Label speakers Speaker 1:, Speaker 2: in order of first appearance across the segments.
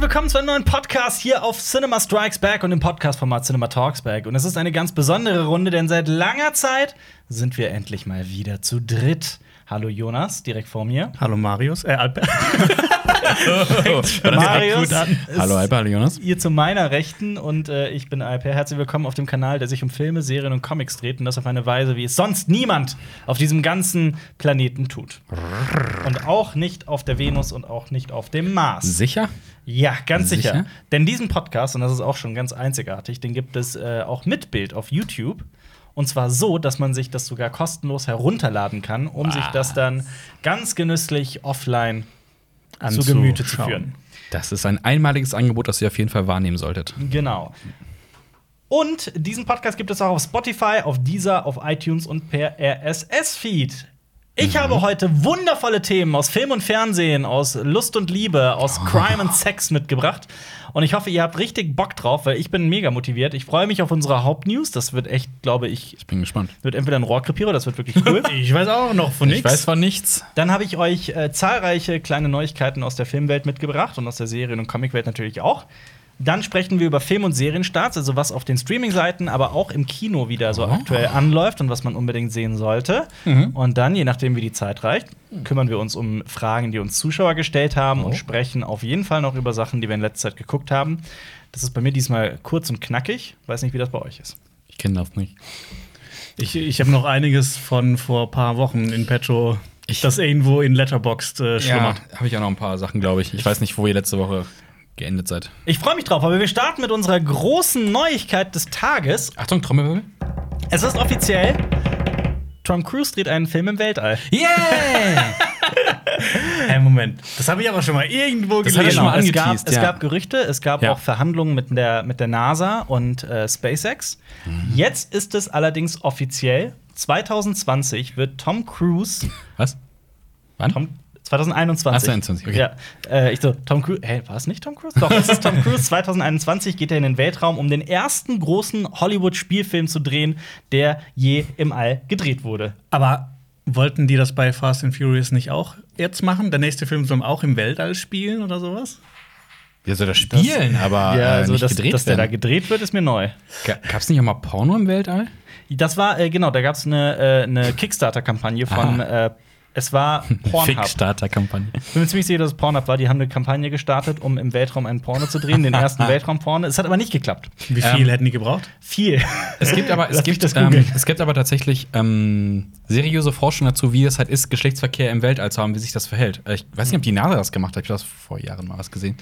Speaker 1: willkommen zu einem neuen Podcast hier auf Cinema Strikes Back und im Podcast-Format Cinema Talks Back. Und es ist eine ganz besondere Runde, denn seit langer Zeit sind wir endlich mal wieder zu dritt. Hallo Jonas, direkt vor mir.
Speaker 2: Hallo Marius, äh Albert.
Speaker 1: Marius ist
Speaker 3: Hallo Alper, hallo Jonas.
Speaker 1: hier zu meiner Rechten und äh, ich bin Alper. Herzlich willkommen auf dem Kanal, der sich um Filme, Serien und Comics dreht und das auf eine Weise, wie es sonst niemand auf diesem ganzen Planeten tut. Und auch nicht auf der Venus und auch nicht auf dem Mars.
Speaker 3: Sicher?
Speaker 1: Ja, ganz sicher.
Speaker 3: Sicher?
Speaker 1: Denn diesen Podcast, und das ist auch schon ganz einzigartig, den gibt es äh, auch mit Bild auf YouTube. Und zwar so, dass man sich das sogar kostenlos herunterladen kann, um sich das dann ganz genüsslich offline zu Gemüte zu führen.
Speaker 3: Das ist ein einmaliges Angebot, das ihr auf jeden Fall wahrnehmen solltet.
Speaker 1: Genau. Und diesen Podcast gibt es auch auf Spotify, auf Deezer, auf iTunes und per RSS-Feed.
Speaker 2: Mhm.
Speaker 1: Ich habe heute wundervolle Themen aus Film und Fernsehen, aus Lust und Liebe, aus
Speaker 2: Oh.
Speaker 1: Crime und Sex mitgebracht. Und ich hoffe, ihr habt richtig Bock drauf, weil ich bin mega motiviert. Ich freue mich auf unsere Hauptnews. Das wird echt, glaube ich,
Speaker 3: Ich bin gespannt.
Speaker 1: wird entweder ein Rohrkrepierer, das wird wirklich cool.
Speaker 2: Ich weiß auch noch von nichts.
Speaker 3: Ich weiß von nichts.
Speaker 1: Dann habe ich euch äh, zahlreiche kleine Neuigkeiten aus der Filmwelt mitgebracht und aus der Serien- und Comicwelt natürlich auch. Dann sprechen wir über Film- und Serienstarts, also was auf den Streaming-Seiten, aber auch im Kino wieder so aktuell anläuft und was man unbedingt sehen sollte. Und dann, je nachdem, wie die Zeit reicht, kümmern wir uns um Fragen, die uns Zuschauer gestellt haben und sprechen auf jeden Fall noch über Sachen, die wir in letzter Zeit geguckt haben. Das ist bei mir diesmal kurz und knackig. Weiß nicht, wie das bei euch ist.
Speaker 3: Ich kenne das nicht.
Speaker 2: Ich, ich habe noch einiges von vor ein paar Wochen in Petro,
Speaker 3: Ich-
Speaker 2: das irgendwo in Letterboxd äh, schlummert.
Speaker 3: Ja, habe ich auch noch ein paar Sachen, glaube ich. Ich weiß nicht, wo ihr letzte Woche geendet seid.
Speaker 1: Ich freue mich drauf, aber wir starten mit unserer großen Neuigkeit des Tages.
Speaker 3: Achtung, Trommelwirbel.
Speaker 1: Es ist offiziell. Tom Cruise dreht einen Film im Weltall.
Speaker 3: Yeah!
Speaker 2: Hey, Moment. Das habe ich aber schon mal irgendwo
Speaker 3: Das hat er
Speaker 2: gelesen.
Speaker 3: schon mal
Speaker 1: Genau. es, gab,
Speaker 3: angeteased,
Speaker 1: es
Speaker 3: ja.
Speaker 1: gab Gerüchte, es gab
Speaker 3: Ja.
Speaker 1: auch Verhandlungen mit der, mit der NASA und äh, SpaceX.
Speaker 3: Mhm.
Speaker 1: Jetzt ist es allerdings offiziell. 2020 wird Tom Cruise.
Speaker 3: Was? Wann?
Speaker 1: Tom, 2021.
Speaker 3: Ach so, 21, okay.
Speaker 1: Ja, äh, ich so, Tom Cruise. Hä, war es nicht Tom Cruise? Doch, es ist Tom Cruise. 2021 geht er in den Weltraum, um den ersten großen Hollywood-Spielfilm zu drehen, der je im All gedreht wurde.
Speaker 2: Aber wollten die das bei Fast and Furious nicht auch jetzt machen? Der nächste Film soll auch im Weltall spielen oder sowas?
Speaker 3: Wir soll das spielen, aber
Speaker 1: ja, also,
Speaker 3: Ah, äh, nicht
Speaker 1: dass,
Speaker 3: gedreht
Speaker 1: dass der da
Speaker 3: werden.
Speaker 1: gedreht wird, ist mir neu.
Speaker 3: Ga- Gab's nicht auch mal Porno im Weltall?
Speaker 1: Das war, äh, genau, da gab es eine, äh, eine Kickstarter-Kampagne von,
Speaker 3: Ah.
Speaker 1: äh, es war Pornhub.
Speaker 3: Kickstarter-Kampagne.
Speaker 1: Ich bin mir ziemlich sicher, dass es Pornhub war. Die haben eine Kampagne gestartet, um im Weltraum einen Porno zu drehen, den ersten Weltraum-Porno. Es hat aber nicht geklappt.
Speaker 2: Wie viel hätten die gebraucht?
Speaker 1: Viel.
Speaker 3: Es gibt aber,
Speaker 1: Lass
Speaker 3: es
Speaker 1: mich
Speaker 3: gibt,
Speaker 1: das
Speaker 3: ähm,
Speaker 1: googeln.
Speaker 3: es gibt aber tatsächlich ähm, seriöse Forschung dazu, wie es halt ist, Geschlechtsverkehr im Weltall zu haben, wie sich das verhält. Äh, Ich weiß nicht, ob die NASA das gemacht hat. Ich habe das vor Jahren mal was gesehen.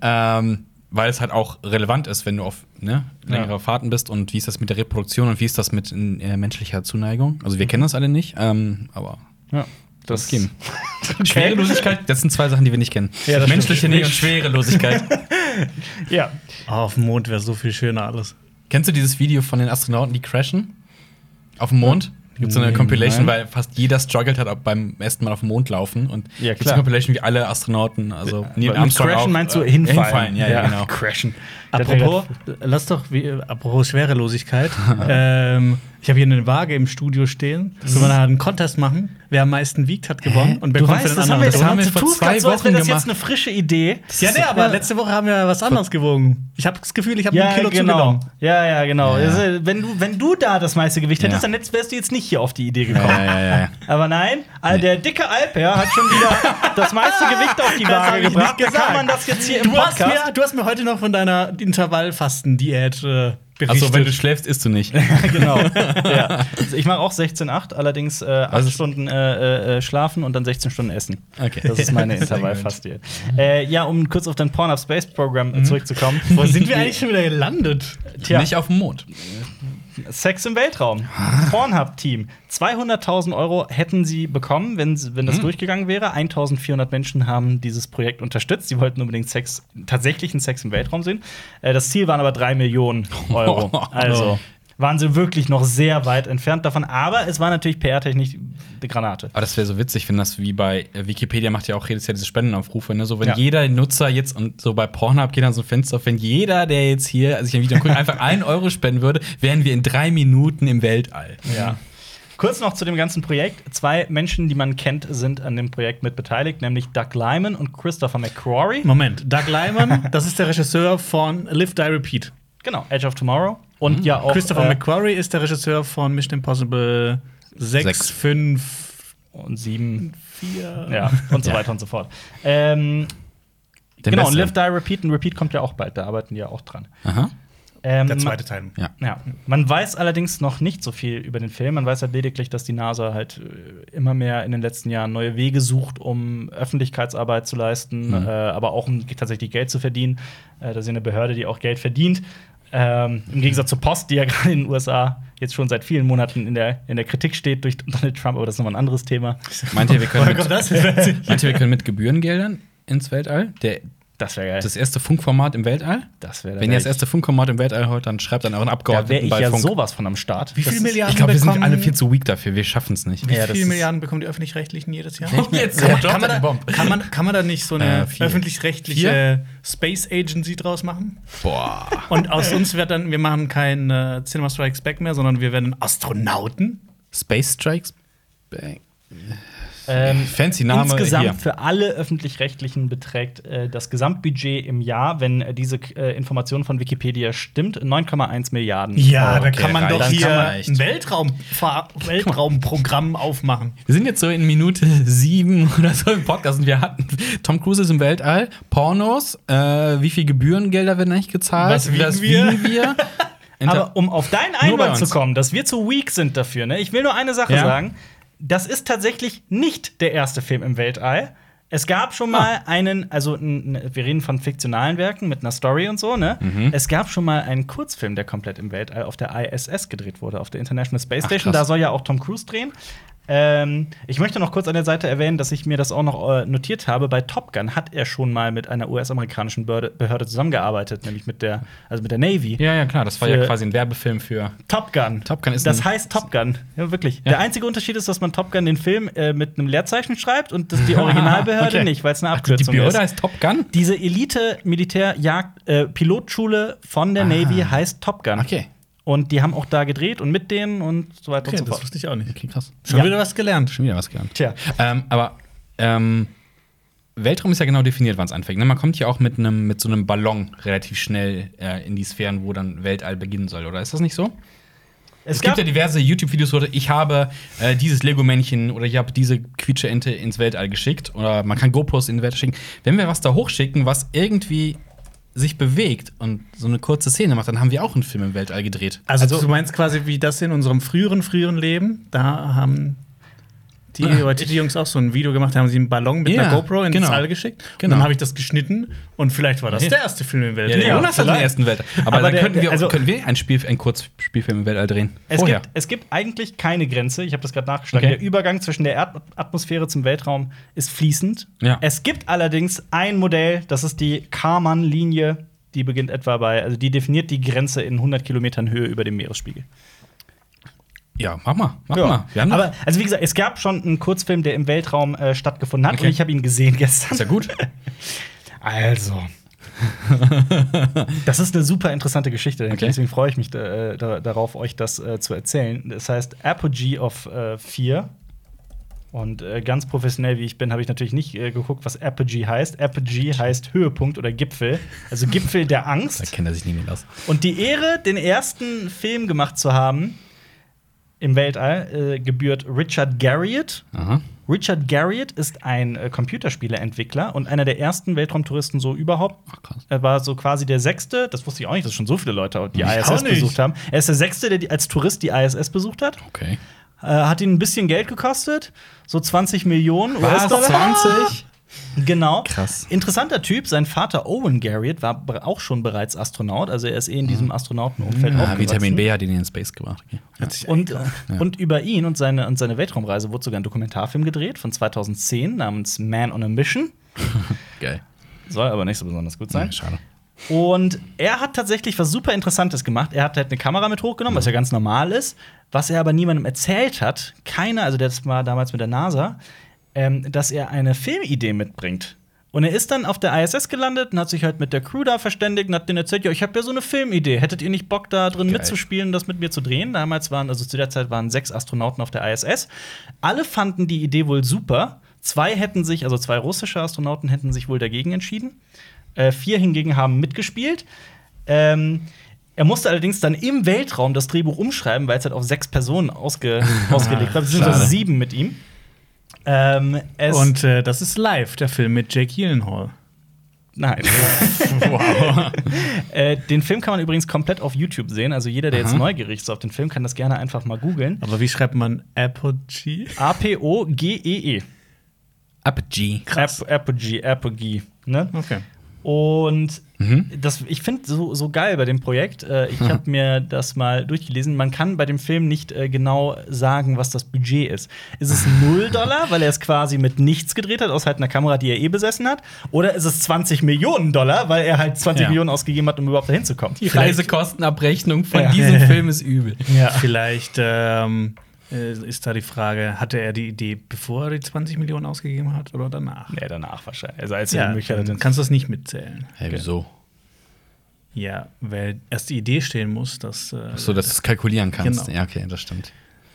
Speaker 3: Ähm, weil es halt auch relevant ist, wenn du auf ne, längere
Speaker 1: Ja.
Speaker 3: Fahrten bist und wie ist das mit der Reproduktion und wie ist das mit äh, menschlicher Zuneigung. Also wir kennen das alle nicht, ähm, aber
Speaker 1: Ja,
Speaker 3: das geht. Schwerelosigkeit, das sind zwei Sachen, die wir nicht kennen.
Speaker 1: Ja, das
Speaker 3: Menschliche
Speaker 1: stimmt.
Speaker 3: Nähe und Schwerelosigkeit.
Speaker 1: Ja.
Speaker 2: Oh, auf dem Mond wäre so viel schöner alles.
Speaker 3: Kennst du dieses Video von den Astronauten, die crashen? Auf dem Mond? Gibt so eine
Speaker 2: Nein.
Speaker 3: Compilation, weil fast jeder struggelt hat auch beim ersten Mal auf dem Mond laufen. Und
Speaker 1: Ja,
Speaker 3: gibt's
Speaker 1: klar.
Speaker 3: eine Compilation wie alle Astronauten, also Neil
Speaker 1: Mit
Speaker 3: Armstrong
Speaker 1: crashen
Speaker 3: auch,
Speaker 1: meinst du
Speaker 3: äh,
Speaker 1: hinfallen?
Speaker 3: hinfallen ja, ja. genau.
Speaker 1: Crashen.
Speaker 2: Apropos, lass doch, wie, äh, apropos Schwerelosigkeit. ähm, ich habe hier eine Waage im Studio stehen. Sollen wir da einen Contest machen? Wer am meisten wiegt, hat gewonnen. Und
Speaker 1: Du
Speaker 2: bekommt
Speaker 1: weißt,
Speaker 2: für
Speaker 1: das
Speaker 2: den
Speaker 1: haben wir
Speaker 2: anderen.
Speaker 1: jetzt
Speaker 3: Das haben
Speaker 1: haben wir
Speaker 3: wir vor
Speaker 1: tun,
Speaker 3: zwei
Speaker 1: als wäre das
Speaker 3: Wochen
Speaker 1: jetzt eine frische Idee.
Speaker 2: ja, nee, aber letzte Woche haben wir was anderes gewogen. Ich habe das Gefühl, ich habe ein Kilo
Speaker 1: genau.
Speaker 2: zugenommen.
Speaker 1: Ja, ja, genau.
Speaker 3: Ja.
Speaker 1: Also, wenn, du, wenn du da das meiste Gewicht hättest,
Speaker 3: Ja.
Speaker 1: dann wärst du jetzt nicht hier auf die Idee gekommen.
Speaker 3: Ja, ja, ja, ja.
Speaker 1: Aber nein, all der dicke Alper hat schon wieder das meiste Gewicht auf die
Speaker 2: hab
Speaker 1: Waage
Speaker 2: ich nicht
Speaker 1: gebracht. Wie
Speaker 2: gesagt.
Speaker 1: kann man das jetzt hier im
Speaker 2: Du hast,
Speaker 1: Podcast?
Speaker 2: mir, du hast mir heute noch von deiner Intervallfastendiät äh, berichtet.
Speaker 3: Achso, Also,
Speaker 1: Also,
Speaker 3: wenn du schläfst, isst du nicht.
Speaker 1: genau. ja. Also ich mache auch 16,8, allerdings äh, 8
Speaker 3: Also-
Speaker 1: Stunden äh, äh, äh, schlafen und dann 16 Stunden essen.
Speaker 3: Okay.
Speaker 1: Das ist meine
Speaker 3: Sehr gut.
Speaker 1: Intervallfastie. Äh, ja, um kurz auf dein Porn-Up Space Programm
Speaker 2: Mhm.
Speaker 1: äh, zurückzukommen.
Speaker 2: Wo sind wir eigentlich schon wieder gelandet?
Speaker 1: Tja.
Speaker 3: Nicht auf dem Mond.
Speaker 1: Sex im Weltraum. Pornhub-Team. 200.000 Euro hätten sie bekommen, wenn, sie- wenn das durchgegangen wäre. 1.400 Menschen haben dieses Projekt unterstützt. Sie wollten unbedingt Sex, tatsächlichen Sex im Weltraum sehen. Äh, das Ziel waren aber 3 Millionen Euro. Also waren sie wirklich noch sehr weit entfernt davon. Aber es war natürlich PR-technisch eine Granate.
Speaker 3: Aber das wäre so witzig, wenn das wie bei äh, Wikipedia macht ja auch jedes Jahr diese Spendenaufrufe, ne? So, wenn
Speaker 1: Ja.
Speaker 3: jeder Nutzer jetzt und so bei Pornhub geht dann so ein Fenster auf, wenn jeder, der jetzt hier sich ein Video guckt, einfach einen Euro spenden würde, wären wir in drei Minuten im Weltall.
Speaker 1: Ja. Kurz noch zu dem ganzen Projekt. Zwei Menschen, die man kennt, sind an dem Projekt mit beteiligt, nämlich Doug Lyman und Christopher McCrory.
Speaker 2: Moment, Doug Lyman, das ist der Regisseur von Live, Die, Repeat.
Speaker 1: Genau, Edge of Tomorrow. Und ja auch.
Speaker 2: Christopher
Speaker 1: äh,
Speaker 2: McQuarrie ist der Regisseur von Mission Impossible 6,
Speaker 3: Sechs.
Speaker 2: 5,
Speaker 1: und sieben.
Speaker 2: 4.
Speaker 1: Ja, und so weiter und so fort. Ähm,
Speaker 3: Den
Speaker 1: genau, und Live,
Speaker 3: Besten.
Speaker 1: Die, Repeat. Und Repeat kommt ja auch bald, da arbeiten die ja auch dran.
Speaker 3: Aha.
Speaker 1: Ähm,
Speaker 2: Der zweite Teil.
Speaker 3: Ja.
Speaker 1: Ja, man weiß allerdings noch nicht so viel über den Film. Man weiß halt lediglich, dass die NASA halt äh, immer mehr in den letzten Jahren neue Wege sucht, um Öffentlichkeitsarbeit zu leisten,
Speaker 3: Mhm.
Speaker 1: äh, aber auch um tatsächlich Geld zu verdienen. Äh, da ist ja eine Behörde, die auch Geld verdient. Ähm, Im Gegensatz zur Post, die ja gerade in den USA jetzt schon seit vielen Monaten in der, in der Kritik steht durch Donald Trump, aber das ist nochmal ein anderes Thema.
Speaker 3: Meint ihr, wir können
Speaker 2: Woher
Speaker 3: mit,
Speaker 2: kommt das? jetzt?
Speaker 3: meint ihr, wir können mit Gebührengeldern ins Weltall? Der,
Speaker 1: Das wäre geil.
Speaker 3: das erste Funkformat im Weltall?
Speaker 1: das wäre
Speaker 3: Wenn ihr das erste Funkformat im Weltall hört, dann schreibt an euren
Speaker 1: da wäre
Speaker 3: Abgeordneten
Speaker 1: ich
Speaker 3: bei
Speaker 1: ja
Speaker 3: Funk.
Speaker 1: sowas von am Start.
Speaker 2: Wie
Speaker 1: Das
Speaker 2: viele
Speaker 1: ist-
Speaker 2: Milliarden
Speaker 3: ich glaube, wir sind
Speaker 2: bekommen-
Speaker 3: alle viel zu weak dafür. Wir schaffen es nicht.
Speaker 2: Wie
Speaker 1: Ja, das
Speaker 2: viele
Speaker 1: ist-
Speaker 2: Milliarden bekommen die Öffentlich-Rechtlichen jedes Jahr?
Speaker 3: Echt jetzt? Ja, droppt
Speaker 2: kann, man
Speaker 3: eine
Speaker 2: da,
Speaker 3: Bombe.
Speaker 2: kann, man, kann man da nicht so eine
Speaker 3: Äh, vier.
Speaker 2: öffentlich-rechtliche Space Agency draus machen?
Speaker 3: Boah.
Speaker 2: Und aus uns wird dann, wir machen kein äh, Cinema Strikes Back mehr, sondern wir werden Astronauten.
Speaker 3: Space Strikes? Bang.
Speaker 1: Ähm,
Speaker 3: Fancy Name.
Speaker 1: Insgesamt
Speaker 3: hier.
Speaker 1: für alle öffentlich-rechtlichen beträgt äh, das Gesamtbudget im Jahr, wenn äh, diese äh, Information von Wikipedia stimmt, 9,1 Milliarden.
Speaker 2: Ja,
Speaker 3: da kann man doch hier
Speaker 2: ein
Speaker 3: ein
Speaker 2: Weltraum Weltraumprogramm aufmachen.
Speaker 3: Wir sind jetzt so in Minute sieben oder so im Podcast und wir hatten Tom Cruise ist im Weltall, Pornos, äh, wie viel Gebührengelder werden eigentlich gezahlt?
Speaker 2: Was wiegen
Speaker 3: das
Speaker 2: wir?
Speaker 3: wiegen wir? Inter-
Speaker 1: Aber um auf deinen
Speaker 3: Nur bei
Speaker 1: Einwand zu
Speaker 3: uns.
Speaker 1: kommen, dass wir zu weak sind dafür, ne? ich will nur eine Sache
Speaker 3: Ja.
Speaker 1: sagen. Das ist tatsächlich nicht der erste Film im Weltall. Es gab
Speaker 3: Ah.
Speaker 1: schon mal einen, also n- n- wir reden von fiktionalen Werken mit einer Story und so, ne?
Speaker 3: Mhm.
Speaker 1: Es gab schon mal einen Kurzfilm, der komplett im Weltall auf der ISS gedreht wurde, auf der International Space
Speaker 3: Ach,
Speaker 1: Station.
Speaker 3: krass.
Speaker 1: da soll ja auch Tom Cruise drehen. Ähm, ich möchte noch kurz an der Seite erwähnen, dass ich mir das auch noch äh, notiert habe. Bei Top Gun hat er schon mal mit einer US-amerikanischen Behörde, Behörde zusammengearbeitet, nämlich mit der, also mit der Navy.
Speaker 3: ja, ja, klar, das war ja
Speaker 1: Für-
Speaker 3: quasi ein Werbefilm für.
Speaker 1: Top Gun.
Speaker 3: Top Gun ist
Speaker 1: Das
Speaker 3: ein-
Speaker 1: heißt Top Gun. Ja, wirklich. Der einzige Unterschied ist, dass man Top Gun den Film äh, mit einem Leerzeichen schreibt und das die Originalbehörde
Speaker 3: Okay. Also
Speaker 1: nicht, weil es eine
Speaker 3: Die
Speaker 1: Abkürzung
Speaker 3: Behörde
Speaker 1: ist.
Speaker 3: heißt Top Gun?
Speaker 1: Diese Elite-Militär-Jagd-Pilotschule von der Navy heißt Top Gun.
Speaker 3: Ah. Okay.
Speaker 1: Und die haben auch da gedreht und mit denen und so weiter und so fort.
Speaker 2: wusste ich auch nicht.
Speaker 3: Okay, krass.
Speaker 2: Schon
Speaker 1: Ja.
Speaker 2: wieder was gelernt.
Speaker 3: Schon wieder was gelernt.
Speaker 1: Tja.
Speaker 3: Ähm, aber ähm, Weltraum ist ja genau definiert, wann es anfängt. ne? Man kommt ja auch mit, einem, mit so einem Ballon relativ schnell äh, in die Sphären, wo dann Weltall beginnen soll, oder ist das nicht so? Es, gibt ja diverse YouTube-Videos, wo ich habe äh, dieses Lego-Männchen oder ich habe diese Quietscheente ins Weltall geschickt oder man kann GoPros in den Weltall schicken. Wenn wir was da hochschicken, was irgendwie sich bewegt und so eine kurze Szene macht, dann haben wir auch einen Film im Weltall gedreht.
Speaker 2: Also, du meinst quasi wie das in unserem früheren, früheren Leben. Da haben die Leute-Jungs auch so ein Video gemacht, da haben sie einen Ballon mit
Speaker 3: Ja,
Speaker 2: einer GoPro ins
Speaker 3: genau.
Speaker 2: All geschickt. Und
Speaker 3: Genau.
Speaker 2: dann habe ich das geschnitten und vielleicht war das
Speaker 3: Ja.
Speaker 2: der erste Film im
Speaker 3: Ja, der
Speaker 2: Weltall.
Speaker 3: Jonas hat den
Speaker 1: vielleicht.
Speaker 3: ersten Weltall. Aber,
Speaker 1: Aber
Speaker 3: dann
Speaker 1: der-
Speaker 3: könnten wir,
Speaker 1: der- also-
Speaker 3: können wir ein Spiel, einen Kurzspielfilm im Weltall drehen.
Speaker 1: Es
Speaker 3: Vorher.
Speaker 1: gibt, es gibt eigentlich keine Grenze. Ich habe das gerade nachgeschlagen.
Speaker 3: Okay.
Speaker 1: Der Übergang zwischen der Erdatmosphäre zum Weltraum ist fließend.
Speaker 3: Ja.
Speaker 1: Es gibt allerdings ein Modell, das ist die Karman-Linie. Die beginnt etwa bei, also die definiert die Grenze in 100 Kilometern Höhe über dem Meeresspiegel.
Speaker 3: ja, mach mal, mach
Speaker 1: Ja.
Speaker 3: mal. Wir haben
Speaker 1: Aber, also wie gesagt, es gab schon einen Kurzfilm, der im Weltraum äh, stattgefunden hat
Speaker 3: Okay.
Speaker 1: und ich habe ihn gesehen gestern.
Speaker 3: ist ja gut.
Speaker 1: Also. das ist eine super interessante Geschichte.
Speaker 3: Okay.
Speaker 1: Deswegen freue ich mich äh, da, darauf, euch das äh, zu erzählen. Das heißt Apogee of äh, 4. Und äh, ganz professionell, wie ich bin, habe ich natürlich nicht äh, geguckt, was Apogee heißt. Apogee heißt Höhepunkt oder Gipfel. Also Gipfel der
Speaker 3: da
Speaker 1: Angst.
Speaker 3: kennt er sich niemand aus.
Speaker 1: Und die Ehre, den ersten Film gemacht zu haben im Weltall, äh, gebührt Richard Garriott.
Speaker 3: Aha.
Speaker 1: Richard Garriott ist ein äh, Computerspieleentwickler und einer der ersten Weltraumtouristen so überhaupt.
Speaker 3: Ach, krass.
Speaker 1: Er war so quasi der sechste, das wusste ich auch nicht, dass schon so viele Leute die
Speaker 3: Ich auch
Speaker 1: ISS
Speaker 2: nicht.
Speaker 1: besucht haben. Er ist der sechste, der die, als Tourist die ISS besucht hat.
Speaker 3: Okay.
Speaker 1: Äh, hat ihn ein bisschen Geld gekostet, so 20 Millionen US-Dollar.
Speaker 3: 20?
Speaker 1: Genau.
Speaker 3: Krass.
Speaker 1: Interessanter Typ. Sein Vater Owen Garriott war be- auch schon bereits Astronaut. Also er ist eh in diesem Astronautenumfeld
Speaker 3: Ah,
Speaker 1: aufgewachsen.
Speaker 3: Vitamin B hat ihn in den Space gebracht. Okay.
Speaker 2: Hat sich-
Speaker 1: Und, und über ihn und seine, und seine Weltraumreise wurde sogar ein Dokumentarfilm gedreht von 2010 namens Man on a Mission.
Speaker 3: Geil.
Speaker 1: Soll aber nicht so besonders gut sein.
Speaker 3: Ja, schade.
Speaker 1: Und er hat tatsächlich was super Interessantes gemacht. Er hat halt eine Kamera mit hochgenommen, was ja ganz normal ist. Was er aber niemandem erzählt hat, keiner, also das war damals mit der NASA, ähm, dass er eine Filmidee mitbringt. Und er ist dann auf der ISS gelandet und hat sich halt mit der Crew da verständigt und hat denen erzählt, ja, ich habe ja so eine Filmidee. Hättet ihr nicht Bock, da drin
Speaker 3: Geil.
Speaker 1: mitzuspielen, das mit mir zu drehen? Damals waren, also zu der Zeit waren sechs Astronauten auf der ISS. Alle fanden die Idee wohl super. Zwei hätten sich, also zwei russische Astronauten hätten sich wohl dagegen entschieden. Äh, vier hingegen haben mitgespielt. Ähm, er musste allerdings dann im Weltraum das Drehbuch umschreiben, weil es halt auf sechs Personen ausge ausgelegt war. Es sind so
Speaker 3: Schade.
Speaker 1: sieben mit ihm. Ähm, es
Speaker 2: Und äh, das ist live, der Film mit Jake Gyllenhaal.
Speaker 1: nein.
Speaker 3: Wow.
Speaker 1: Äh, den Film kann man übrigens komplett auf YouTube sehen. Also jeder, der jetzt
Speaker 3: Aha.
Speaker 1: neugierig ist auf den Film, kann das gerne einfach mal googeln.
Speaker 2: Aber wie schreibt man Apogee?
Speaker 1: A-P-O-G-E-E.
Speaker 3: Apogee.
Speaker 1: Ap- E Apogee, Apogee. Ne?
Speaker 2: Okay.
Speaker 1: Und
Speaker 3: Mhm.
Speaker 1: das, ich finde so, so geil bei dem Projekt. Äh, ich habe mir das mal durchgelesen. Man kann bei dem Film nicht äh, genau sagen, was das Budget ist. Ist es 0 Dollar, weil er es quasi mit nichts gedreht hat, außer halt einer Kamera, die er eh besessen hat? Oder ist es 20 Millionen Dollar, weil er halt 20
Speaker 3: Ja.
Speaker 1: Millionen ausgegeben hat, um überhaupt dahin zu kommen?
Speaker 3: Die Reisekostenabrechnung von
Speaker 1: Ja.
Speaker 3: diesem Film ist übel.
Speaker 1: Ja.
Speaker 2: Vielleicht ähm, äh, ist da die Frage, hatte er die Idee, bevor er die 20 Millionen ausgegeben hat oder danach?
Speaker 1: Nee, danach wahrscheinlich. Also als er die
Speaker 2: Ja,
Speaker 1: Möglichkeit hatte,
Speaker 2: dann kannst du das nicht mitzählen.
Speaker 3: Hey, wieso?
Speaker 2: Ja, weil erst die Idee stehen muss, dass. Äh,
Speaker 3: Achso, dass du es kalkulieren kannst.
Speaker 2: Genau.
Speaker 3: Ja, okay, das stimmt.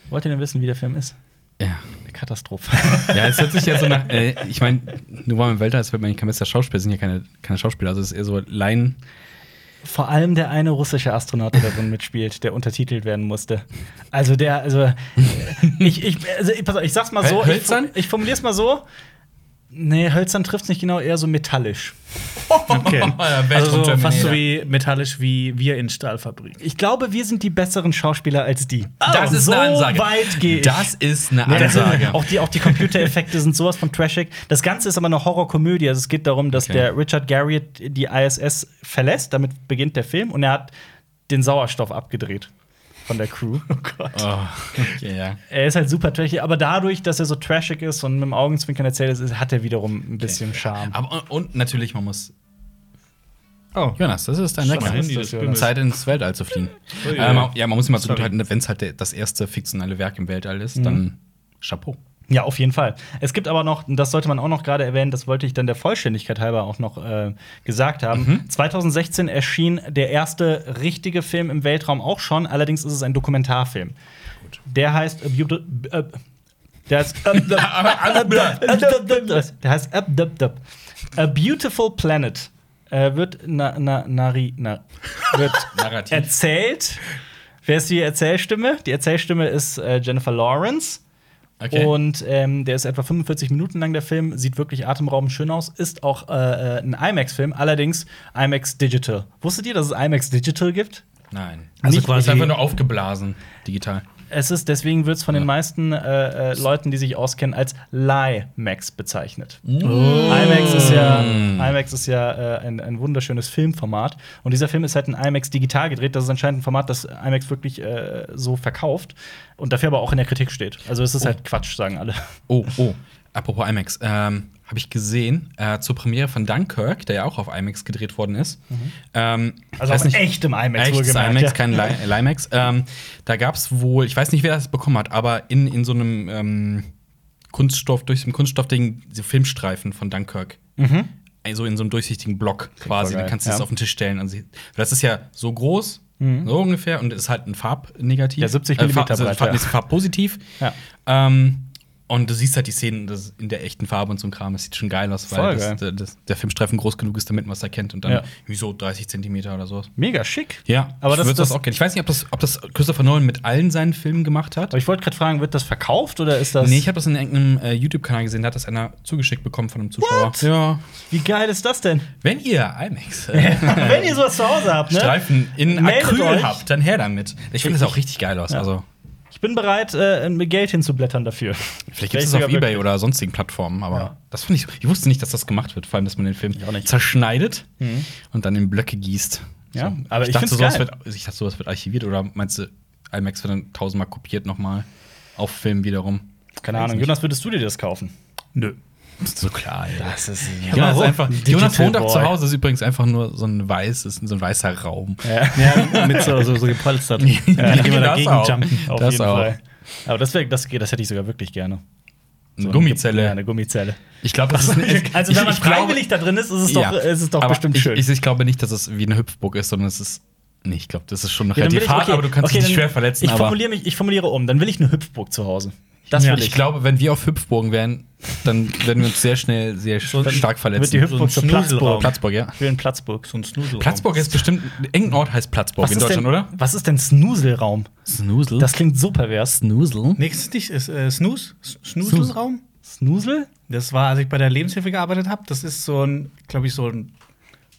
Speaker 1: Wollt ihr denn wissen, wie der Film ist?
Speaker 3: Ja.
Speaker 1: Eine Katastrophe.
Speaker 3: Ja, es hört sich ja so nach. Äh, ich meine, nur weil man im Weltall ist, wird man kein besser Schauspieler, sind ja keine, keine Schauspieler. Also es ist eher so Laien.
Speaker 1: Vor allem der eine russische Astronaut, der darin mitspielt, der untertitelt werden musste. Also der, also ich, ich, also, ich- pass auf, ich sag's mal so,
Speaker 3: Höl- hölzern?
Speaker 1: ich, ich formulier's mal so. Nee, hölzern trifft's nicht genau, eher so metallisch.
Speaker 2: Okay.
Speaker 3: ja,
Speaker 2: also so,
Speaker 3: Weltraum-Terminator.
Speaker 2: fast so wie metallisch wie wir in Stahlfabrik.
Speaker 1: Ich glaube, wir sind die besseren Schauspieler als die.
Speaker 3: Oh, Das
Speaker 1: Und
Speaker 3: ist
Speaker 1: so
Speaker 3: eine Ansage.
Speaker 1: weit geh ich.
Speaker 3: Das ist eine
Speaker 1: Nee, das ist-
Speaker 3: Ansage.
Speaker 1: Auch die, auch die Computereffekte sind sowas von trashig. Das Ganze ist aber eine Horrorkomödie. Also es geht darum, dass
Speaker 3: Okay.
Speaker 1: der Richard Garriott die ISS verlässt. Damit beginnt der Film und er hat den Sauerstoff abgedreht von der Crew. Oh Gott.
Speaker 3: Oh, okay, ja.
Speaker 1: Er ist halt super trashig, aber dadurch, dass er so trashig ist und mit dem Augenzwinkern erzählt ist, hat er wiederum ein bisschen Charme.
Speaker 3: Aber, und, und natürlich, man muss.
Speaker 2: Oh.
Speaker 3: Jonas, das ist dein
Speaker 2: Schon
Speaker 3: Wecker.
Speaker 2: am Handy des Jonas.
Speaker 3: Zeit ins Weltall zu fliegen.
Speaker 1: Oh
Speaker 2: Ui, ui.
Speaker 3: Ähm, ja, man muss immer so
Speaker 2: Sorry.
Speaker 3: gut halten, wenn es halt der- das erste fiktionale Werk im Weltall ist,
Speaker 1: Mhm.
Speaker 3: dann Chapeau.
Speaker 1: Ja, auf jeden Fall. Es gibt aber noch, und das sollte man auch noch gerade erwähnen, das wollte ich dann der Vollständigkeit halber auch noch äh, gesagt haben. 2016 erschien der erste richtige Film im Weltraum auch schon, allerdings ist es ein Dokumentarfilm. Der heißt A Beauti- äh, der heißt äh, der heißt äh, A Beautiful Planet. Äh, wird na, na, nari, na, wird
Speaker 3: Narrativ.
Speaker 1: erzählt. Wer ist die Erzählstimme? Die Erzählstimme ist äh, Jennifer Lawrence.
Speaker 3: Okay.
Speaker 1: Und ähm, der ist etwa 45 Minuten lang, der Film. Sieht wirklich atemberaubend schön aus. Ist auch äh, äh, ein IMAX-Film, allerdings IMAX Digital. Wusstet ihr, dass es IMAX Digital gibt?
Speaker 3: Nein.
Speaker 2: Also
Speaker 3: Nicht-
Speaker 2: quasi-
Speaker 3: Ist einfach nur aufgeblasen, digital.
Speaker 1: Es ist, deswegen wird es von den meisten äh, äh, Leuten, die sich auskennen, als LIMAX bezeichnet. IMAX ist ja, IMAX ist ja äh, ein, ein wunderschönes Filmformat. Und dieser Film ist halt in IMAX digital gedreht. Das ist anscheinend ein Format, das IMAX wirklich äh, so verkauft und dafür aber auch in der Kritik steht. Also es ist halt Quatsch, sagen alle.
Speaker 3: Oh, oh. Apropos IMAX, ähm, habe ich gesehen, äh, zur Premiere von Dunkirk, der ja auch auf IMAX gedreht worden ist. Ähm,
Speaker 1: Mhm. Also
Speaker 3: weiß
Speaker 1: auf
Speaker 3: nicht,
Speaker 1: echtem IMAX
Speaker 3: echtes
Speaker 1: wohlgemerkt,
Speaker 3: IMAX,
Speaker 1: ja.
Speaker 3: kein Li LIMAX. Ähm, da gab es wohl, ich weiß nicht, wer das bekommen hat, aber in, in so einem ähm, Kunststoff, durch so einen Kunststoffding, so Filmstreifen von Dunkirk. Also in so einem durchsichtigen Block quasi.
Speaker 1: Mhm. voll
Speaker 3: Dann
Speaker 1: geil,
Speaker 3: kannst du das
Speaker 1: ja. Mhm.
Speaker 3: auf den Tisch stellen. Und sie- das ist ja so groß, so ungefähr, und ist halt ein Farbnegativ.
Speaker 1: Ja, 70
Speaker 3: Farb-
Speaker 1: Millimeter breit,
Speaker 3: Farb-
Speaker 1: ja.
Speaker 3: ist farbpositiv.
Speaker 1: Ja.
Speaker 3: Ähm, und du siehst halt die Szenen das in der echten Farbe und so ein Kram. Das sieht schon geil aus,
Speaker 1: Voll
Speaker 3: weil das,
Speaker 1: geil.
Speaker 3: das, der Filmstreifen groß genug ist, damit man es erkennt. Und dann
Speaker 1: Ja.
Speaker 3: wieso 30 Zentimeter oder sowas.
Speaker 1: Mega schick.
Speaker 3: Ja,
Speaker 1: aber das,
Speaker 3: ich würd
Speaker 1: das,
Speaker 3: das auch kennen. Ich weiß nicht, ob das, ob das Christopher Nolan mit allen seinen Filmen gemacht hat.
Speaker 1: Aber ich wollte gerade fragen, wird das verkauft oder ist das.
Speaker 3: nee, ich habe das in irgendeinem äh, YouTube-Kanal gesehen, da hat das einer zugeschickt bekommen von einem Zuschauer.
Speaker 1: What?
Speaker 3: Ja.
Speaker 1: Wie geil ist das denn?
Speaker 3: Wenn ihr IMAX äh,
Speaker 1: Wenn ihr sowas zu Hause habt, ne?
Speaker 3: Streifen in
Speaker 1: Meldet
Speaker 3: Acryl
Speaker 1: euch.
Speaker 3: habt, dann her damit. Ich finde das auch richtig geil aus. Also,
Speaker 1: Ich bin bereit, äh, mir Geld hinzublättern dafür.
Speaker 3: vielleicht gibt es das auf
Speaker 1: sogar
Speaker 3: Ebay oder sonstigen Plattformen, aber
Speaker 1: Ja.
Speaker 3: das finde ich. Ich wusste nicht, dass das gemacht wird, vor allem, dass man den Film
Speaker 1: auch nicht. Mhm.
Speaker 3: zerschneidet und dann in Blöcke gießt.
Speaker 1: Ja, aber ich
Speaker 3: dachte,
Speaker 1: find's
Speaker 3: sowas
Speaker 1: geil.
Speaker 3: wird, ich dachte, sowas wird archiviert oder meinst du, IMAX wird dann tausendmal kopiert nochmal auf Film wiederum?
Speaker 1: Keine Ahnung, Jonas, würdest du dir das kaufen?
Speaker 2: Nö.
Speaker 3: Ist so klar, ey.
Speaker 1: Das ist
Speaker 3: Jonas, ist einfach, Jonas wohnt auch zu
Speaker 1: Boy.
Speaker 3: Hause, ist übrigens einfach nur so ein weißes, so ein weißer Raum.
Speaker 2: Ja, mit so, so, so gepolstert. ja,
Speaker 3: Ja,
Speaker 2: die
Speaker 3: das
Speaker 2: immer dagegen
Speaker 3: auch.
Speaker 2: jumpen.
Speaker 1: Auf
Speaker 3: Das
Speaker 1: jeden
Speaker 3: auch.
Speaker 1: Fall. Aber das, wär, das, das hätte ich sogar wirklich gerne.
Speaker 3: Eine Gummizelle.
Speaker 1: Ja, eine Gummizelle.
Speaker 3: Ich glaube, das ist
Speaker 1: Also, wenn man freiwillig da drin ist, ist es doch,
Speaker 3: Ja.
Speaker 1: ist es doch
Speaker 3: aber
Speaker 1: bestimmt
Speaker 3: ich,
Speaker 1: schön.
Speaker 3: Ich, ich glaube nicht, dass es wie eine Hüpfburg ist, sondern es ist. Nee, ich glaube, das ist schon
Speaker 1: Ja, dann will
Speaker 3: relativ
Speaker 1: ich-
Speaker 3: hart,
Speaker 1: okay,
Speaker 3: aber du kannst
Speaker 1: okay,
Speaker 3: dich nicht
Speaker 1: dann-
Speaker 3: schwer verletzen.
Speaker 1: Ich
Speaker 3: aber
Speaker 1: formuliere, mich, ich formuliere um, dann will ich eine Hüpfburg zu Hause. Das
Speaker 2: Ja,
Speaker 1: will
Speaker 3: ich
Speaker 1: ich.
Speaker 3: glaube, wenn wir auf Hüpfburgen wären, dann werden wir uns sehr schnell sehr stark verletzen.
Speaker 1: wird die Hüpfburg
Speaker 2: so
Speaker 1: zur
Speaker 2: ein
Speaker 1: Platzburg.
Speaker 2: Schnuselraum.
Speaker 3: Platzburg, ja.
Speaker 1: Ich will einen Platzburg.
Speaker 2: So ein Snusel.
Speaker 3: Platzburg ist bestimmt. Irgendein Ort heißt Platzburg in Deutschland,
Speaker 1: denn,
Speaker 3: oder?
Speaker 1: Was ist denn Snuselraum?
Speaker 3: Snusel. Das
Speaker 1: Das klingt so pervers.
Speaker 3: Snusel.
Speaker 2: Nächstes nicht ist äh, Snooze, S- Snuselraum.
Speaker 1: Snusel?
Speaker 2: Das war, als ich bei der Lebenshilfe gearbeitet habe, das ist so ein, glaube ich, so ein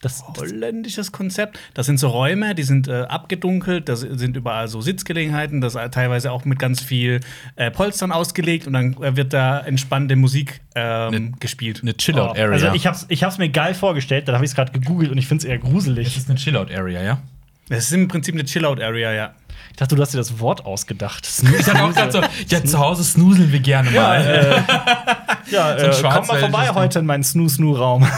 Speaker 1: Das,
Speaker 2: Oh,
Speaker 1: das,
Speaker 2: holländisches Konzept. Das sind so Räume, die sind äh, abgedunkelt, da sind überall so Sitzgelegenheiten, das äh, teilweise auch mit ganz viel äh, Polstern ausgelegt und dann äh, wird da entspannte Musik ähm, gespielt.
Speaker 3: Eine Chillout-Area.
Speaker 1: also ich hab's, ich hab's mir geil vorgestellt, dann habe ich es gerade gegoogelt und ich finde es eher
Speaker 3: es
Speaker 1: gruselig.
Speaker 3: ist eine Chillout-Area, ja?
Speaker 2: Das ist im Prinzip eine Chillout-Area, ja.
Speaker 1: Ich dachte, du hast dir das Wort ausgedacht.
Speaker 3: Ich hatte auch gerade so, ja, zu Hause snooseln wir gerne mal.
Speaker 1: Ja,
Speaker 3: ein
Speaker 1: äh, komm mal
Speaker 3: schwarzwäldiges
Speaker 1: vorbei
Speaker 3: Ding.
Speaker 1: heute in meinen Snoo-Snoo-Raum.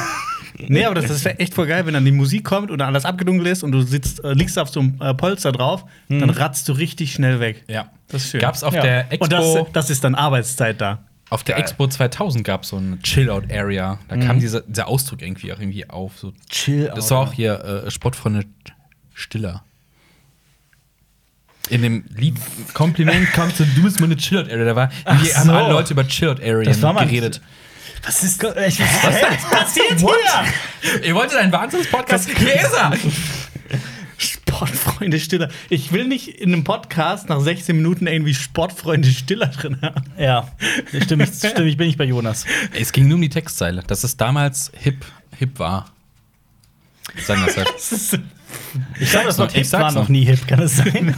Speaker 2: Nee, aber das, das wäre echt voll geil, wenn dann die Musik kommt und dann alles abgedunkelt ist und du sitzt, äh, liegst auf so einem äh, Polster drauf, dann ratzt du richtig schnell weg.
Speaker 3: Hm. ja. Oh. Äh.
Speaker 2: Das ist schön.
Speaker 3: Gab's auf
Speaker 1: Ja.
Speaker 3: der Expo.
Speaker 2: und das, das ist dann Arbeitszeit da.
Speaker 3: Auf der Expo 2000 gab es so eine Chill-Out-Area. Da kam dieser, dieser Ausdruck irgendwie auch irgendwie auf. So.
Speaker 1: Chill
Speaker 3: Das war auch hier äh, Sportfreunde Stiller. In dem Lied Kompliment kommt zu Du bist meine Chill-Out-Area. Da war, die
Speaker 1: Ach
Speaker 3: haben
Speaker 1: so.
Speaker 3: alle Leute über
Speaker 1: Das war
Speaker 3: Chill-Out-Areas
Speaker 1: mal-
Speaker 3: geredet.
Speaker 1: Was ist, ich, was ist passiert hier?
Speaker 3: Ihr wolltet einen Wahnsinns-Podcast? Hier ist er!
Speaker 2: Sportfreunde Stiller. Ich will nicht in einem Podcast nach 16 Minuten irgendwie Sportfreunde Stiller drin haben.
Speaker 1: Ja, stimme ich, stimme ich, bin ich bei Jonas.
Speaker 3: Es ging nur um die Textzeile, dass es damals hip, hip war. Sagen wir es halt
Speaker 2: Das ist
Speaker 1: Ich glaube, das
Speaker 3: noch,
Speaker 1: Wort
Speaker 3: ich
Speaker 1: Hip war
Speaker 3: sag's
Speaker 1: noch
Speaker 3: noch.
Speaker 1: nie hip, kann es sein?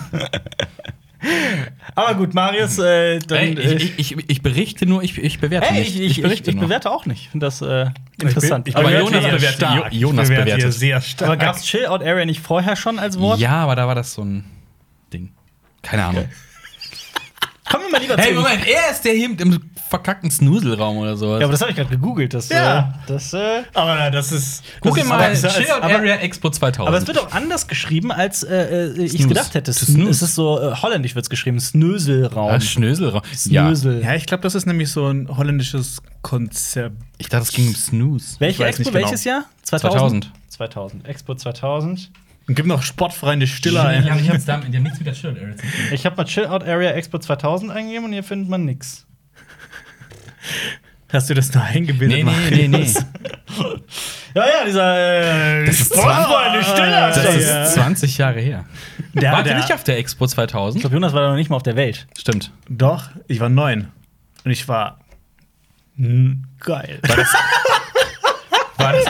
Speaker 1: Aber gut, Marius, äh, dann.
Speaker 3: Ey,
Speaker 1: äh,
Speaker 3: ich, ich, ich, ich berichte nur, ich, ich bewerte
Speaker 1: Hey,
Speaker 3: nicht.
Speaker 1: ich, ich, ich,
Speaker 3: berichte
Speaker 1: ich
Speaker 3: nur.
Speaker 1: bewerte auch nicht. Ich finde das äh, interessant.
Speaker 2: Ich
Speaker 3: Aber
Speaker 2: bin, ich
Speaker 3: Jonas
Speaker 2: bewerte
Speaker 3: bewertet-
Speaker 2: stark.
Speaker 3: Jo- Jonas
Speaker 2: Ich bewerte
Speaker 3: bewertet.
Speaker 2: hier sehr stark.
Speaker 1: aber gab es Chill-Out Area nicht vorher schon als Wort?
Speaker 3: Ja, aber da war das so ein Ding. Keine Ahnung.
Speaker 1: Kommen wir mal lieber
Speaker 3: Hey,
Speaker 1: zu.
Speaker 3: Moment, er ist der hier mit dem verkackten Snuselraum oder sowas.
Speaker 1: Ja, aber das habe ich gerade gegoogelt. Das,
Speaker 2: Ja.
Speaker 1: äh, das, äh,
Speaker 2: aber das ist.
Speaker 3: Guck
Speaker 2: das ist
Speaker 3: mal,
Speaker 2: besser als-
Speaker 3: Chill Out
Speaker 1: aber-
Speaker 3: Area Expo 2000.
Speaker 1: aber es wird auch anders geschrieben, als äh, ich
Speaker 3: Snooze.
Speaker 1: es gedacht hätte.
Speaker 3: To snooze.
Speaker 1: Es ist so äh, holländisch wird es geschrieben. Snöselraum.
Speaker 3: ah, Schnöselraum.
Speaker 1: Snösel.
Speaker 2: Ja, ich glaube, das ist nämlich so ein holländisches Konzept.
Speaker 3: Ja, ich dachte, es ging um Snooze.
Speaker 1: Welche
Speaker 2: weiß
Speaker 1: Expo?
Speaker 2: nicht genau.
Speaker 1: Welches Jahr?
Speaker 3: 2000.
Speaker 1: 2000. Expo 2000.
Speaker 2: Und gibt noch Sportfreunde Stiller ein.
Speaker 3: ich hab's damit, die haben nichts mit der Chill Out Area zu tun.
Speaker 1: Ich habe mal Chill Out Area Expo 2000 eingegeben und hier findet man nichts.
Speaker 2: Hast du das nur eingebildet?
Speaker 3: Nee, nee, nee, nee.
Speaker 1: Ja, ja, dieser. Äh,
Speaker 3: Das ist
Speaker 1: Sportfreunde Stiller.
Speaker 3: Das
Speaker 1: Alter.
Speaker 3: ist
Speaker 1: Ja.
Speaker 3: 20 Jahre her.
Speaker 2: Der,
Speaker 3: Wart ihr
Speaker 2: der,
Speaker 3: nicht auf der Expo
Speaker 1: Ich
Speaker 3: 2000?
Speaker 1: glaube, Jonas war da noch nicht mal auf der Welt.
Speaker 3: Stimmt.
Speaker 2: Doch, ich war neun. Und ich war. Hm, geil.
Speaker 3: War das,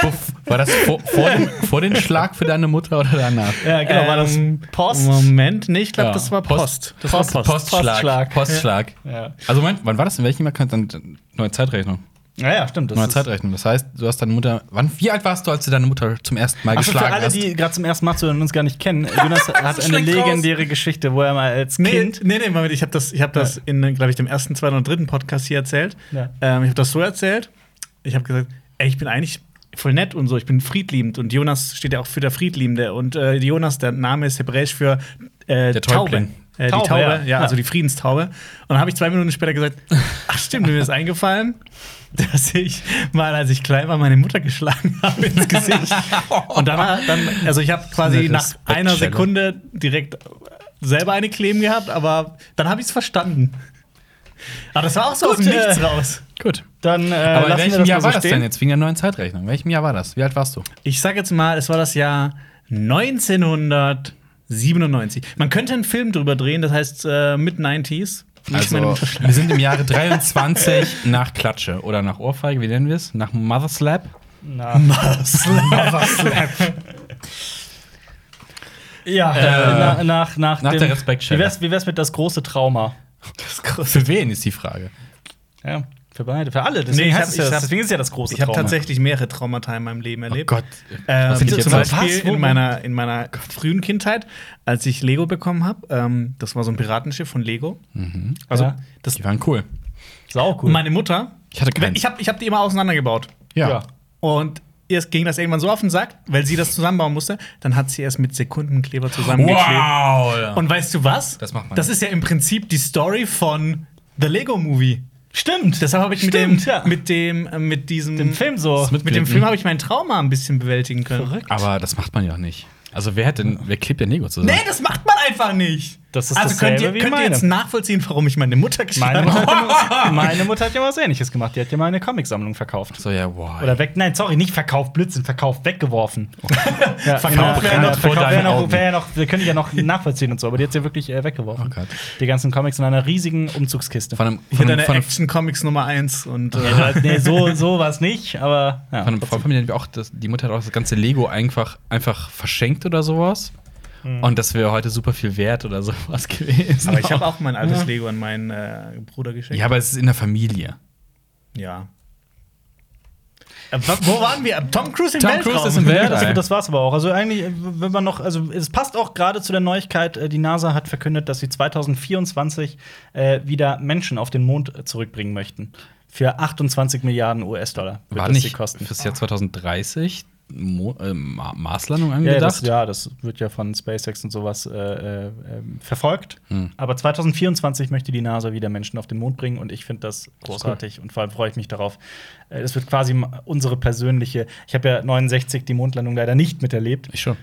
Speaker 3: buff, war das vor, vor, dem, vor dem Schlag für deine Mutter oder danach?
Speaker 1: Ja, genau, war das
Speaker 2: Ähm,
Speaker 1: Post?
Speaker 3: um,
Speaker 2: Moment, nee, ich glaube,
Speaker 3: Ja.
Speaker 2: das war Post. Das war Post.
Speaker 3: Postschlag.
Speaker 1: Postschlag.
Speaker 3: Postschlag.
Speaker 1: Ja.
Speaker 3: Also, Moment, wann war das? In welchem Jahr kann dann neue Zeitrechnung?
Speaker 1: Ja, ja, stimmt. Das
Speaker 3: Neue
Speaker 1: ist-
Speaker 3: Zeitrechnung. Das heißt, du hast deine Mutter. Wann, wie alt warst du, als du deine Mutter zum ersten Mal
Speaker 1: Ach so, Also für
Speaker 3: geschlagen
Speaker 1: alle,
Speaker 3: hast?
Speaker 1: die gerade zum ersten Mal zuhören und uns gar nicht kennen, Jonas hat eine
Speaker 3: schlägt raus.
Speaker 1: legendäre Geschichte, wo er mal als
Speaker 2: Nee,
Speaker 1: Kind.
Speaker 2: nee, nee, Moment, ich habe das, ich hab das in, glaube ich, dem ersten, zweiten und dritten Podcast hier erzählt.
Speaker 1: Ja.
Speaker 2: Ähm, ich habe das so erzählt. Ich habe gesagt, ey, ich bin eigentlich voll nett und so, ich bin friedliebend. Und Jonas steht ja auch für der Friedliebende. Und äh, Jonas, der Name ist hebräisch für äh,
Speaker 3: Der
Speaker 2: Taube.
Speaker 3: Täubling.
Speaker 2: Äh, die
Speaker 1: Taube,
Speaker 2: Taube,
Speaker 1: ja.
Speaker 2: ja. also die Friedenstaube. Und dann habe ich zwei Minuten später gesagt, ach stimmt, mir ist eingefallen, dass ich mal, als ich klein war, meine Mutter geschlagen habe ins Gesicht. Und dann, war- dann also ich habe quasi
Speaker 3: eine
Speaker 2: nach einer
Speaker 3: Respektstelle.
Speaker 2: Sekunde direkt selber eine kleben gehabt, aber dann habe ich es verstanden. Aber das war auch so
Speaker 1: Gut,
Speaker 2: aus dem Nichts
Speaker 1: äh,
Speaker 2: raus.
Speaker 3: Gut.
Speaker 1: Dann äh,
Speaker 3: Aber
Speaker 1: lassen
Speaker 3: in
Speaker 1: wir
Speaker 3: welchem
Speaker 1: das
Speaker 3: Jahr
Speaker 1: mal so
Speaker 3: war das denn
Speaker 1: stehen.
Speaker 3: jetzt? Wegen der neuen Zeitrechnung. In welchem Jahr war das? Wie alt warst du?
Speaker 2: Ich sag jetzt mal, es war das Jahr 1997. Man könnte einen Film drüber drehen, das heißt äh, Mid-90s. Wie Also ich meine Mutter schlage.
Speaker 3: Also, wir sind im Jahre 23 nach Klatsche oder nach Ohrfeige, wie nennen wir es? Nach Mother Slap.
Speaker 1: Na. Ja, äh, na, nach, nach,
Speaker 3: Äh, nach
Speaker 1: dem,
Speaker 3: der Respektschelle.
Speaker 1: Wie wär's, wie wär's mit das große Trauma?
Speaker 3: Für wen ist die Frage?
Speaker 1: Ja, für beide, für alle.
Speaker 2: Nee,
Speaker 1: Deswegen,
Speaker 2: ich
Speaker 1: heißt
Speaker 2: hab-
Speaker 1: es ja,
Speaker 2: ich hab-
Speaker 1: deswegen ist es ja das große
Speaker 2: Ich habe
Speaker 1: Trauma.
Speaker 2: tatsächlich mehrere Traumata in meinem
Speaker 3: Oh
Speaker 2: Leben erlebt.
Speaker 3: Was
Speaker 2: Ähm,
Speaker 3: sind jetzt
Speaker 2: zum
Speaker 3: los?
Speaker 2: Beispiel
Speaker 1: Was? Wo-
Speaker 2: in meiner, in meiner frühen Kindheit, als ich Lego bekommen habe, ähm, das war so ein Piratenschiff von Lego. Also,
Speaker 1: Ja.
Speaker 2: das,
Speaker 3: Die waren cool.
Speaker 1: Sau cool.
Speaker 2: meine Mutter,
Speaker 3: Ich hatte keinen.
Speaker 2: ich habe ich hab die immer auseinandergebaut.
Speaker 1: Ja.
Speaker 2: Und erst ging das irgendwann so auf den Sack, weil sie das zusammenbauen musste, dann hat sie es mit Sekundenkleber zusammengeklebt.
Speaker 3: Wow!
Speaker 2: Und weißt du was?
Speaker 3: Das macht man
Speaker 2: Das
Speaker 3: nicht.
Speaker 2: ist ja im Prinzip die Story von The Lego Movie.
Speaker 1: Stimmt.
Speaker 2: Deshalb habe ich mit
Speaker 1: Stimmt,
Speaker 2: dem,
Speaker 1: ja.
Speaker 2: mit dem, äh, mit diesem,
Speaker 1: Im Film so.
Speaker 3: Das mit-
Speaker 2: mit dem
Speaker 3: Mitnicken.
Speaker 2: Film habe ich mein Trauma ein bisschen bewältigen können.
Speaker 1: Verrückt.
Speaker 3: Aber das macht man ja nicht. Also wer hat denn, wer klebt denn Lego zusammen?
Speaker 2: Nee, das macht man einfach nicht.
Speaker 1: Das ist
Speaker 2: also könnt ihr,
Speaker 1: dasselbe wie
Speaker 2: könnt ihr jetzt
Speaker 1: meine.
Speaker 2: nachvollziehen, warum ich meine Mutter
Speaker 1: Meine
Speaker 2: geschlagen
Speaker 1: Mutter,
Speaker 2: habe?
Speaker 1: hat ja, meine Mutter hat ja was Ähnliches gemacht. Die hat ja mal eine Comicsammlung verkauft.
Speaker 3: So, ja, wow.
Speaker 1: Oder weg, nein, sorry, nicht verkauft, Blödsinn, verkauft, weggeworfen. ja,
Speaker 3: Verkauft
Speaker 1: verkauft wäre noch,
Speaker 3: genau. vor
Speaker 1: verkauft
Speaker 3: deinen
Speaker 1: wär
Speaker 3: Augen.
Speaker 1: noch, wär ja noch, wir können die ja noch nachvollziehen und so, aber die hat sie ja wirklich äh, weggeworfen.
Speaker 3: Oh Gott.
Speaker 1: Die ganzen Comics in einer riesigen Umzugskiste.
Speaker 3: von einem,
Speaker 2: Hier
Speaker 3: von einem,
Speaker 2: deine
Speaker 3: von einem,
Speaker 2: Action Comics Nummer 1 und äh,
Speaker 1: Ja, nee, so, so war es nicht, aber ja.
Speaker 3: von einem Freund von mir, der auch das, die Mutter hat auch das ganze Lego einfach, einfach verschenkt oder sowas. Und das wäre heute super viel wert oder sowas gewesen.
Speaker 2: aber ich habe auch mein altes Lego an meinen äh, Bruder geschenkt.
Speaker 3: ja, aber es ist in der Familie.
Speaker 2: Ja. Äh, wa- wo waren wir? Tom Cruise im
Speaker 3: Tom
Speaker 2: Weltraum.
Speaker 3: Cruise ist im Weltraum.
Speaker 1: das,
Speaker 3: Weltall.
Speaker 1: das war's aber auch. Also eigentlich, wenn man noch, also es passt auch gerade zu der Neuigkeit, äh, die NASA hat verkündet, dass sie 2024 äh, wieder Menschen auf den Mond äh, zurückbringen möchten. Für 28 Milliarden US-Dollar wird
Speaker 3: War
Speaker 1: das die
Speaker 3: nicht
Speaker 1: kosten.
Speaker 3: fürs Jahr 2030 Mo äh, Ma Marslandung
Speaker 1: Ja, ja,
Speaker 3: angedacht?
Speaker 1: das, ja, das wird ja von SpaceX und sowas äh, äh, ähm, verfolgt.
Speaker 3: Hm.
Speaker 1: Aber 2024 möchte die NASA wieder Menschen auf den Mond bringen und ich finde das großartig und vor allem freue ich mich darauf. Äh, Es wird quasi m- unsere persönliche. Ich habe ja 69 die Mondlandung leider nicht miterlebt.
Speaker 3: Ich schon.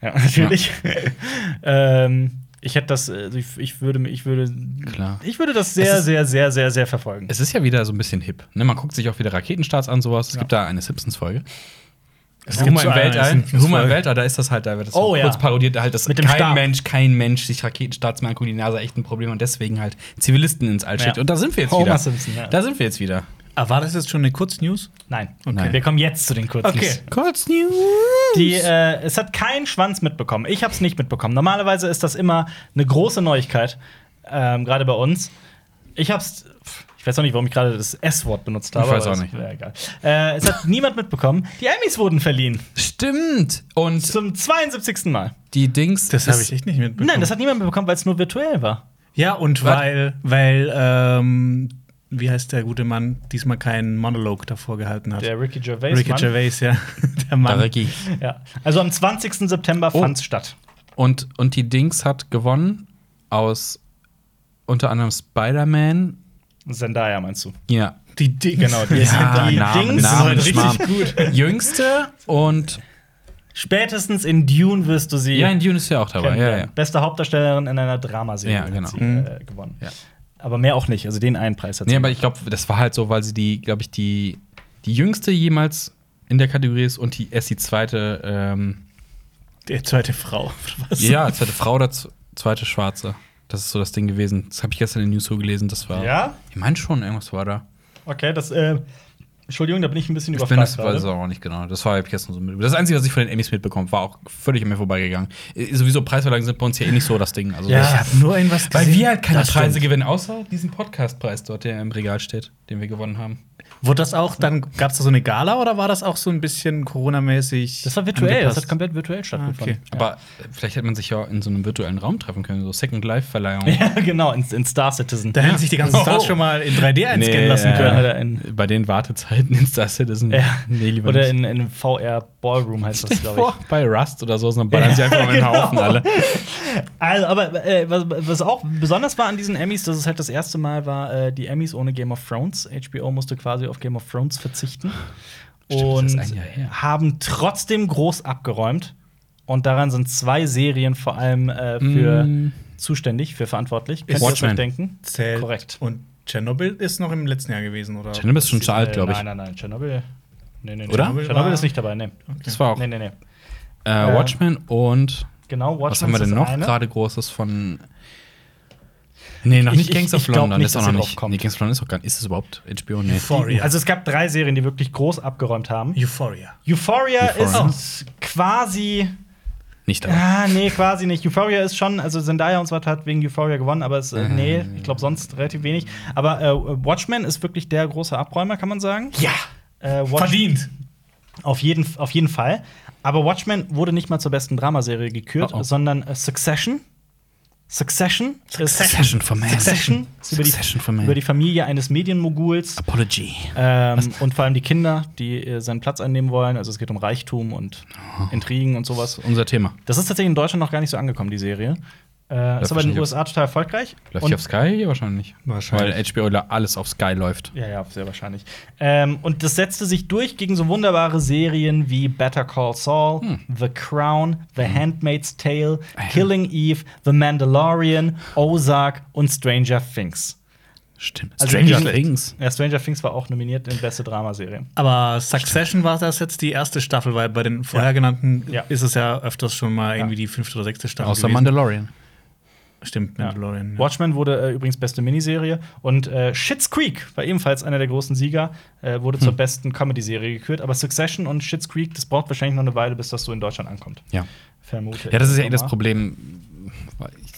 Speaker 1: Ja, natürlich. ähm, ich hätte das, äh, ich, ich würde, ich würde,
Speaker 3: Klar.
Speaker 1: ich würde das sehr,
Speaker 3: Es ist-
Speaker 1: sehr, sehr, sehr, sehr verfolgen.
Speaker 3: Es ist ja wieder so ein bisschen hip. Ne? Man guckt sich auch wieder Raketenstarts an, sowas. Es gibt da eine Simpsons-Folge. Es
Speaker 2: gibt
Speaker 3: Humor
Speaker 2: so
Speaker 3: im
Speaker 2: eine
Speaker 3: Weltall.
Speaker 2: Simpsons-Folge.
Speaker 3: Humor im Weltall, da ist das halt, da wird das
Speaker 1: Oh,
Speaker 3: so
Speaker 1: ja.
Speaker 3: kurz parodiert, halt, dass
Speaker 1: Mit dem
Speaker 3: kein
Speaker 1: Stab.
Speaker 3: Mensch, kein Mensch sich Raketenstarts mehr anguckt, die NASA echt ein Problem und deswegen halt Zivilisten ins All schickt.
Speaker 1: Ja.
Speaker 3: Und da sind wir jetzt
Speaker 1: Homer
Speaker 3: wieder.
Speaker 1: Simpson, ja.
Speaker 3: Da sind wir jetzt wieder.
Speaker 2: Ah, war das jetzt schon eine Kurznews?
Speaker 1: Nein.
Speaker 3: Nein.
Speaker 1: Wir kommen jetzt zu den kurzen.
Speaker 2: Okay.
Speaker 3: Kurz News.
Speaker 1: Die, äh, es hat kein Schwanz mitbekommen. Ich habe es nicht mitbekommen. Normalerweise ist das immer eine große Neuigkeit, ähm, gerade bei uns. Ich hab's. pf, Ich weiß auch nicht, warum ich gerade das S-Wort benutzt habe.
Speaker 3: Ich weiß
Speaker 1: aber
Speaker 3: auch
Speaker 1: es-
Speaker 3: nicht.
Speaker 1: Ja, egal. Äh, es hat niemand mitbekommen. Die Emmys wurden verliehen.
Speaker 3: Stimmt. Und
Speaker 1: Zum 72. Mal.
Speaker 3: die Dings.
Speaker 2: Das
Speaker 3: ist-
Speaker 2: habe ich echt nicht mitbekommen.
Speaker 1: Nein, das hat niemand mitbekommen, weil es nur virtuell war.
Speaker 2: ja, und
Speaker 3: Was?
Speaker 2: weil, weil, ähm, wie heißt der gute Mann, diesmal keinen Monolog davor gehalten hat.
Speaker 1: Der Ricky Gervais.
Speaker 2: Ricky
Speaker 1: Mann.
Speaker 2: Gervais, ja. Der Mann.
Speaker 3: Da, Ricky.
Speaker 1: Ja. Also am 20. September
Speaker 3: Oh.
Speaker 1: fand's statt.
Speaker 3: Und, und die Dings hat gewonnen aus unter anderem Spider-Man.
Speaker 1: Zendaya meinst du?
Speaker 3: Ja.
Speaker 2: Die Dings.
Speaker 1: Genau, die-
Speaker 3: Ja,
Speaker 1: die
Speaker 3: Namen,
Speaker 1: Dings sind
Speaker 3: Namen,
Speaker 1: heute richtig
Speaker 3: Namen. Jüngste und
Speaker 1: Spätestens in Dune wirst du sie.
Speaker 3: ja, in Dune ist ja auch dabei. Ja, ja.
Speaker 1: kennenlernen. Beste Hauptdarstellerin in einer Dramaserie
Speaker 3: Ja, genau.
Speaker 1: hat sie
Speaker 2: Mhm.
Speaker 1: äh, gewonnen.
Speaker 3: Ja.
Speaker 1: Aber mehr auch nicht. Also den einen Preis hat
Speaker 3: Nee,
Speaker 1: sie.
Speaker 3: aber ich glaube, das war halt so, weil sie die, glaube ich, die, die jüngste jemals in der Kategorie ist und die erst die zweite, ähm,
Speaker 2: Die zweite Frau. oder Was?
Speaker 3: ja, zweite Frau oder z- zweite Schwarze. Das ist so das Ding gewesen. Das habe ich gestern in den News so gelesen. Das war.
Speaker 1: Ja?
Speaker 3: Ich meine schon, irgendwas war da.
Speaker 1: okay, das. Äh, Entschuldigung, da bin ich ein bisschen
Speaker 3: Ich bin
Speaker 1: überfragt.
Speaker 3: das weiß
Speaker 1: gerade.
Speaker 3: ich auch nicht genau. Das war hab ich gestern so mit. Das Einzige, was ich von den Emmys mitbekommen, war auch völlig an mir vorbeigegangen. Äh, Sowieso Preisverlagen sind bei uns ja eh nicht so das Ding. Also
Speaker 1: Ja.
Speaker 3: das-
Speaker 2: Ich habe nur irgendwas
Speaker 3: Weil
Speaker 2: gesehen.
Speaker 3: wir halt keine
Speaker 2: Das stimmt.
Speaker 3: Preise gewinnen, außer diesen Podcastpreis dort, der im Regal steht, den wir gewonnen haben.
Speaker 2: Wurde das auch, dann gab es da so eine Gala oder war das auch so ein bisschen Corona-mäßig?
Speaker 1: Das war virtuell. Das
Speaker 2: angepasst? Ah,
Speaker 1: hat komplett virtuell stattgefunden.
Speaker 2: okay.
Speaker 3: Aber äh, vielleicht hätte man sich ja in so einem virtuellen Raum treffen können, so Second Life-Verleihung.
Speaker 1: Ja, genau, in, in Star Citizen.
Speaker 2: da hätten sich die ganzen Stars schon mal in 3D einscannen
Speaker 3: Nee,
Speaker 2: lassen
Speaker 3: äh,
Speaker 2: können.
Speaker 1: Oder in-
Speaker 3: bei den Wartezeiten in Star Citizen.
Speaker 1: ja.
Speaker 3: Nee, lieber
Speaker 1: Oder in,
Speaker 3: nicht.
Speaker 1: in VR Ballroom heißt das, glaube ich.
Speaker 3: Boah, bei Rust oder so, sondern ballern sie einfach mal in den
Speaker 1: genau.
Speaker 3: Haufen alle.
Speaker 1: Also, aber äh, was, was auch besonders war an diesen Emmys, dass es halt das erste Mal war, äh, die Emmys ohne Game of Thrones. HBO musste quasi auf Game of Thrones verzichten.
Speaker 3: Stimmt, das ist
Speaker 1: und
Speaker 3: ein Jahr her.
Speaker 1: haben trotzdem groß abgeräumt. Und daran sind zwei Serien vor allem äh, für
Speaker 3: Mm.
Speaker 1: zuständig, für verantwortlich. Könnt ihr
Speaker 3: Watchmen.
Speaker 1: euch denken?
Speaker 2: Zählt.
Speaker 1: Korrekt.
Speaker 2: Und Tschernobyl ist noch im letzten Jahr gewesen, oder?
Speaker 3: Chernobyl ist schon zu alt, glaube ich.
Speaker 1: Äh, Nein, nein, nein. Tschernobyl. Nee, nee, nee.
Speaker 3: Oder?
Speaker 1: Tschernobyl Tschernobyl ist nicht dabei, nee.
Speaker 3: Das war auch
Speaker 1: Nee, nee, nee.
Speaker 3: Äh, Watchmen und
Speaker 1: Genau, Watchmen
Speaker 3: was haben wir denn
Speaker 1: ist
Speaker 3: noch
Speaker 1: eine.
Speaker 3: gerade Großes von. Nee, noch
Speaker 1: Ich-
Speaker 3: nicht
Speaker 1: ich-
Speaker 3: Gangs
Speaker 1: ich
Speaker 3: of
Speaker 1: glaub
Speaker 3: London.
Speaker 1: nicht,
Speaker 3: das ist
Speaker 1: dass
Speaker 3: auch
Speaker 1: ihr
Speaker 3: noch
Speaker 1: drauf
Speaker 3: nicht.
Speaker 1: kommt.
Speaker 3: Nee, Gangs of London ist auch gar nicht. Ist es überhaupt HBO? Nee.
Speaker 2: Euphoria.
Speaker 1: Also es gab drei Serien, die wirklich groß abgeräumt haben.
Speaker 2: Euphoria.
Speaker 1: Euphoria,
Speaker 3: Euphoria.
Speaker 1: ist quasi.
Speaker 3: Nicht dabei.
Speaker 1: Ah, nee, quasi nicht. Euphoria ist schon, also Zendaya und so weiter hat wegen Euphoria gewonnen, aber es, äh,
Speaker 3: Mhm.
Speaker 1: nee, ich glaube sonst relativ wenig. Aber äh, Watchmen ist wirklich der große Abräumer, kann man sagen.
Speaker 2: Ja,
Speaker 1: Äh, Watch-
Speaker 2: verdient.
Speaker 1: Auf jeden, auf jeden Fall. Aber Watchmen wurde nicht mal zur besten Dramaserie gekürt,
Speaker 3: Oh, oh.
Speaker 1: sondern äh, Succession. Succession. ist-
Speaker 3: Succession for Man.
Speaker 1: Succession. Ist über,
Speaker 3: Succession for Man.
Speaker 1: die, über die Familie eines Medienmoguls.
Speaker 3: Apology.
Speaker 1: Ähm, und vor allem die Kinder, die äh, seinen Platz einnehmen wollen. Also es geht um Reichtum und Intrigen und sowas.
Speaker 3: Unser Thema.
Speaker 1: Das ist tatsächlich in Deutschland noch gar nicht so angekommen, die Serie. Äh, ist aber in
Speaker 3: wahrscheinlich
Speaker 1: den USA total erfolgreich.
Speaker 3: Läuft
Speaker 1: Und-
Speaker 3: die auf Sky? Wahrscheinlich.
Speaker 2: Wahrscheinlich.
Speaker 3: Weil HBO la- alles auf Sky läuft.
Speaker 1: Ja, ja, sehr wahrscheinlich. Ähm, und das setzte sich durch gegen so wunderbare Serien wie Better Call Saul, The Crown, The Handmaid's Tale, Killing Eve, The Mandalorian, Ozark und Stranger Things.
Speaker 3: Stimmt.
Speaker 1: Also
Speaker 3: Stranger
Speaker 1: die-
Speaker 3: Things.
Speaker 1: Ja, Stranger Things war auch nominiert in beste Dramaserie.
Speaker 2: Aber Succession war das jetzt die erste Staffel, weil bei den vorher genannten
Speaker 1: Ja.
Speaker 2: ist es ja öfters schon mal irgendwie die fünfte oder sechste Staffel.
Speaker 3: Außer
Speaker 2: gewesen.
Speaker 3: Mandalorian.
Speaker 2: Stimmt,
Speaker 1: Ja.
Speaker 2: Mandalorian. Ja.
Speaker 1: Watchmen wurde äh, übrigens beste Miniserie und äh, Shit's Creek war ebenfalls einer der großen Sieger, äh, wurde
Speaker 3: Hm.
Speaker 1: zur besten Comedy-Serie gekürt. Aber Succession und Shit's Creek, das braucht wahrscheinlich noch eine Weile, bis das so in Deutschland ankommt.
Speaker 3: Ja.
Speaker 1: Vermute.
Speaker 3: Ja, das ist ja eh
Speaker 1: ich
Speaker 3: das
Speaker 1: mal.
Speaker 3: Problem.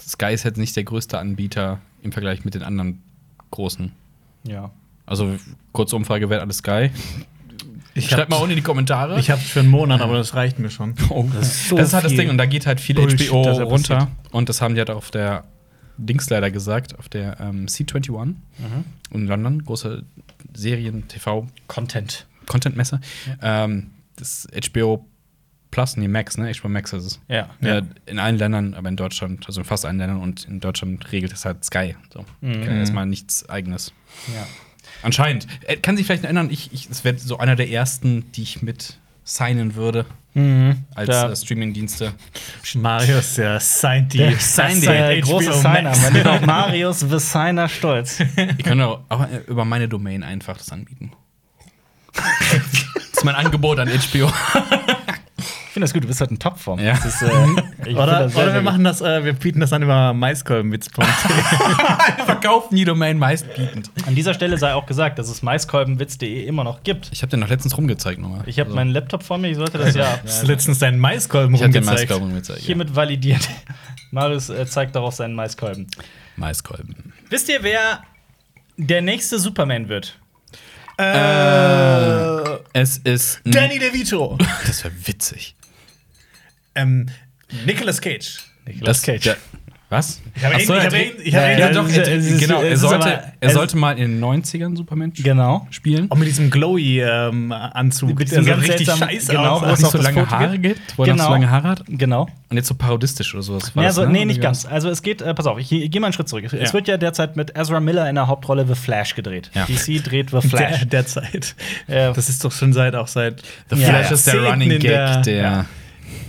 Speaker 3: Sky ist jetzt nicht der größte Anbieter im Vergleich mit den anderen großen.
Speaker 1: Ja.
Speaker 3: Also, kurze Umfrage, wer hat alles Sky?
Speaker 2: Ich
Speaker 3: Schreibt mal
Speaker 2: hab-
Speaker 3: unten in die Kommentare.
Speaker 2: Ich hab's für einen Monat, aber das reicht mir schon.
Speaker 3: Oh, das,
Speaker 2: ist so
Speaker 3: ist halt das
Speaker 2: viel
Speaker 3: Ding. Und da geht halt viel
Speaker 2: Bullshit,
Speaker 3: HBO
Speaker 2: das da
Speaker 3: runter.
Speaker 2: passiert.
Speaker 3: Und das haben die halt auf der Dings leider gesagt, auf der ähm, C21 in London, große Serien, TV,
Speaker 1: Content.
Speaker 3: Content-Messe. Ähm, das HBO Plus, nee, Max, ne? HBO Max ist es.
Speaker 1: Ja.
Speaker 3: Ja. in allen Ländern, aber in Deutschland, also in fast allen Ländern und in Deutschland regelt es halt Sky. So. Erstmal nichts eigenes.
Speaker 1: ja.
Speaker 3: Anscheinend. Äh, Kann sich vielleicht erinnern, ich, ich, es wäre so einer der ersten, die ich mit signen würde als
Speaker 1: Mhm. Da-
Speaker 3: äh, Streaming-Dienste.
Speaker 2: Mario ist ja sein die
Speaker 1: Der,
Speaker 2: sein
Speaker 1: ist der große Signer, mein lieber Marius The Signer Stolz.
Speaker 3: Ich könnte auch aber, äh, über meine Domain einfach das anbieten. das ist mein Angebot an HBO.
Speaker 1: Ich finde das gut, du bist halt in Topform.
Speaker 3: Ja. Mhm.
Speaker 1: Das ist, äh, ich find
Speaker 2: Oder,
Speaker 1: das sehr, sehr
Speaker 2: oder wir
Speaker 1: gut.
Speaker 2: machen das, äh, wir bieten das dann über maiskolbenwitz.de.
Speaker 3: Verkaufen die Domain meistbietend.
Speaker 1: An dieser Stelle sei auch gesagt, dass es maiskolbenwitz.de immer noch gibt.
Speaker 3: Ich habe den noch letztens rumgezeigt nochmal.
Speaker 1: Ich habe meinen Laptop vor mir, ich sollte das
Speaker 3: Also.
Speaker 1: ja
Speaker 2: Hast du letztens deinen Maiskolben
Speaker 3: Ich habe den
Speaker 2: rumgezeigt.
Speaker 3: Maiskolben gezeigt. Ja.
Speaker 1: hiermit validiert. Marius äh, zeigt darauf seinen Maiskolben.
Speaker 3: Maiskolben.
Speaker 1: Wisst ihr, wer der nächste Superman wird?
Speaker 3: Es ist.
Speaker 2: Danny DeVito.
Speaker 3: Das wäre witzig.
Speaker 2: ähm, Nicolas Cage.
Speaker 3: Das, ja. was?
Speaker 2: Ich habe
Speaker 3: Ach so,
Speaker 2: ihn, ich hab
Speaker 3: er-
Speaker 2: ihn, ich hab
Speaker 1: Ja,
Speaker 2: ihn.
Speaker 3: Ja,
Speaker 1: es
Speaker 3: doch,
Speaker 1: ist-
Speaker 3: er,
Speaker 1: es ist-
Speaker 3: genau. Er
Speaker 1: es ist
Speaker 3: sollte,
Speaker 1: aber-
Speaker 3: er
Speaker 1: es-
Speaker 3: sollte mal in den 90ern Superman sch-
Speaker 1: Genau.
Speaker 3: spielen.
Speaker 2: Auch mit diesem ähm, Glowy-Anzug.
Speaker 1: Mit diesem ganz seltsamen- genau,
Speaker 3: Wo es
Speaker 1: Wo es
Speaker 3: noch
Speaker 1: auch
Speaker 3: so
Speaker 1: das
Speaker 3: lange
Speaker 1: Foto
Speaker 3: Haare
Speaker 1: gibt.
Speaker 3: gibt, wo er noch
Speaker 1: Genau.
Speaker 3: so lange Haare hat.
Speaker 1: Genau.
Speaker 3: Und jetzt so parodistisch oder sowas. war
Speaker 1: Ja,
Speaker 3: das,
Speaker 1: so,
Speaker 3: ne?
Speaker 1: nee, nicht
Speaker 3: Oder-
Speaker 1: ganz. Also es geht, äh, pass auf, ich, ich gehe mal einen Schritt zurück. Es
Speaker 2: Ja.
Speaker 1: wird ja derzeit mit Ezra Miller in der Hauptrolle The Flash gedreht.
Speaker 3: Ja.
Speaker 1: DC dreht The Flash.
Speaker 2: Der, derzeit.
Speaker 1: Ja.
Speaker 2: Das ist doch schon seit auch seit
Speaker 3: The
Speaker 1: Ja,
Speaker 3: Flash
Speaker 1: ja.
Speaker 3: ist der
Speaker 2: Szenen
Speaker 3: Running
Speaker 2: in
Speaker 3: Gag,
Speaker 2: der-
Speaker 3: der.
Speaker 2: Ja.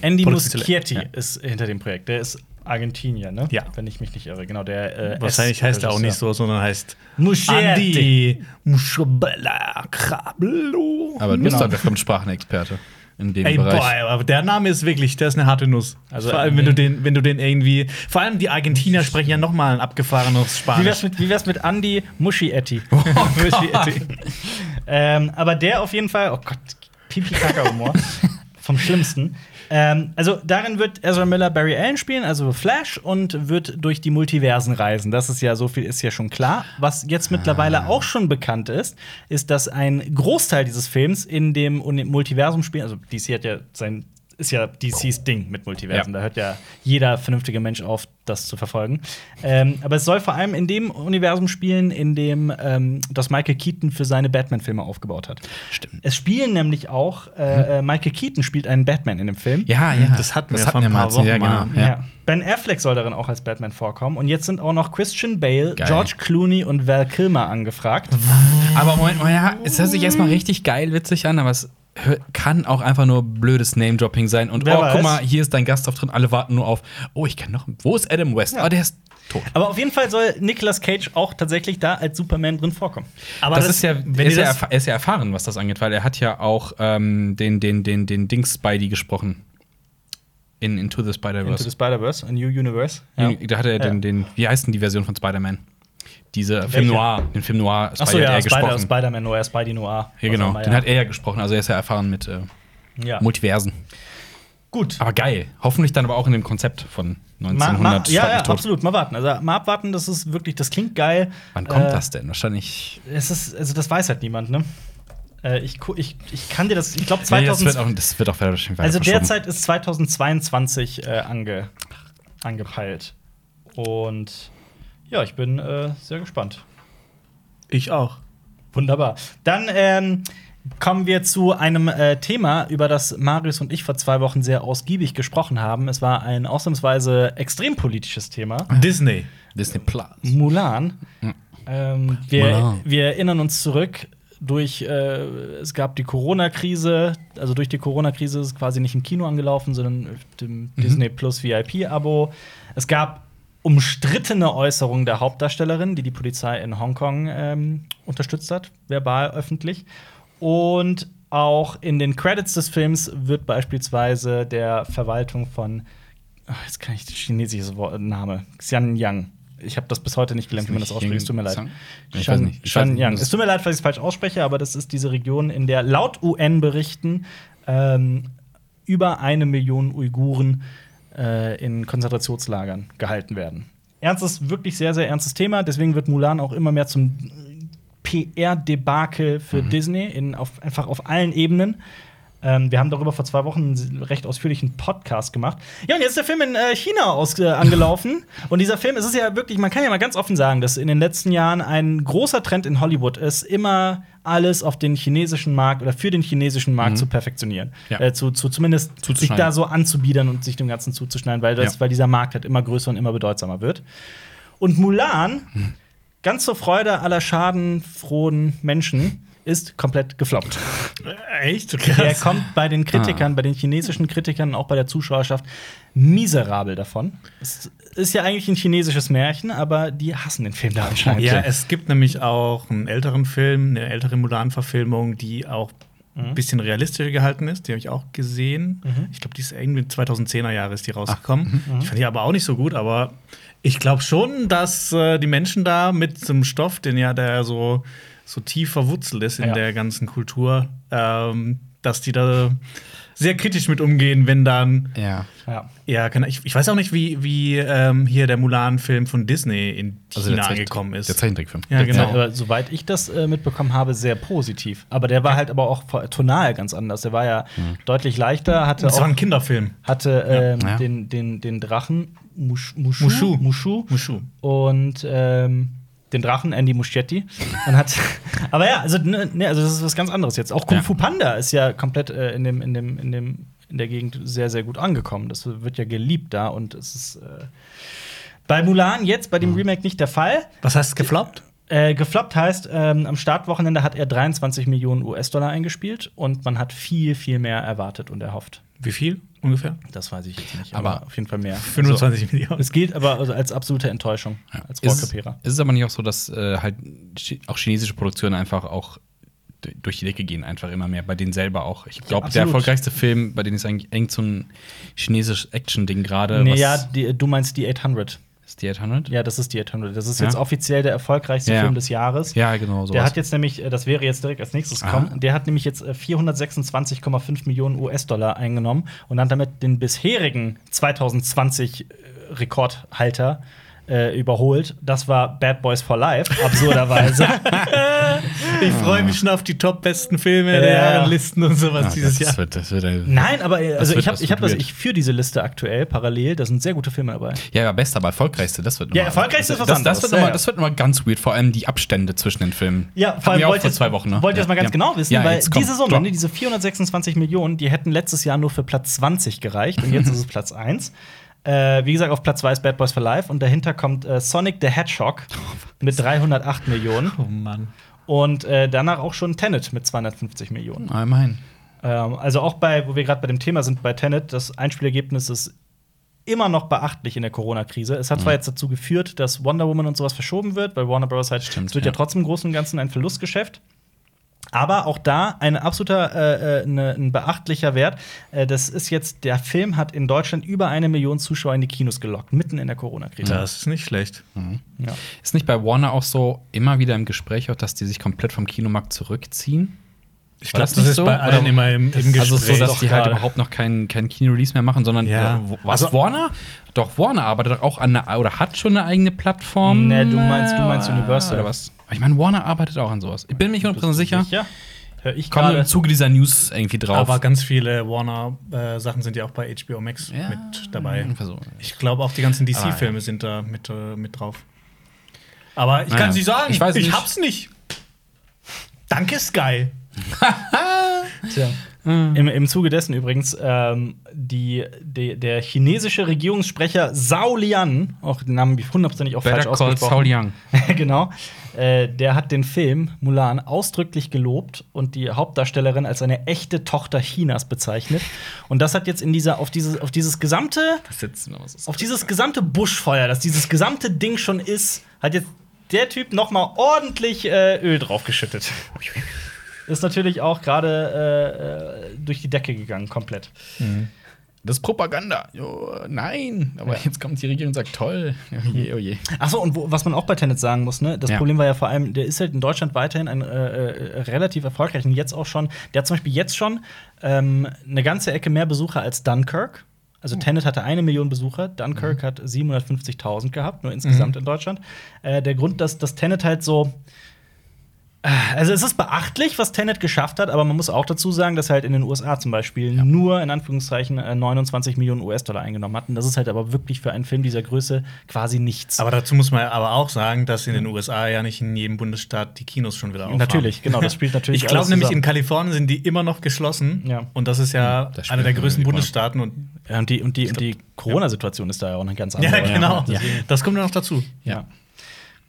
Speaker 1: Andy
Speaker 2: Produzent.
Speaker 1: Muschietti
Speaker 3: Ja.
Speaker 1: ist hinter dem Projekt. Der ist Argentinier, ne?
Speaker 2: Ja.
Speaker 1: Wenn ich mich nicht irre. Genau, der äh,
Speaker 2: Wahrscheinlich heißt er auch nicht so, sondern heißt
Speaker 1: Muschietti.
Speaker 2: Andy Muschabella Krablo.
Speaker 3: Aber du bist
Speaker 1: Genau.
Speaker 3: doch der Fremdsprachenexperte in dem
Speaker 2: Ey, boy,
Speaker 3: Bereich.
Speaker 2: aber der Name ist wirklich, der ist eine harte Nuss.
Speaker 1: Also,
Speaker 2: vor allem, wenn du den, wenn du den irgendwie. Vor allem die Argentinier sprechen ja nochmal ein abgefahrenes
Speaker 1: Wie wär's
Speaker 2: Spanisch.
Speaker 1: mit, wie wär's mit Andy Muschietti? Muschietti. ähm, aber der auf jeden Fall, oh Gott, Pipi-Kaka-Humor. vom Schlimmsten. Ähm, also darin wird Ezra Miller Barry Allen spielen, also Flash, und wird durch die Multiversen reisen. Das ist ja so viel ist ja schon klar. Was jetzt mittlerweile auch schon bekannt ist, ist, dass ein Großteil dieses Films in dem Uni- Multiversum spielt. Also DC hat ja sein ist ja DCs Ding mit Multiversen.
Speaker 3: Ja.
Speaker 1: Da hört ja jeder vernünftige Mensch auf, das zu verfolgen. Ähm, aber es soll vor allem in dem Universum spielen, in dem ähm, das Michael Keaton für seine Batman-Filme aufgebaut hat.
Speaker 3: Stimmt. Mhm.
Speaker 1: Es spielen nämlich auch, äh, äh, Michael Keaton spielt einen Batman in dem Film.
Speaker 3: Ja, ja.
Speaker 2: Das hatten wir
Speaker 3: das
Speaker 2: vor ein paar
Speaker 3: Ja,
Speaker 2: Wochen mal.
Speaker 3: genau. Ja.
Speaker 1: Ben Affleck soll darin auch als Batman vorkommen. Und jetzt sind auch noch Christian Bale,
Speaker 3: Geil.
Speaker 1: George Clooney und Val Kilmer angefragt.
Speaker 3: Aber Moment mal, ja, es hört sich erstmal richtig geil witzig an, aber es hö- kann auch einfach nur blödes Name-Dropping sein. Und
Speaker 1: Wer
Speaker 3: oh,
Speaker 1: weiß.
Speaker 3: guck mal, hier ist dein Gastauftritt, alle warten nur auf. Oh, ich kann noch. Wo ist Adam West?
Speaker 1: Ja.
Speaker 3: Ah, der ist tot.
Speaker 1: Aber auf jeden Fall soll Nicolas Cage auch tatsächlich da als Superman drin vorkommen.
Speaker 2: Aber
Speaker 3: das, ist ja, er
Speaker 2: wenn
Speaker 3: ist
Speaker 2: ihr
Speaker 3: ja,
Speaker 2: das,
Speaker 3: erfa- er ist ja erfahren, was das angeht, weil er hat ja auch ähm, den, den, den, den Dings Spidey gesprochen. In Into the
Speaker 1: Into the
Speaker 3: Spider-Verse.
Speaker 1: Spider-Verse, a new universe.
Speaker 3: Da hat er den,
Speaker 1: Ja.
Speaker 3: den, wie heißt denn die Version von Spider-Man? Diese Film Noir, den Film Noir
Speaker 1: Achso,
Speaker 3: hat
Speaker 1: ja,
Speaker 3: er
Speaker 1: Spider-
Speaker 3: gesprochen.
Speaker 1: Spider-Man Noir, Spidey Noir.
Speaker 3: ja,
Speaker 1: Was auch
Speaker 3: genau.
Speaker 1: immer,
Speaker 3: Den hat er ja gesprochen, also er ist ja erfahren mit äh,
Speaker 1: ja.
Speaker 3: Multiversen.
Speaker 1: Gut.
Speaker 3: Aber geil. Hoffentlich dann aber auch in dem Konzept von
Speaker 1: Ma,
Speaker 3: 1900.
Speaker 1: ma, ja,
Speaker 3: fuck
Speaker 1: ja,
Speaker 3: mich tot.
Speaker 1: absolut. Mal warten. Also mal abwarten, das ist wirklich, das klingt geil.
Speaker 3: Wann kommt
Speaker 1: Äh,
Speaker 3: das denn? Wahrscheinlich.
Speaker 1: Es ist, also das weiß halt niemand, ne? Äh, ich, gu- ich, ich kann dir das, ich glaube
Speaker 3: Ja, das
Speaker 1: 2000.
Speaker 3: wird auch, das wird auch wahrscheinlich weiter
Speaker 1: also
Speaker 3: verschoben.
Speaker 1: derzeit ist 2022 äh, ange, angepeilt. Und ja, ich bin äh, sehr gespannt.
Speaker 2: ich auch.
Speaker 1: Wunderbar. Dann ähm, Kommen wir zu einem äh, Thema, über das Marius und ich vor zwei Wochen sehr ausgiebig gesprochen haben. Es war ein ausnahmsweise extrem politisches Thema.
Speaker 2: Disney.
Speaker 3: Disney Plus.
Speaker 1: Mulan. Ähm, wir,
Speaker 3: Mulan.
Speaker 1: wir erinnern uns zurück durch, äh, es gab die Corona-Krise, also durch die Corona-Krise ist es quasi nicht im Kino angelaufen, sondern auf dem Disney Plus VIP-Abo. Es gab umstrittene Äußerungen der Hauptdarstellerin, die die Polizei in Hongkong ähm, unterstützt hat, verbal, öffentlich. Und auch in den Credits des Films wird beispielsweise der Verwaltung von Ah, jetzt kann ich das chinesische Wort, Name. Xian Yang. Ich habe das bis heute nicht gelernt, wie man das
Speaker 3: nicht
Speaker 1: ausspricht. Es tut mir leid.
Speaker 3: Yang Zhang? Ich weiß
Speaker 1: Shan,
Speaker 3: nicht. Ich weiß
Speaker 1: Shan
Speaker 3: nicht,
Speaker 1: Yang.
Speaker 3: das-
Speaker 1: Es tut mir leid, falls ich es falsch ausspreche, aber das ist diese Region, in der laut UN-Berichten ähm, über eine Million Uiguren äh, in Konzentrationslagern gehalten werden. Ernstes, wirklich sehr, sehr ernstes Thema. Deswegen wird Mulan auch immer mehr zum PR-Debakel für Disney, in, auf, einfach auf allen Ebenen. Ähm, wir haben darüber vor zwei Wochen einen recht ausführlichen Podcast gemacht. Ja, und jetzt ist der Film in äh, China aus, äh, angelaufen. und dieser Film, es ist ja wirklich, man kann ja mal ganz offen sagen, dass in den letzten Jahren ein großer Trend in Hollywood ist, immer alles auf den chinesischen Markt oder für den chinesischen Markt zu perfektionieren.
Speaker 3: Ja.
Speaker 1: Äh, zu, zu zumindest sich
Speaker 3: Zuzuschneiden.
Speaker 1: da so anzubiedern und sich dem Ganzen zuzuschneiden, weil, das,
Speaker 3: Ja.
Speaker 1: weil dieser Markt halt immer größer und immer bedeutsamer wird. Und Mulan, ganz zur Freude aller schadenfrohen Menschen, ist komplett gefloppt.
Speaker 2: Echt?
Speaker 1: Der
Speaker 2: Krass.
Speaker 1: kommt bei den Kritikern, bei den chinesischen Kritikern und auch bei der Zuschauerschaft miserabel davon. Es ist ja eigentlich ein chinesisches Märchen, aber die hassen den Film da anscheinend.
Speaker 2: Ja, es gibt nämlich auch einen älteren Film, eine ältere Mulan-Verfilmung, die auch
Speaker 3: Mhm.
Speaker 2: ein bisschen realistischer gehalten ist. Die habe ich auch gesehen. Ich glaube, die ist irgendwie 2010er Jahre ist die rausgekommen.
Speaker 3: mhm.
Speaker 2: Die fand ich aber auch nicht so gut, aber ich glaube schon, dass äh, die Menschen da mit so einem Stoff, den ja der so, so tief verwurzelt ist in
Speaker 1: Ja.
Speaker 2: der ganzen Kultur, ähm, dass die da sehr kritisch mit umgehen, wenn dann
Speaker 3: Ja.
Speaker 1: Ja.
Speaker 2: ja, keine- ich, ich weiß auch nicht, wie, wie ähm, hier der Mulan-Film von Disney in China angekommen ist.
Speaker 3: Also Der Zeichentrickfilm.
Speaker 2: Ja, genau.
Speaker 1: Ja, aber soweit ich das äh, mitbekommen habe, sehr positiv. Aber der war halt aber auch vor- tonal ganz anders. Der war ja deutlich leichter, hatte
Speaker 2: Hm. Das
Speaker 1: auch
Speaker 2: war ein Kinderfilm.
Speaker 1: hatte ähm,
Speaker 3: Ja.
Speaker 1: Den, den, den Drachen Mush, Mushu,
Speaker 2: Mushu.
Speaker 1: Mushu,
Speaker 2: Mushu.
Speaker 1: und ähm, den Drachen Andy Muschietti. Und hat, aber ja, also, ne, ne, also das ist was ganz anderes jetzt. Auch Kung
Speaker 3: Ja.
Speaker 1: Fu Panda ist ja komplett äh, in, dem, in, dem, in, dem, in der Gegend sehr, sehr gut angekommen. Das wird ja geliebt da und es ist äh, bei Mulan jetzt, bei dem
Speaker 3: Mhm.
Speaker 1: Remake nicht der Fall.
Speaker 2: Was heißt gefloppt?
Speaker 1: Äh, gefloppt heißt, ähm, am Startwochenende hat er 23 Millionen US-Dollar eingespielt und man hat viel, viel mehr erwartet und erhofft.
Speaker 2: Wie viel ungefähr?
Speaker 1: Das weiß ich jetzt nicht,
Speaker 3: Aber
Speaker 1: aber auf jeden Fall mehr.
Speaker 2: 25 Millionen.
Speaker 1: Es gilt aber also als absolute Enttäuschung, als
Speaker 3: Ist, es-
Speaker 1: Rohrkrepierer.
Speaker 3: ist es aber nicht auch so, dass äh, halt chi- auch chinesische Produktionen einfach auch d- durch die Decke gehen, einfach immer mehr, bei denen selber auch. Ich glaube, der
Speaker 1: absolut.
Speaker 3: erfolgreichste Film, bei denen ist eigentlich eng so ein chinesisches Action-Ding gerade.
Speaker 1: Nee,
Speaker 3: was-
Speaker 1: ja, die, äh, du meinst die 800.
Speaker 3: Ist die 800?
Speaker 1: Ja, das ist die 800. Das ist
Speaker 3: Ja?
Speaker 1: jetzt offiziell der erfolgreichste
Speaker 3: Ja.
Speaker 1: Film des Jahres.
Speaker 3: Ja, genau, sowas.
Speaker 1: Der hat jetzt nämlich, äh, das wäre jetzt direkt als nächstes
Speaker 3: Aha.
Speaker 1: kommen, der hat nämlich jetzt äh, 426,5 Millionen US-Dollar eingenommen und hat damit den bisherigen 2020 äh, Rekordhalter äh, überholt. Das war Bad Boys for Life, absurderweise.
Speaker 2: Ich freue mich schon auf die top-besten Filme
Speaker 1: Ja.
Speaker 2: der Jahrenlisten und sowas
Speaker 3: Ah,
Speaker 2: dieses
Speaker 3: das
Speaker 2: Jahr.
Speaker 3: Wird, das wird ein
Speaker 1: Nein, aber äh, also
Speaker 3: wird-
Speaker 1: ich habe
Speaker 3: das
Speaker 1: ich hab
Speaker 3: wird
Speaker 1: das,
Speaker 3: weird.
Speaker 1: ich führe diese Liste aktuell parallel. Da sind sehr gute Filme dabei.
Speaker 3: Ja, aber best, aber erfolgreichste, das wird
Speaker 1: Ja,
Speaker 3: nochmal-
Speaker 1: erfolgreichste ist was
Speaker 3: das, das,
Speaker 1: anderes,
Speaker 3: wird
Speaker 1: ja,
Speaker 3: nochmal,
Speaker 1: ja.
Speaker 3: das wird nochmal ganz weird, vor allem die Abstände zwischen den Filmen.
Speaker 1: Ja,
Speaker 3: Hatten
Speaker 1: vor allem
Speaker 3: wir auch
Speaker 1: wollt
Speaker 3: vor
Speaker 1: ihr-
Speaker 3: zwei Wochen, ne?
Speaker 1: Wollt ihr das mal ganz
Speaker 3: Ja.
Speaker 1: genau wissen,
Speaker 3: Ja,
Speaker 1: weil
Speaker 3: jetzt komm,
Speaker 1: diese Summe,
Speaker 3: drop.
Speaker 1: ne, diese 426 Millionen, die hätten letztes Jahr nur für Platz 20 gereicht und jetzt ist es Platz 1. Äh, wie gesagt, auf Platz 2 ist Bad Boys for Life und dahinter kommt äh, Sonic the Hedgehog mit 308 Millionen
Speaker 2: Oh Mann.
Speaker 1: und äh, danach auch schon Tenet mit 250 Millionen.
Speaker 3: Ah, immerhin.
Speaker 1: Ähm, also auch bei, wo wir gerade bei dem Thema sind, bei Tenet, das Einspielergebnis ist immer noch beachtlich in der Corona-Krise. Es hat
Speaker 3: Mhm.
Speaker 1: zwar jetzt dazu geführt, dass Wonder Woman und sowas verschoben wird, weil Warner Bros. halt,
Speaker 3: Stimmt,
Speaker 1: es wird ja,
Speaker 3: ja.
Speaker 1: trotzdem im Großen und Ganzen ein Verlustgeschäft. Aber auch da ein absoluter, äh, äh, ne, ein beachtlicher Wert. Äh, das ist jetzt, der Film hat in Deutschland über eine Million Zuschauer in die Kinos gelockt, mitten in der Corona-Krise.
Speaker 2: Das ist nicht schlecht.
Speaker 1: Ja.
Speaker 3: Ist nicht bei Warner auch so immer wieder im Gespräch, auch, dass die sich komplett vom Kinomarkt zurückziehen?
Speaker 2: Ich
Speaker 3: War
Speaker 2: glaube,
Speaker 3: das
Speaker 2: das,
Speaker 3: nicht
Speaker 2: ist
Speaker 3: so?
Speaker 2: bei allen
Speaker 3: Oder-
Speaker 2: immer im, im Gespräch.
Speaker 3: Also so, dass
Speaker 1: Doch,
Speaker 3: die halt
Speaker 1: gerade.
Speaker 3: überhaupt noch keinen kein Kino-Release mehr machen, sondern
Speaker 2: Ja.
Speaker 3: äh, wo- was
Speaker 2: Also-
Speaker 3: Warner? Doch, Warner arbeitet doch auch an einer oder hat schon eine eigene Plattform.
Speaker 1: Nee, Ne, du meinst- du meinst
Speaker 3: äh,
Speaker 1: Universal.
Speaker 3: oder was? Ich meine, Warner arbeitet auch an sowas. Ich bin mir nicht 100% sicher.
Speaker 1: Sicher? Hör ich
Speaker 3: Kommen wir
Speaker 1: gerade.
Speaker 3: im Zuge dieser News irgendwie drauf.
Speaker 2: aber ganz viele Warner-Sachen sind ja auch bei HBO Max
Speaker 3: Ja,
Speaker 2: mit dabei.
Speaker 3: Versuch.
Speaker 2: Ich glaube, auch die ganzen
Speaker 3: Ah, ja.
Speaker 2: DC-Filme sind da mit, äh, mit drauf. Aber ich
Speaker 3: Naja,
Speaker 2: kann sie sagen,
Speaker 3: ich weiß nicht.
Speaker 2: hab's nicht. Danke, Sky.
Speaker 1: Tja. Im, Im Zuge dessen übrigens, ähm, die, die, der chinesische Regierungssprecher Zhao Lian, auch den Namen hundertprozentig auch falsch
Speaker 3: Better Call Saul
Speaker 1: ausgesprochen,
Speaker 3: Young.
Speaker 1: genau, äh, der hat den Film Mulan ausdrücklich gelobt und die Hauptdarstellerin als eine echte Tochter Chinas bezeichnet. Und das hat jetzt in dieser, auf dieses, auf dieses gesamte,
Speaker 3: Sitzen, aber es ist
Speaker 1: auf dieses gesamte Buschfeuer, das dieses gesamte Ding schon ist, hat jetzt der Typ noch mal ordentlich äh, Öl draufgeschüttet. Ist natürlich auch gerade äh, äh, durch die Decke gegangen, komplett.
Speaker 3: Das ist Propaganda. Jo, nein, aber jetzt kommt die Regierung und sagt, toll. Oh je, oh je.
Speaker 1: Achso, und wo, was man auch bei Tenet sagen muss, ne? Das
Speaker 3: Ja.
Speaker 1: Problem war ja vor allem, der ist halt in Deutschland weiterhin ein äh, äh, relativ erfolgreich und jetzt auch schon, der hat zum Beispiel jetzt schon ähm, eine ganze Ecke mehr Besucher als Dunkirk. Also Tenet hatte eine Million Besucher, Dunkirk hat 750.000 gehabt, nur insgesamt in Deutschland. Äh, der Grund, dass, dass Tenet halt so also es ist beachtlich, was Tenet geschafft hat, aber man muss auch dazu sagen, dass halt in den USA zum Beispiel nur in Anführungszeichen äh, 29 Millionen US-Dollar eingenommen hatten. Das ist halt aber wirklich für einen Film dieser Größe quasi nichts.
Speaker 2: Aber dazu muss man aber auch sagen, dass in den USA ja nicht in jedem Bundesstaat die Kinos schon wieder aufhaben.
Speaker 1: Natürlich, genau, das spielt natürlich
Speaker 2: Ich glaube
Speaker 1: alles
Speaker 2: nämlich, in
Speaker 1: zusammen.
Speaker 2: Kalifornien sind die immer noch geschlossen.
Speaker 1: Ja.
Speaker 2: Und das ist ja
Speaker 3: Das spielt
Speaker 2: einer der
Speaker 3: man
Speaker 2: größten
Speaker 3: immer.
Speaker 2: Bundesstaaten. Und,
Speaker 1: ja, und die, und die, und die Corona-Situation ist da Also, ja auch eine ganz
Speaker 2: ja,
Speaker 1: andere.
Speaker 2: genau.
Speaker 1: Ja.
Speaker 2: Das kommt ja noch dazu.
Speaker 1: Ja.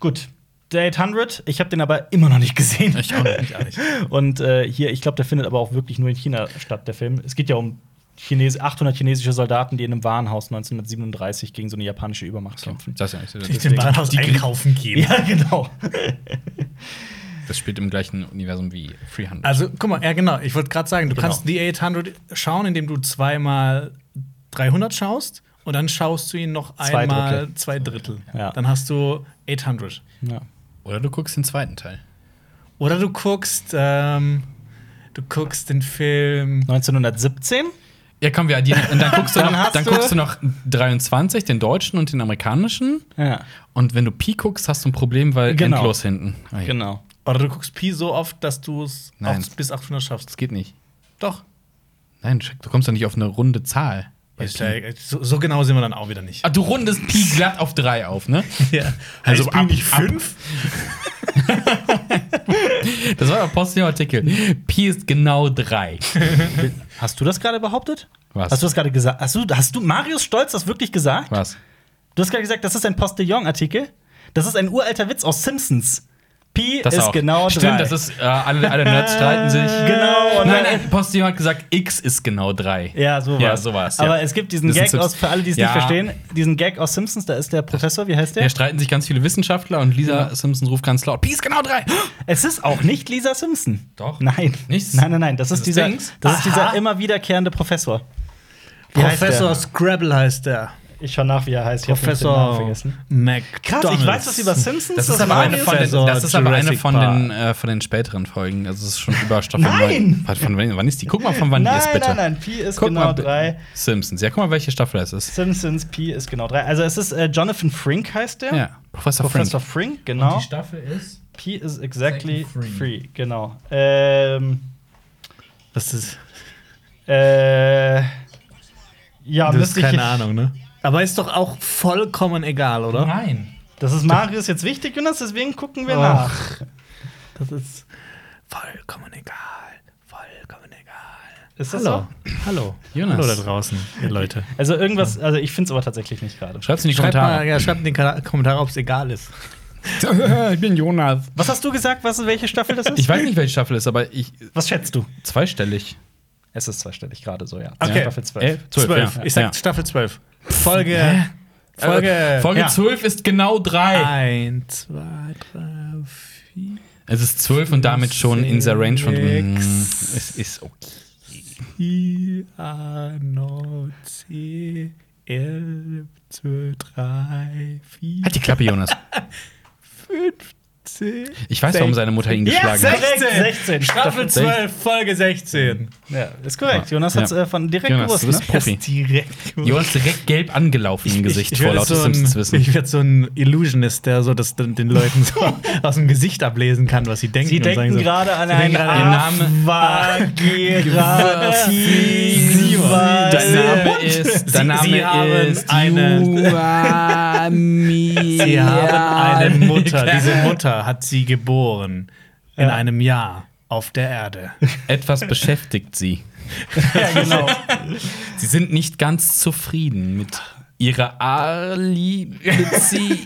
Speaker 1: Gut. Der 800, ich habe den aber immer noch nicht gesehen.
Speaker 3: Ich auch nicht, ehrlich.
Speaker 1: Und äh, hier, ich glaube, der findet aber auch wirklich nur in China statt, der Film. Es geht ja um Chines 800 chinesische Soldaten, die in einem Warenhaus 1937 gegen so eine japanische Übermacht kämpfen.
Speaker 3: Das, ist ja
Speaker 2: Die
Speaker 3: nicht-
Speaker 2: den Warenhaus
Speaker 1: Die-
Speaker 2: einkaufen gehen.
Speaker 1: Ja, genau.
Speaker 3: das spielt im gleichen Universum wie 300.
Speaker 2: Also, guck mal, ja, genau. Ich wollte gerade sagen, du
Speaker 1: Genau.
Speaker 2: kannst die 800 schauen, indem du zweimal 300 schaust und dann schaust du ihn noch
Speaker 1: Zwei
Speaker 2: einmal
Speaker 1: Drittel.
Speaker 2: zwei Drittel.
Speaker 1: Ja.
Speaker 2: Dann hast du 800.
Speaker 1: Ja.
Speaker 3: Oder du guckst den zweiten Teil.
Speaker 2: Oder du guckst, ähm, du guckst den Film.
Speaker 1: 1917?
Speaker 3: Ja, komm, wir addieren. Und dann guckst du,
Speaker 1: Dann
Speaker 3: noch,
Speaker 1: hast
Speaker 3: dann
Speaker 1: du-
Speaker 3: guckst du noch 23, den deutschen und den amerikanischen.
Speaker 1: Ja,
Speaker 3: Und wenn du Pi guckst, hast du ein Problem, weil
Speaker 1: Genau.
Speaker 3: endlos hinten. Ah, ja.
Speaker 1: genau.
Speaker 2: Oder du guckst Pi so oft, dass du es
Speaker 3: Nein.
Speaker 2: auf- bis 800 schaffst.
Speaker 3: Das geht nicht.
Speaker 2: Doch.
Speaker 3: Nein, Jack, du kommst doch nicht auf eine runde Zahl. bei
Speaker 2: Ist
Speaker 3: Pi.
Speaker 2: ja, so, so genau sind wir dann auch wieder nicht.
Speaker 3: Ah, du rundest Pi glatt auf 3 auf, ne?
Speaker 2: Ja.
Speaker 3: Also
Speaker 2: Also Pi
Speaker 3: ab-
Speaker 2: nicht
Speaker 3: ab-
Speaker 2: 5?
Speaker 3: Das war der Post im Artikel. Pi ist genau 3.
Speaker 1: Hast du das gerade behauptet?
Speaker 3: Was?
Speaker 1: Hast du das gerade gesagt? Hast du, hast du Marius Stolz das wirklich gesagt?
Speaker 3: Was?
Speaker 1: Du hast gerade gesagt, das ist ein Postillon-Artikel. Das ist ein uralter Witz aus Simpsons. Pi
Speaker 3: Das
Speaker 1: ist
Speaker 3: auch.
Speaker 1: genau
Speaker 3: Stimmt,
Speaker 1: drei.
Speaker 3: das ist, äh, alle, alle Nerds streiten sich.
Speaker 1: Genau, und
Speaker 3: Nein,
Speaker 1: dann-
Speaker 3: nein, Postillon hat gesagt, X ist genau 3.
Speaker 1: ja, so war's.
Speaker 3: Ja, so war's, ja.
Speaker 1: Aber es gibt diesen
Speaker 3: Das sind
Speaker 1: Gag aus,
Speaker 3: Simps-
Speaker 1: für alle, die es
Speaker 3: Ja.
Speaker 1: nicht verstehen, diesen Gag aus Simpsons, da ist der Professor, wie heißt der?
Speaker 3: Hier streiten sich ganz viele Wissenschaftler und Lisa Simpson ruft ganz laut: Pi ist genau 3.
Speaker 1: Es ist auch nicht Lisa Simpson.
Speaker 3: Doch.
Speaker 1: Nein.
Speaker 3: Nichts?
Speaker 1: Nein, nein, nein. Das ist,
Speaker 3: Dieses
Speaker 1: dieser,
Speaker 3: Dings?
Speaker 1: das ist dieser
Speaker 2: Aha.
Speaker 1: immer wiederkehrende Professor. Wie heißt der?
Speaker 2: Professor Scrabble heißt der.
Speaker 1: Ich schau nach, wie er heißt. Ich hab den Namen
Speaker 2: Professor
Speaker 1: vergessen.
Speaker 2: McDonald.
Speaker 1: Krass, ich weiß was über Simpsons.
Speaker 3: Das ist aber
Speaker 1: war
Speaker 3: eine
Speaker 1: jetzt-
Speaker 3: von den,
Speaker 2: Professor
Speaker 3: das ist aber eine
Speaker 2: Jurassic
Speaker 3: von den, äh, von den späteren Folgen. Also, es ist schon über Staffel
Speaker 1: Nein!
Speaker 3: 9. Von wann, wann ist die? Guck mal, von wann die
Speaker 1: Nein,
Speaker 3: ist, bitte.
Speaker 1: nein, nein. Pi ist
Speaker 3: Guck
Speaker 1: genau
Speaker 3: mal,
Speaker 1: drei.
Speaker 3: Simpsons. Ja, guck mal, welche Staffel das ist.
Speaker 1: Simpsons Pi ist genau drei. Also es ist äh, Jonathan Frink heißt der.
Speaker 3: Ja, Professor,
Speaker 1: Professor
Speaker 3: Professor
Speaker 1: Frink, genau.
Speaker 3: Staffel ist.
Speaker 1: Pi is exactly
Speaker 3: Exactly
Speaker 1: free.
Speaker 3: free.
Speaker 1: Genau. Ähm,
Speaker 2: Das ist,
Speaker 1: äh, ja,
Speaker 2: das ist
Speaker 1: müsste ich.
Speaker 2: keine Ahnung, ne? Aber ist doch auch vollkommen egal, oder?
Speaker 3: Nein.
Speaker 1: Das ist Marius jetzt wichtig, Jonas, deswegen gucken wir nach.
Speaker 2: Ach, das ist vollkommen egal. Vollkommen egal.
Speaker 1: Ist das
Speaker 2: Hallo.
Speaker 1: so?
Speaker 2: Hallo.
Speaker 3: Jonas.
Speaker 2: Hallo da draußen, ihr Leute.
Speaker 1: Also irgendwas, also ich finde es aber tatsächlich nicht gerade.
Speaker 3: Schreib's in die
Speaker 2: Schreibt mal,
Speaker 3: Kommentare.
Speaker 2: ja, schreibt in die Ka- Kommentare, ob es egal ist.
Speaker 3: ich bin Jonas.
Speaker 1: Was hast du gesagt, was, welche Staffel das ist?
Speaker 3: Ich weiß nicht, welche Staffel es ist, aber ich.
Speaker 1: was schätzt du?
Speaker 3: Zweistellig.
Speaker 1: Es ist zweistellig gerade so, ja.
Speaker 2: Okay. Äh,
Speaker 1: Staffel 12.
Speaker 3: Elf? Zwölf, ja.
Speaker 2: Ich sag
Speaker 3: Ja.
Speaker 2: Staffel 12. Folge.
Speaker 3: Äh,
Speaker 2: Folge. Ah.
Speaker 3: Folge
Speaker 1: ja.
Speaker 3: 12 ist genau 3.
Speaker 2: Eins, zwei, drei, vier.
Speaker 3: Es ist 12 und damit schon in der Range von. Mm,
Speaker 2: Sechs.
Speaker 3: es ist okay.
Speaker 2: 4, 9, 10, 11, 12, 3, 4,
Speaker 3: Halt die Klappe, Jonas.
Speaker 2: 15.
Speaker 3: Ich weiß, warum seine Mutter ihn geschlagen hat.
Speaker 1: 16. 16.
Speaker 2: Staffel
Speaker 1: Staffel
Speaker 2: 12, Folge 16.
Speaker 1: Ja, ist korrekt. Jonas
Speaker 3: Ja.
Speaker 1: hat es äh, von direkt
Speaker 3: Jonas, du
Speaker 1: gewusst.
Speaker 3: bist
Speaker 1: Ne?
Speaker 3: Profi.
Speaker 2: direkt.
Speaker 3: Jonas direkt gelb angelaufen im Gesicht vor
Speaker 2: werde
Speaker 3: lauter
Speaker 2: so ein-
Speaker 3: Simpsons-Wissen.
Speaker 2: Ich werde so ein Illusionist, der so das den, den Leuten so aus dem Gesicht ablesen kann, was sie denken.
Speaker 1: Sie
Speaker 2: und sagen
Speaker 1: denken
Speaker 2: so,
Speaker 1: gerade an
Speaker 2: Sie denken
Speaker 1: einen
Speaker 2: gerade an
Speaker 3: den Namen.
Speaker 2: Ah,
Speaker 3: Dein Name ist.
Speaker 2: Sie-
Speaker 3: Dein Name
Speaker 2: Sie haben
Speaker 3: ist.
Speaker 2: eine-
Speaker 1: Ah,
Speaker 3: Juamia.
Speaker 2: Sie haben eine Mutter. Diese Mutter hat sie geboren in
Speaker 1: Ja.
Speaker 2: einem Jahr, auf der Erde.
Speaker 3: Etwas beschäftigt sie.
Speaker 2: ja, genau.
Speaker 3: Sie sind nicht ganz zufrieden mit ihrer Ali. Mit sie.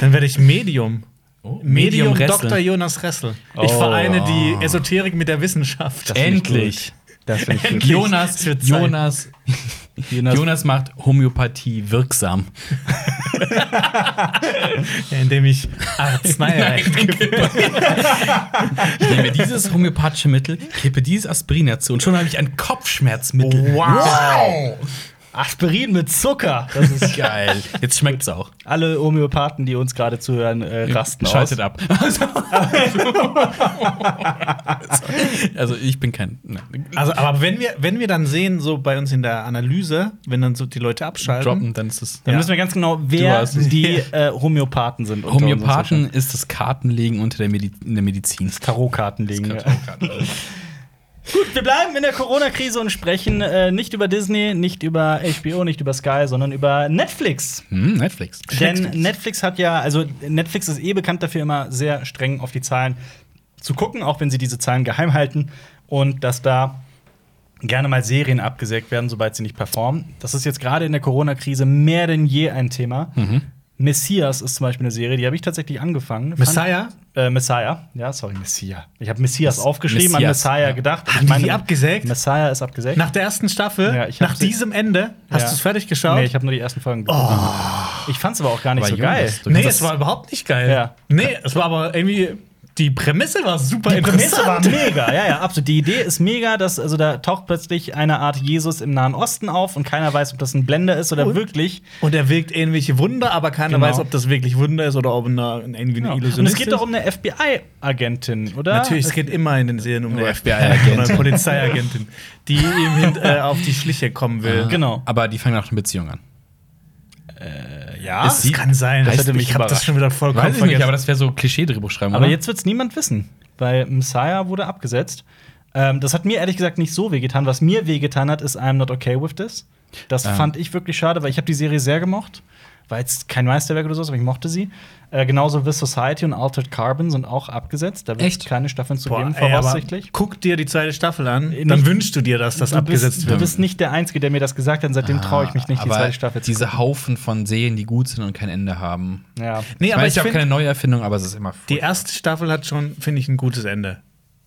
Speaker 2: Dann werde ich Medium.
Speaker 3: Oh,
Speaker 2: Medium,
Speaker 3: Wrestling.
Speaker 2: Dr. Jonas Ressel. Ich
Speaker 1: Oh.
Speaker 2: vereine die Esoterik mit der Wissenschaft.
Speaker 3: Endlich.
Speaker 1: Das finde ich gut.
Speaker 2: Endlich.
Speaker 3: Jonas,
Speaker 2: Es wird Zeit.
Speaker 3: Jonas, Jonas, Jonas macht Homöopathie wirksam.
Speaker 2: Indem ich Arznei
Speaker 3: Ich nehme dieses homöopathische Mittel, kippe dieses Aspirin dazu und schon habe ich ein Kopfschmerzmittel.
Speaker 1: Wow! Aspirin mit Zucker. Das ist
Speaker 3: Geil. Jetzt schmeckt's auch.
Speaker 1: alle Homöopathen, die uns gerade zuhören, äh, rasten
Speaker 3: Schaltet
Speaker 1: aus.
Speaker 3: ab. also ich bin kein. Nein,
Speaker 2: Also, aber wenn wir, wenn wir dann sehen, so bei uns in der Analyse, wenn dann so die Leute abschalten,
Speaker 3: droppen, dann ist es.
Speaker 1: Dann
Speaker 2: Ja.
Speaker 1: müssen wir ganz genau,
Speaker 3: Du
Speaker 1: wer
Speaker 3: hast es.
Speaker 1: die äh, Homöopathen sind. unter unseren Zuschauern.
Speaker 3: Homöopathen ist das Kartenlegen unter der, Medi in der Medizin.
Speaker 1: Tarotkarten legen. ja. Gut, wir bleiben in der Corona-Krise und sprechen äh, nicht über Disney, nicht über HBO, nicht über Sky, sondern über Netflix.
Speaker 3: Hm, Netflix.
Speaker 1: Denn Netflix hat ja, also Netflix ist eh bekannt dafür, immer sehr streng auf die Zahlen zu gucken, auch wenn sie diese Zahlen geheim halten und dass da gerne mal Serien abgesägt werden, sobald sie nicht performen. Das ist jetzt gerade in der Corona-Krise mehr denn je ein Thema.
Speaker 2: Mhm.
Speaker 1: Messias ist zum Beispiel eine Serie, die habe ich tatsächlich angefangen. Fand-
Speaker 2: Messiah,
Speaker 1: äh, Messiah. Ja, sorry, Messiah. Ich habe Messias aufgeschrieben,
Speaker 3: Messias,
Speaker 1: an Messiah
Speaker 3: ja.
Speaker 1: gedacht.
Speaker 2: Haben
Speaker 1: ich
Speaker 2: die die abgesägt?
Speaker 1: Messiah ist abgesägt.
Speaker 2: nach der ersten Staffel,
Speaker 1: Ja, ich hab
Speaker 2: nach
Speaker 1: sie-
Speaker 2: diesem Ende, hast
Speaker 1: Ja.
Speaker 2: du es fertig geschaut?
Speaker 1: Nee, ich habe nur die ersten Folgen geguckt.
Speaker 2: Oh.
Speaker 1: Ich fand's aber auch gar nicht
Speaker 3: Aber
Speaker 1: so
Speaker 3: Jonas,
Speaker 1: geil.
Speaker 3: du-
Speaker 2: nee
Speaker 3: das-
Speaker 2: es war überhaupt nicht geil.
Speaker 1: Ja.
Speaker 2: Nee, es war aber irgendwie, die Prämisse war super
Speaker 1: Die Prämisse war
Speaker 2: interessant.
Speaker 1: mega, ja, ja, absolut. Die Idee ist mega, dass also da taucht plötzlich eine Art Jesus im Nahen Osten auf und keiner weiß, ob das ein Blender ist oder
Speaker 2: Und?
Speaker 1: wirklich.
Speaker 2: Und er wirkt irgendwelche Wunder, aber keiner
Speaker 1: Genau.
Speaker 2: weiß, ob das wirklich Wunder ist oder ob er irgendwie eine
Speaker 1: Ja.
Speaker 2: Illusion ist.
Speaker 1: Und es geht doch um eine FBI-Agentin, oder?
Speaker 2: Natürlich, es geht immer in den Serien um
Speaker 3: Nur
Speaker 2: eine
Speaker 3: FBI-Agentin.
Speaker 2: FBI-Agentin oder Polizeiagentin, die ihm hin, äh, auf die Schliche kommen will.
Speaker 1: genau.
Speaker 3: Aber die fangen nach einer Beziehung an.
Speaker 1: ja.
Speaker 3: ist
Speaker 2: Das
Speaker 3: sie-
Speaker 2: kann sein.
Speaker 3: Heißt
Speaker 2: Das hätte
Speaker 1: mich
Speaker 2: mich ich habe das
Speaker 1: überrascht.
Speaker 2: schon wieder vollkommen
Speaker 3: Weiß ich nicht,
Speaker 2: vergessen.
Speaker 3: aber das wäre so Klischee-Drehbuch schreiben.
Speaker 1: Aber
Speaker 3: oder?
Speaker 1: jetzt wird's niemand wissen, weil Messiah wurde abgesetzt. Ähm, das hat mir ehrlich gesagt nicht so wehgetan. Was mir wehgetan hat, ist I'm not okay with this. Das
Speaker 3: Ähm.
Speaker 1: fand ich wirklich schade, weil ich habe die Serie sehr gemocht. War jetzt kein Meisterwerk oder so, aber ich mochte sie. Äh, genauso The Society und Altered Carbon sind auch abgesetzt. Da wird
Speaker 3: Echt?
Speaker 1: keine Staffeln zu
Speaker 2: Boah,
Speaker 1: geben,
Speaker 2: ey, aber
Speaker 1: voraussichtlich.
Speaker 2: guck dir die zweite Staffel an,
Speaker 1: Äh,
Speaker 2: dann
Speaker 1: nicht-
Speaker 2: wünschst du dir, dass das
Speaker 1: du, bist,
Speaker 2: abgesetzt
Speaker 1: du
Speaker 2: wird.
Speaker 1: bist nicht der Einzige, der mir das gesagt hat. und Seitdem traue ich mich nicht, die
Speaker 3: Aber
Speaker 1: zweite Staffel zu
Speaker 3: Diese Haufen von Serien, die gut sind und kein Ende haben.
Speaker 1: gucken. ja.
Speaker 2: Nee,
Speaker 3: ich meine,
Speaker 2: aber
Speaker 3: es
Speaker 2: ich
Speaker 3: ist ja auch
Speaker 2: finde,
Speaker 3: keine Neuerfindung, aber es ist immer
Speaker 2: die erste Staffel hat schon, finde ich, ein gutes Ende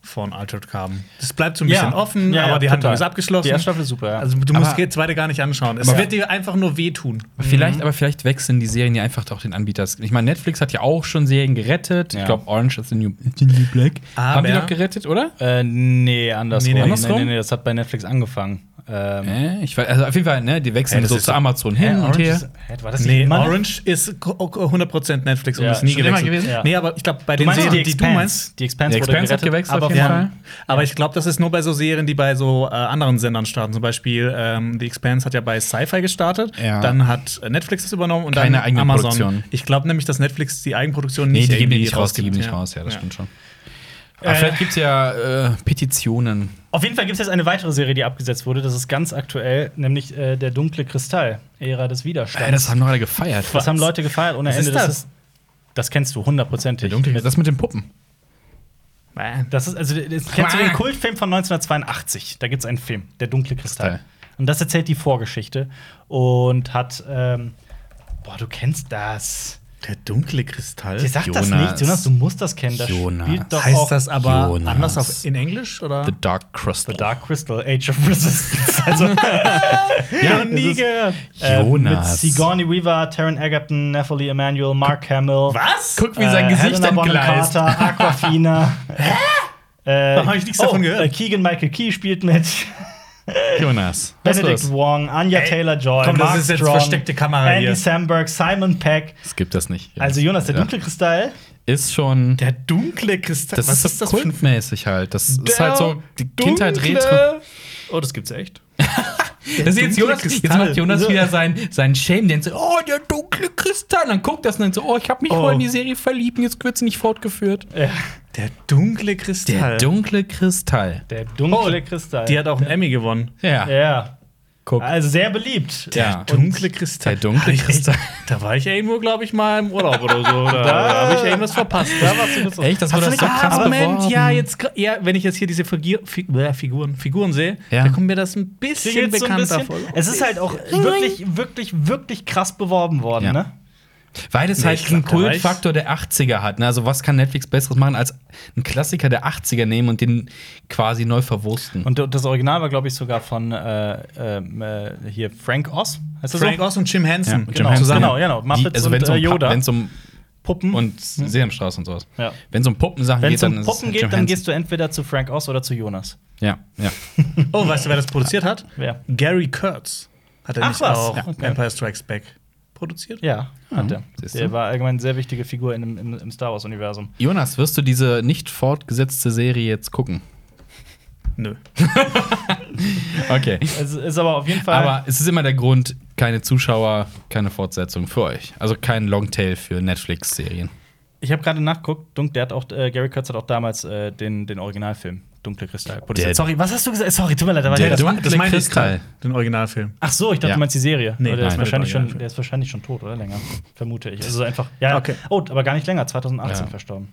Speaker 2: von Altered Carbon. Das bleibt so ein
Speaker 1: Ja.
Speaker 2: bisschen offen,
Speaker 1: Ja, ja,
Speaker 2: aber die
Speaker 1: total.
Speaker 2: Handlung ist abgeschlossen.
Speaker 1: Die erste Staffel ist super, ja.
Speaker 2: Also du
Speaker 3: Aber-
Speaker 2: musst die zweite gar nicht anschauen. Es
Speaker 3: Aber-
Speaker 2: wird dir einfach nur wehtun.
Speaker 1: Mhm.
Speaker 3: Vielleicht, aber vielleicht wechseln die Serien ja einfach auch den Anbieter. Ich meine, Netflix hat ja auch schon Serien gerettet.
Speaker 1: Ja.
Speaker 3: Ich glaube, Orange is the New, the new Black.
Speaker 2: Aber-
Speaker 3: Haben die doch gerettet, oder?
Speaker 1: Äh, nee, andersrum.
Speaker 2: Nee, nee,
Speaker 3: andersrum?
Speaker 1: nee, nee, das hat bei Netflix angefangen. Ähm,
Speaker 3: Äh, ich weiß, also auf jeden Fall, ne, die wechseln
Speaker 2: Hä, das
Speaker 3: so
Speaker 2: ist
Speaker 3: zu
Speaker 2: doch-
Speaker 3: Amazon
Speaker 1: hä,
Speaker 3: hin und
Speaker 1: Orange
Speaker 3: her.
Speaker 1: is- Hä, war das nicht
Speaker 2: Äh, Nee,
Speaker 1: immer
Speaker 2: Orange ist ko- ko- 100% Netflix und
Speaker 1: Ja,
Speaker 2: ist nie
Speaker 1: schon
Speaker 3: immer
Speaker 2: gewechselt.
Speaker 3: gewesen?
Speaker 1: Ja.
Speaker 2: Nee, aber ich glaube, bei den
Speaker 1: meinst
Speaker 2: Serien, die du
Speaker 1: Expanse?
Speaker 2: meinst,
Speaker 1: Die Expanse,
Speaker 3: Die Expanse hat
Speaker 1: wurde gerettet,
Speaker 3: gewechselt auf
Speaker 1: aber
Speaker 3: jeden
Speaker 1: von-
Speaker 3: Fall.
Speaker 2: Aber ich glaube, das ist nur bei so Serien, die bei so äh, anderen Sendern starten. Zum Beispiel ähm, The Expanse hat ja bei Sci-Fi gestartet,
Speaker 3: Ja.
Speaker 2: dann hat äh, Netflix es übernommen und
Speaker 3: Keine
Speaker 2: dann
Speaker 3: eigene
Speaker 2: Amazon.
Speaker 3: Produktion.
Speaker 2: Ich glaube nämlich, dass Netflix die Eigenproduktion
Speaker 3: Nee,
Speaker 2: nicht
Speaker 3: die geben die
Speaker 2: irgendwie
Speaker 3: nicht raus, die
Speaker 2: rausgibt,
Speaker 3: geben die nicht
Speaker 2: ja.
Speaker 3: raus, ja, das
Speaker 2: Ja.
Speaker 3: stimmt schon. Aber vielleicht gibt es ja äh, Petitionen.
Speaker 1: Auf jeden Fall gibt es jetzt eine weitere Serie, die abgesetzt wurde. Das ist ganz aktuell, nämlich äh, der dunkle Kristall, Ära des Widerstands.
Speaker 3: Äh, das haben noch alle gefeiert.
Speaker 1: das haben Leute gefeiert ohne
Speaker 2: Was
Speaker 1: Ende.
Speaker 2: ist das?
Speaker 1: das kennst du hundertprozentig.
Speaker 3: Dunkle, das mit den Puppen.
Speaker 2: Bäh.
Speaker 1: Das ist also das kennst du den Kultfilm von 1982. Da gibt es einen Film, der dunkle Kristall.
Speaker 3: Kristall.
Speaker 1: Und das erzählt die Vorgeschichte und hat ähm, boah, du kennst das.
Speaker 2: Der dunkle Kristall.
Speaker 1: Dir sagt das
Speaker 3: Jonas.
Speaker 1: nichts, Jonas. Du musst das kennen. Das
Speaker 3: Jonas.
Speaker 1: spielt doch auch
Speaker 2: heißt das aber
Speaker 3: Jonas.
Speaker 2: anders auf, in Englisch oder?
Speaker 3: The Dark Crystal.
Speaker 1: The Dark Crystal, Age of Resistance. Also
Speaker 3: Ja,
Speaker 1: noch nie
Speaker 3: das ist-
Speaker 1: gehört. Äh,
Speaker 3: Jonas.
Speaker 1: mit Sigourney Weaver, Taron Egerton, Nathalie Emanuel, Mark Hamill. äh,
Speaker 2: Was?
Speaker 3: Guck, wie
Speaker 2: Äh,
Speaker 3: sein Gesicht
Speaker 1: Helena Bonham
Speaker 3: entgleist.
Speaker 1: Carter, Aquafina. Äh,
Speaker 2: Da hab ich nichts davon gehört.
Speaker 1: äh, Keegan Michael Key spielt mit.
Speaker 3: Jonas. was
Speaker 1: Benedict
Speaker 3: los?
Speaker 1: Wong, Anya
Speaker 2: Ey,
Speaker 1: Taylor Joy,
Speaker 2: komm, das
Speaker 1: Mark
Speaker 2: ist jetzt
Speaker 1: Strong,
Speaker 2: versteckte Kamera
Speaker 1: Andy
Speaker 2: hier.
Speaker 1: Samberg, Simon Peck.
Speaker 3: Es gibt das nicht.
Speaker 1: Also Jonas, der dunkle Kristall.
Speaker 3: Ist schon.
Speaker 2: Der dunkle Kristall.
Speaker 3: Das
Speaker 2: Was
Speaker 3: ist,
Speaker 2: ist das für ein
Speaker 3: kultmäßig halt. Das ist
Speaker 2: Der
Speaker 3: halt so die Kindheit
Speaker 2: dunkle-
Speaker 3: retro.
Speaker 2: Oh, das gibt's echt.
Speaker 3: Das ist jetzt
Speaker 2: dunkle
Speaker 3: Jonas, jetzt
Speaker 2: Kristall.
Speaker 3: macht Jonas
Speaker 2: So.
Speaker 3: wieder seinen sein Shame, den so, oh, der dunkle Kristall. Und dann guckt das und dann so, oh, ich habe mich
Speaker 2: Oh.
Speaker 3: voll in die Serie verliebt und jetzt wird sie nicht fortgeführt.
Speaker 1: Äh,
Speaker 2: Der dunkle Kristall.
Speaker 3: dunkle Kristall.
Speaker 1: der dunkle
Speaker 2: Oh,
Speaker 1: Kristall.
Speaker 2: die hat auch einen Emmy gewonnen.
Speaker 3: Ja.
Speaker 1: ja.
Speaker 3: Guck.
Speaker 1: Also sehr beliebt.
Speaker 3: Ja.
Speaker 2: Dunkle Kristall.
Speaker 3: Der dunkle Kristall.
Speaker 2: Da war ich ja irgendwo, glaube ich, mal im Urlaub oder so. Oder
Speaker 1: Da-
Speaker 2: da habe ich ja irgendwas verpasst. Da warst du mit so.
Speaker 3: Echt? Das
Speaker 2: Hast
Speaker 3: wurde
Speaker 2: du nicht-
Speaker 3: so krass
Speaker 2: ah, Moment,
Speaker 3: beworben.
Speaker 2: ja, jetzt, gra- ja, wenn ich jetzt hier diese Figur, Fi- äh, Figuren, Figuren sehe,
Speaker 3: Ja.
Speaker 2: da kommt mir das ein bisschen
Speaker 1: Klingelt's so ein
Speaker 2: bekannter
Speaker 1: bisschen.
Speaker 2: vor.
Speaker 1: Es ist halt auch wirklich, wirklich, wirklich krass beworben worden,
Speaker 3: Ja.
Speaker 1: ne?
Speaker 3: Weil es
Speaker 2: Nee,
Speaker 3: halt
Speaker 2: ich glaub,
Speaker 3: einen
Speaker 2: da war ich-
Speaker 3: Kultfaktor der 80er hat. Ne? Also, was kann Netflix Besseres machen, als einen Klassiker der 80er nehmen und den quasi neu verwursten?
Speaker 1: Und das Original war, glaube ich, sogar von äh, ähm, äh, hier Frank Oz. Heißt er
Speaker 2: Frank
Speaker 1: so?
Speaker 2: Oz und Jim Henson.
Speaker 3: mit Jim
Speaker 1: genau.
Speaker 3: Henson.
Speaker 1: Genau, genau. Muppets
Speaker 3: Die, also,
Speaker 1: und,
Speaker 3: wenn es um,
Speaker 1: äh, Yoda.
Speaker 3: Pa- wenn's um
Speaker 1: Puppen.
Speaker 3: und Sesamstraße und sowas.
Speaker 1: Ja.
Speaker 3: Wenn es um Puppensachen
Speaker 1: wenn
Speaker 3: geht,
Speaker 1: es
Speaker 3: dann
Speaker 1: um
Speaker 3: ist
Speaker 1: Puppen
Speaker 3: es Jim
Speaker 1: geht, dann
Speaker 3: Henson.
Speaker 1: gehst du entweder zu Frank Oz oder zu Jonas.
Speaker 3: Ja, ja.
Speaker 2: Oh, weißt du, wer das produziert hat?
Speaker 1: Wer?
Speaker 2: Gary Kurtz. Hat er
Speaker 1: Ach
Speaker 2: nicht
Speaker 1: was,
Speaker 2: auch
Speaker 1: ja, okay.
Speaker 2: Empire Strikes Back produziert?
Speaker 1: Ja, hat er.
Speaker 3: siehst du.
Speaker 1: Der war allgemein eine sehr wichtige Figur in, im, im Star Wars-Universum.
Speaker 3: Jonas, wirst du diese nicht fortgesetzte Serie jetzt gucken?
Speaker 2: Nö.
Speaker 3: Okay.
Speaker 1: Es ist aber auf jeden Fall.
Speaker 3: Aber es ist immer der Grund, keine Zuschauer, keine Fortsetzung für euch. Also kein Longtail für Netflix-Serien.
Speaker 1: ich habe gerade nachgeguckt, Dunk, der hat auch, äh, Gary Kurtz hat auch damals äh, den, den Originalfilm Dunkle Kristall
Speaker 3: Der-
Speaker 1: produziert. Sorry, was hast du gesagt? Sorry, tut mir leid, da war
Speaker 3: Der
Speaker 1: der das.
Speaker 3: Dun- Dunkle Kristall.
Speaker 2: Den Originalfilm.
Speaker 1: Ach so, ich dachte,
Speaker 3: Ja.
Speaker 1: du meinst die Serie.
Speaker 2: Nee,
Speaker 1: Nee, der, ist
Speaker 2: nein.
Speaker 1: wahrscheinlich
Speaker 2: Nein, nein,
Speaker 1: schon,
Speaker 2: nein.
Speaker 1: der ist wahrscheinlich schon tot, oder? Länger. Vermute ich. Also einfach. Ja,
Speaker 2: Okay.
Speaker 1: Oh, aber gar nicht länger, 2018
Speaker 3: Ja.
Speaker 1: verstorben.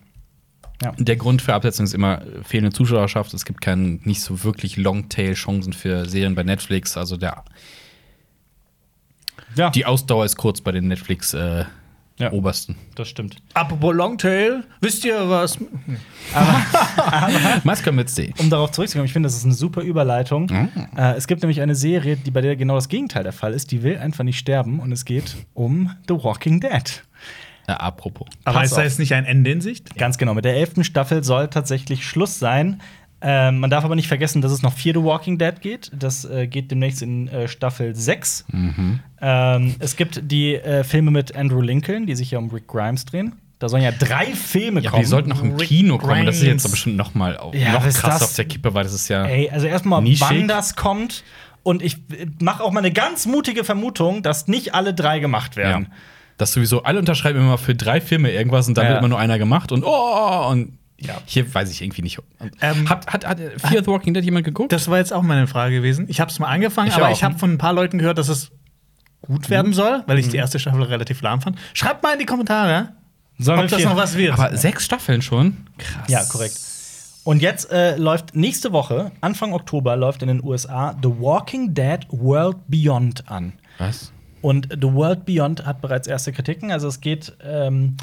Speaker 3: Der Grund für Absetzung ist immer äh, fehlende Zuschauerschaft. Es gibt keinen, nicht so wirklich Longtail-Chancen für Serien bei Netflix. Also der,
Speaker 1: Ja,
Speaker 3: die Ausdauer ist kurz bei den
Speaker 1: Ja.
Speaker 3: äh, Netflix-Obersten.
Speaker 1: das stimmt.
Speaker 2: Apropos Longtail, wisst ihr was?
Speaker 3: Äh, Maske mit C.
Speaker 1: Um darauf zurückzukommen, ich finde, das ist eine super Überleitung. Äh, es gibt nämlich eine Serie, die bei der genau das Gegenteil der Fall ist. Die will einfach nicht sterben und es geht um The Walking Dead.
Speaker 3: Ja, Äh, apropos.
Speaker 2: Aber
Speaker 1: Pass
Speaker 2: ist da
Speaker 1: auf.
Speaker 2: jetzt nicht ein Ende in Sicht?
Speaker 1: Ganz genau. Mit der elften Staffel soll tatsächlich Schluss sein. Ähm, man darf aber nicht vergessen, dass es noch vier The Walking Dead geht. Das äh, geht demnächst in äh, Staffel 6.
Speaker 3: Mhm.
Speaker 1: Ähm, es gibt die äh, Filme mit Andrew Lincoln, die sich ja um Rick Grimes drehen. Da sollen ja drei Filme
Speaker 3: Ja,
Speaker 1: kommen.
Speaker 3: die sollten noch im
Speaker 2: Rick
Speaker 3: Kino kommen. Das ist jetzt
Speaker 2: Grimes.
Speaker 3: bestimmt noch mal auf,
Speaker 1: Ja,
Speaker 3: noch
Speaker 1: was ist
Speaker 3: krass
Speaker 1: das?
Speaker 3: auf der Kippe, weil das ist ja.
Speaker 1: Ey, also erstmal,
Speaker 3: Nischig.
Speaker 1: wann das kommt. Und ich mache auch mal eine ganz mutige Vermutung, dass nicht alle drei gemacht
Speaker 3: ja.
Speaker 1: werden.
Speaker 3: Dass sowieso alle unterschreiben immer für drei Filme irgendwas und dann
Speaker 1: Ja.
Speaker 3: wird immer nur einer gemacht und oh und
Speaker 1: Ja.
Speaker 3: hier weiß ich irgendwie nicht.
Speaker 2: Ähm,
Speaker 3: hat, hat, hat Fear the Walking Dead jemand geguckt?
Speaker 2: Das war jetzt auch meine Frage gewesen. Ich habe es mal angefangen,
Speaker 3: Ich
Speaker 2: aber
Speaker 3: auch.
Speaker 2: ich Mhm. habe von ein paar Leuten gehört, dass es gut werden soll, weil ich die erste Staffel relativ lahm fand. Schreibt mal in die Kommentare,
Speaker 1: Sollen wir
Speaker 2: ob das
Speaker 1: vier-
Speaker 2: noch was wird.
Speaker 3: aber sechs Staffeln schon? Krass.
Speaker 1: Ja, korrekt. Und jetzt äh, läuft nächste Woche, Anfang Oktober, läuft in den USA The Walking Dead World Beyond an.
Speaker 3: Was?
Speaker 1: Und The World Beyond hat bereits erste Kritiken. Also es geht. Ähm,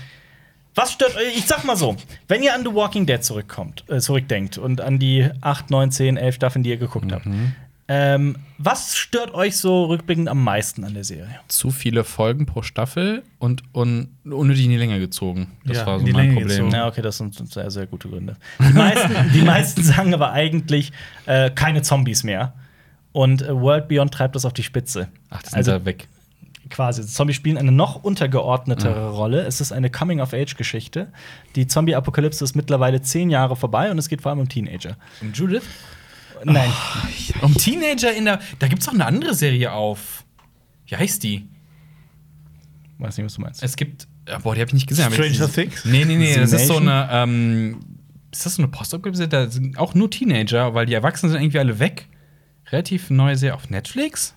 Speaker 1: was stört euch? Ich sag mal so, wenn ihr an The Walking Dead zurückkommt, äh, zurückdenkt und an die 8, 9, 10, 11 Staffeln, die ihr geguckt habt, ähm, was stört euch so rückblickend am meisten an der Serie?
Speaker 3: Zu viele Folgen pro Staffel und, und unnötig in die Länge gezogen. Das
Speaker 2: Ja,
Speaker 3: war so
Speaker 2: in die
Speaker 3: mein
Speaker 2: Länge
Speaker 3: Problem.
Speaker 2: gezogen.
Speaker 1: Ja, okay, das sind sehr, sehr gute Gründe. Die meisten, die meisten sagen aber eigentlich äh, keine Zombies mehr. Und äh, World Beyond treibt das auf die Spitze.
Speaker 3: Ach, das sind
Speaker 1: also
Speaker 3: da weg.
Speaker 1: quasi. Zombies spielen eine noch untergeordnetere Rolle. Es ist eine Coming-of-Age-Geschichte. Die Zombie-Apokalypse ist mittlerweile zehn Jahre vorbei und es geht vor allem um Teenager.
Speaker 3: Um Judith?
Speaker 1: Nein,
Speaker 3: Um Teenager in der. Da gibt's auch eine andere Serie auf. Wie heißt die?
Speaker 1: weiß nicht, was du meinst.
Speaker 3: Es gibt. ah, Boah, die habe ich nicht gesehen. aber ich-
Speaker 2: Stranger Things?
Speaker 3: Nee, nee, nee. Das ist so
Speaker 1: Simulation?
Speaker 3: eine. Ähm, ist das so eine Postapokalypse? Da sind auch nur Teenager, weil die Erwachsenen sind irgendwie alle weg. Relativ neue Serie auf Netflix.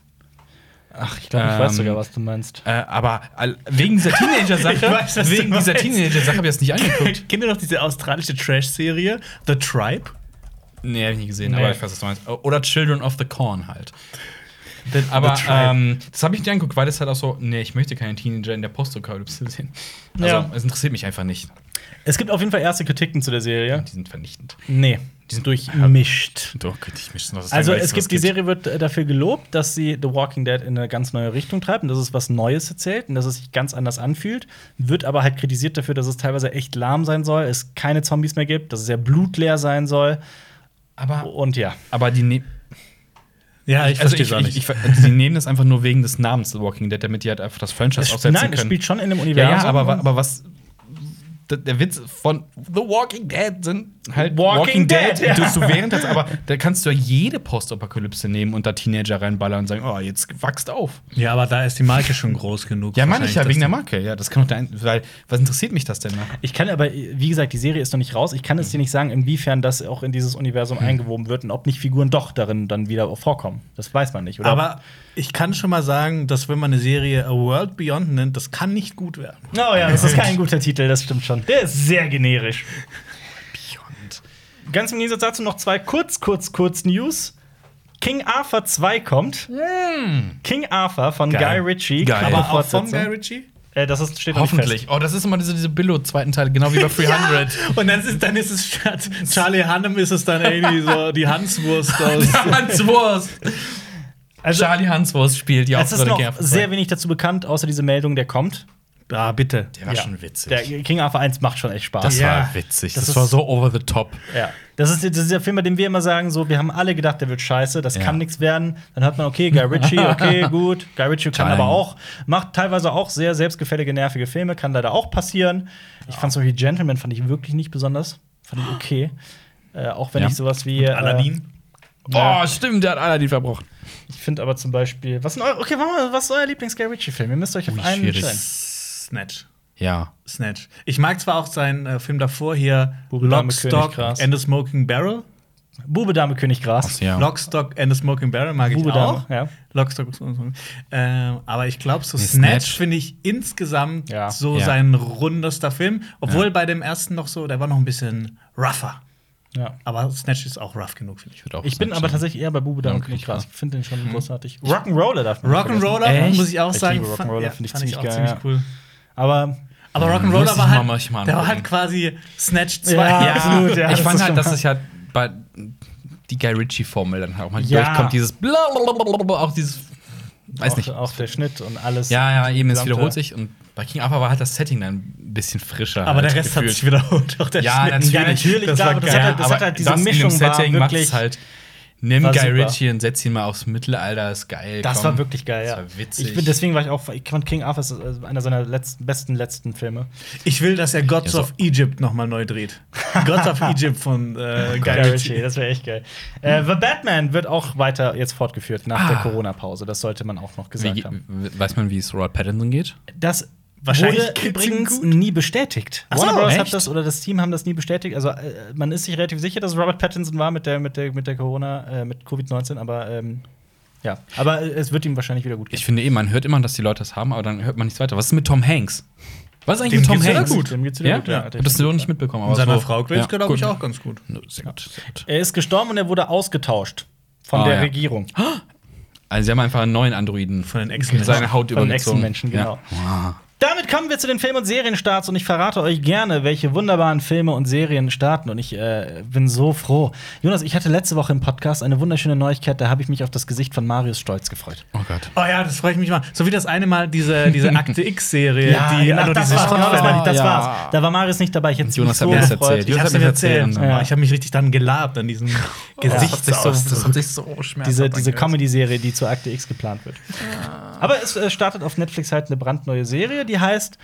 Speaker 1: Ach, ich glaube, ich
Speaker 3: Ähm,
Speaker 1: weiß sogar, was du meinst.
Speaker 3: Äh, aber all- wegen dieser Teenager-Sache,
Speaker 2: Ich weiß, was du
Speaker 3: wegen dieser
Speaker 2: meinst.
Speaker 3: Teenager-Sache habe ich das nicht angeguckt.
Speaker 2: Kennt ihr noch diese australische Trash-Serie The Tribe?
Speaker 3: nee, habe ich nicht gesehen,
Speaker 1: Nee.
Speaker 3: aber ich weiß, was du meinst. Oder Children of the Corn halt.
Speaker 2: The,
Speaker 3: Aber
Speaker 2: The Tribe.
Speaker 3: ähm, das habe ich nicht angeguckt, weil das halt auch so, nee, ich möchte keinen Teenager in der Postapokalypse sehen. Also,
Speaker 1: Ja.
Speaker 3: es interessiert mich einfach nicht.
Speaker 1: Es gibt auf jeden Fall erste Kritiken zu der Serie.
Speaker 3: Die sind vernichtend.
Speaker 1: Nee, die sind durchmischt.
Speaker 3: Doch, ich mich noch das
Speaker 1: Also es
Speaker 3: Langweiligste, was
Speaker 1: gibt die Serie wird äh, dafür gelobt, dass sie The Walking Dead in eine ganz neue Richtung treibt und dass es was Neues erzählt und dass es sich ganz anders anfühlt, wird aber halt kritisiert dafür, dass es teilweise echt lahm sein soll, es keine Zombies mehr gibt, dass es sehr blutleer sein soll
Speaker 3: Aber
Speaker 1: und ja.
Speaker 3: Aber die nehmen.
Speaker 2: ja, ich
Speaker 3: Also
Speaker 2: verstehe
Speaker 3: ich,
Speaker 2: es auch
Speaker 3: ich,
Speaker 2: nicht.
Speaker 3: ich, die nehmen das einfach nur wegen des Namens The Walking Dead, damit die halt einfach das Franchise
Speaker 1: Es-
Speaker 3: aufsetzen
Speaker 1: Nein, es
Speaker 3: können.
Speaker 1: spielt schon in dem
Speaker 3: ja,
Speaker 1: Universum.
Speaker 3: ja, aber, wa- aber was. d- der Witz von The Walking Dead sind halt
Speaker 1: Walking Dead, ja.
Speaker 3: dass du während das aber da kannst du ja jede Postapokalypse nehmen und da Teenager reinballern und sagen, oh, jetzt wachst auf.
Speaker 2: Ja, aber da ist die Marke schon groß genug.
Speaker 3: Ja, meine ich ja
Speaker 2: wahrscheinlich,
Speaker 3: wegen der
Speaker 2: dass
Speaker 3: Marke. Ja, das kann doch der ein weil was interessiert mich das denn? Ne?
Speaker 1: Ich kann aber, wie gesagt, die Serie ist noch nicht raus. Ich kann es
Speaker 3: Mhm.
Speaker 1: dir nicht sagen, inwiefern das auch in dieses Universum eingewoben wird und ob nicht Figuren doch darin dann wieder auch vorkommen. Das weiß man nicht.
Speaker 2: die-
Speaker 1: Oder
Speaker 2: Aber ich kann schon mal sagen, dass wenn man eine Serie A World Beyond nennt, das kann nicht gut werden.
Speaker 1: Oh ja, das ist kein guter Titel, das stimmt schon. Der ist sehr generisch. Ganz im Gegensatz dazu noch zwei kurz, kurz, kurz News. King Arthur 2 kommt. King Arthur von
Speaker 3: Hm. Geil.
Speaker 1: Guy Ritchie.
Speaker 3: Geil.
Speaker 1: krasse
Speaker 3: Aber
Speaker 1: Fortsetzung.
Speaker 2: Ritchie?
Speaker 1: äh, das ist, steht noch nicht
Speaker 3: Hoffentlich. Oh, das ist immer diese, diese Billo-zweiten Teil, genau wie bei 300.
Speaker 2: Und dann ist, dann ist es statt Charlie Hannem ist es dann irgendwie so die Hanswurst aus.
Speaker 3: Hanswurst.
Speaker 1: Fest. Also,
Speaker 3: Charlie Hanswurst spielt ja
Speaker 1: es ist noch
Speaker 3: King of
Speaker 1: sehr
Speaker 3: Fighters.
Speaker 1: wenig dazu bekannt, außer diese Meldung, der kommt.
Speaker 2: Da, Ah, bitte.
Speaker 3: Der war
Speaker 1: Ja.
Speaker 3: schon witzig.
Speaker 1: Der King Arthur 1 macht schon echt Spaß.
Speaker 3: das
Speaker 2: Ja.
Speaker 3: war witzig.
Speaker 1: Das
Speaker 3: Das,
Speaker 1: ist-
Speaker 3: war so over the top.
Speaker 1: Ja. Das ist, das ist der Film, bei dem wir immer sagen, so, wir haben alle gedacht, der wird scheiße, das
Speaker 3: Ja.
Speaker 1: kann nichts werden. Dann hat man, okay, Guy Ritchie, okay, gut. Guy Ritchie kann
Speaker 3: Time.
Speaker 1: aber auch, macht teilweise auch sehr selbstgefällige, nervige Filme, kann leider auch passieren. Ich fand zum Beispiel Gentleman fand ich wirklich nicht besonders. Fand ich okay. Äh, auch wenn
Speaker 3: Ja.
Speaker 1: ich sowas wie. Äh, Ja.
Speaker 3: Boah, stimmt, der hat Aladdin verbrochen.
Speaker 1: ich finde aber zum Beispiel. Was, ist denn eu- okay, machen wir, was ist euer Lieblings-Guy Ritchie-Film? Ihr müsst euch auf
Speaker 3: Ui,
Speaker 1: einen
Speaker 3: schwierig.
Speaker 1: entscheiden.
Speaker 2: Snatch.
Speaker 3: Ja.
Speaker 2: Snatch. Ich mag zwar auch seinen äh, Film davor hier,
Speaker 1: Bube, Dame, König,
Speaker 2: Lockstock
Speaker 1: Gras.
Speaker 2: and a Smoking Barrel.
Speaker 1: Bube, Dame, König, Gras.
Speaker 3: Ja.
Speaker 2: Lockstock and a Smoking Barrel mag ich
Speaker 1: Bube, Dame,
Speaker 2: auch.
Speaker 1: ja.
Speaker 2: Lockstock and Smoking ähm, Aber ich glaube, so
Speaker 3: Nee,
Speaker 2: Snatch
Speaker 3: Snatch.
Speaker 2: finde ich insgesamt
Speaker 1: Ja.
Speaker 2: so
Speaker 3: Ja.
Speaker 2: sein rundester Film. Obwohl bei dem ersten noch so, der war noch ein bisschen rougher.
Speaker 1: ja.
Speaker 2: Aber Snatch ist auch rough genug, finde ich.
Speaker 3: würd auch
Speaker 1: Ich bin
Speaker 3: Snatch
Speaker 1: aber
Speaker 3: sagen.
Speaker 1: tatsächlich eher bei Bube, Dame,
Speaker 3: Okay,
Speaker 1: König,
Speaker 3: klar.
Speaker 1: Gras. Ich finde den schon großartig. Mhm. Rock'n'Roller darf man nicht vergessen.
Speaker 2: Rock'n'Roller,
Speaker 3: Echt?
Speaker 2: muss ich auch
Speaker 1: Ich
Speaker 2: sagen,
Speaker 1: liebe
Speaker 2: fand-
Speaker 1: Rock'n'Roller,
Speaker 2: ja,
Speaker 1: finde ich
Speaker 2: fand
Speaker 1: ziemlich geil, ja.
Speaker 2: cool.
Speaker 1: Aber
Speaker 2: Aber
Speaker 3: Muss
Speaker 2: Rock'n'Roller
Speaker 3: ich
Speaker 2: war
Speaker 3: mal-
Speaker 2: halt,
Speaker 3: muss ich mal
Speaker 2: der war
Speaker 3: angucken.
Speaker 2: halt quasi Snatch 2.
Speaker 1: Ja, absolut, ja.
Speaker 3: ich
Speaker 1: das ist
Speaker 3: fand
Speaker 1: schon
Speaker 3: halt, dass es ja bei die Guy Ritchie-Formel dann halt auch mal
Speaker 1: Ja.
Speaker 3: durchkommt, dieses blablabla, auch dieses, weiß
Speaker 1: auch,
Speaker 3: nicht.
Speaker 1: auch der Schnitt und alles.
Speaker 3: Ja, ja, eben, es
Speaker 1: äh, Gesamte-
Speaker 3: wiederholt sich und bei King Arthur war halt das Setting dann ein bisschen frischer.
Speaker 2: Aber der
Speaker 3: halt,
Speaker 2: Rest hat
Speaker 3: gefühlt.
Speaker 2: sich wiederholt. Auch der
Speaker 3: Ja,
Speaker 2: Schnitt.
Speaker 3: natürlich.
Speaker 1: Ja, natürlich,
Speaker 2: Das
Speaker 1: klar,
Speaker 2: war
Speaker 1: aber das,
Speaker 2: geil,
Speaker 1: hat halt, das hat halt diese
Speaker 3: das in dem
Speaker 1: Mischung
Speaker 3: Setting
Speaker 1: war
Speaker 3: macht's
Speaker 1: wirklich,
Speaker 3: halt. Nimm
Speaker 1: war
Speaker 3: Guy
Speaker 1: super.
Speaker 3: Ritchie und setz ihn mal aufs Mittelalter, ist geil.
Speaker 1: Das
Speaker 3: komm.
Speaker 1: war wirklich geil, ja.
Speaker 3: Das war witzig.
Speaker 1: Ich bin, deswegen war ich auch, ich fand King Arthur ist äh, einer seiner letzten, besten letzten Filme.
Speaker 2: Ich will, dass er Gods
Speaker 3: Ja, so.
Speaker 2: of Egypt nochmal neu dreht. Gods of Egypt von äh, Guy
Speaker 1: Guy
Speaker 2: Ritchie.
Speaker 1: das wäre echt geil. Äh, The Batman wird auch weiter jetzt fortgeführt nach der Corona-Pause. Das sollte man auch noch gesagt
Speaker 3: wie,
Speaker 1: haben.
Speaker 3: we- weiß man, wie es Robert Pattinson geht?
Speaker 1: Das
Speaker 2: Wahrscheinlich
Speaker 1: wurde
Speaker 2: geht's ihm
Speaker 1: übrigens
Speaker 2: gut.
Speaker 1: nie bestätigt.
Speaker 2: Ach so,
Speaker 1: Warner Bros.
Speaker 2: echt?
Speaker 1: hat das oder das Team haben das nie bestätigt. Also äh, man ist sich relativ sicher, dass Robert Pattinson war mit der mit der mit der Corona äh, mit Covid-19, aber ähm, ja, aber äh, es wird ihm wahrscheinlich wieder gut gehen.
Speaker 3: Ich finde eh, man hört immer, dass die Leute das haben, aber dann hört man nichts weiter. Was ist mit Tom Hanks? Was ist eigentlich mit
Speaker 2: Dem
Speaker 3: Tom
Speaker 2: geht's wieder
Speaker 3: Hanks?
Speaker 2: gut.
Speaker 1: Dem geht's wieder
Speaker 3: Ja?
Speaker 1: gut,
Speaker 3: gut,
Speaker 1: ja.
Speaker 3: Ich hab das so nicht mitbekommen. Aber
Speaker 2: Und seiner
Speaker 3: so,
Speaker 2: Frau geht's,
Speaker 3: ja,
Speaker 2: glaube ich,
Speaker 3: gut.
Speaker 2: auch ganz gut.
Speaker 3: Nö, Sehr gut, sehr gut.
Speaker 1: Er ist gestorben und er wurde ausgetauscht von
Speaker 3: Ah,
Speaker 1: der
Speaker 3: ja.
Speaker 1: Regierung,
Speaker 3: Also, sie haben einfach einen neuen Androiden
Speaker 2: Von den
Speaker 3: mit
Speaker 2: Excellent.
Speaker 3: seiner Haut
Speaker 1: von
Speaker 3: übergezogen.
Speaker 1: Echsenmenschen, genau.
Speaker 3: Ja.
Speaker 1: Damit kommen wir zu den Film- und Serienstarts und ich verrate euch gerne, welche wunderbaren Filme und Serien starten und ich äh, bin so froh. Jonas, ich hatte letzte Woche im Podcast eine wunderschöne Neuigkeit, da habe ich mich auf das Gesicht von Marius Stolz gefreut.
Speaker 3: Oh Gott.
Speaker 2: Oh ja, das freut mich mal. So wie das eine Mal diese, diese Akte X-Serie, die
Speaker 1: genau,
Speaker 2: also
Speaker 1: das,
Speaker 2: diese
Speaker 1: war's, genau, das,
Speaker 2: Staffel-
Speaker 1: war, das
Speaker 3: Ja.
Speaker 1: war's. Da war Marius nicht dabei. Ich hätte
Speaker 3: Jonas hat mir
Speaker 1: mich
Speaker 3: das
Speaker 1: so gefreut.
Speaker 3: erzählt.
Speaker 2: Ich
Speaker 3: Jonas
Speaker 2: hab's
Speaker 3: hat
Speaker 2: mir
Speaker 3: mir
Speaker 2: erzählt.
Speaker 3: erzählt. genau.
Speaker 1: Ja.
Speaker 2: Ich habe mich richtig dann gelabt an diesem Gesicht.
Speaker 3: sich so schmerzhaft
Speaker 1: Diese, diese
Speaker 3: angehört.
Speaker 1: Comedy-Serie, die zu Akte X geplant wird. Aber es äh, startet auf Netflix halt eine brandneue Serie, die heißt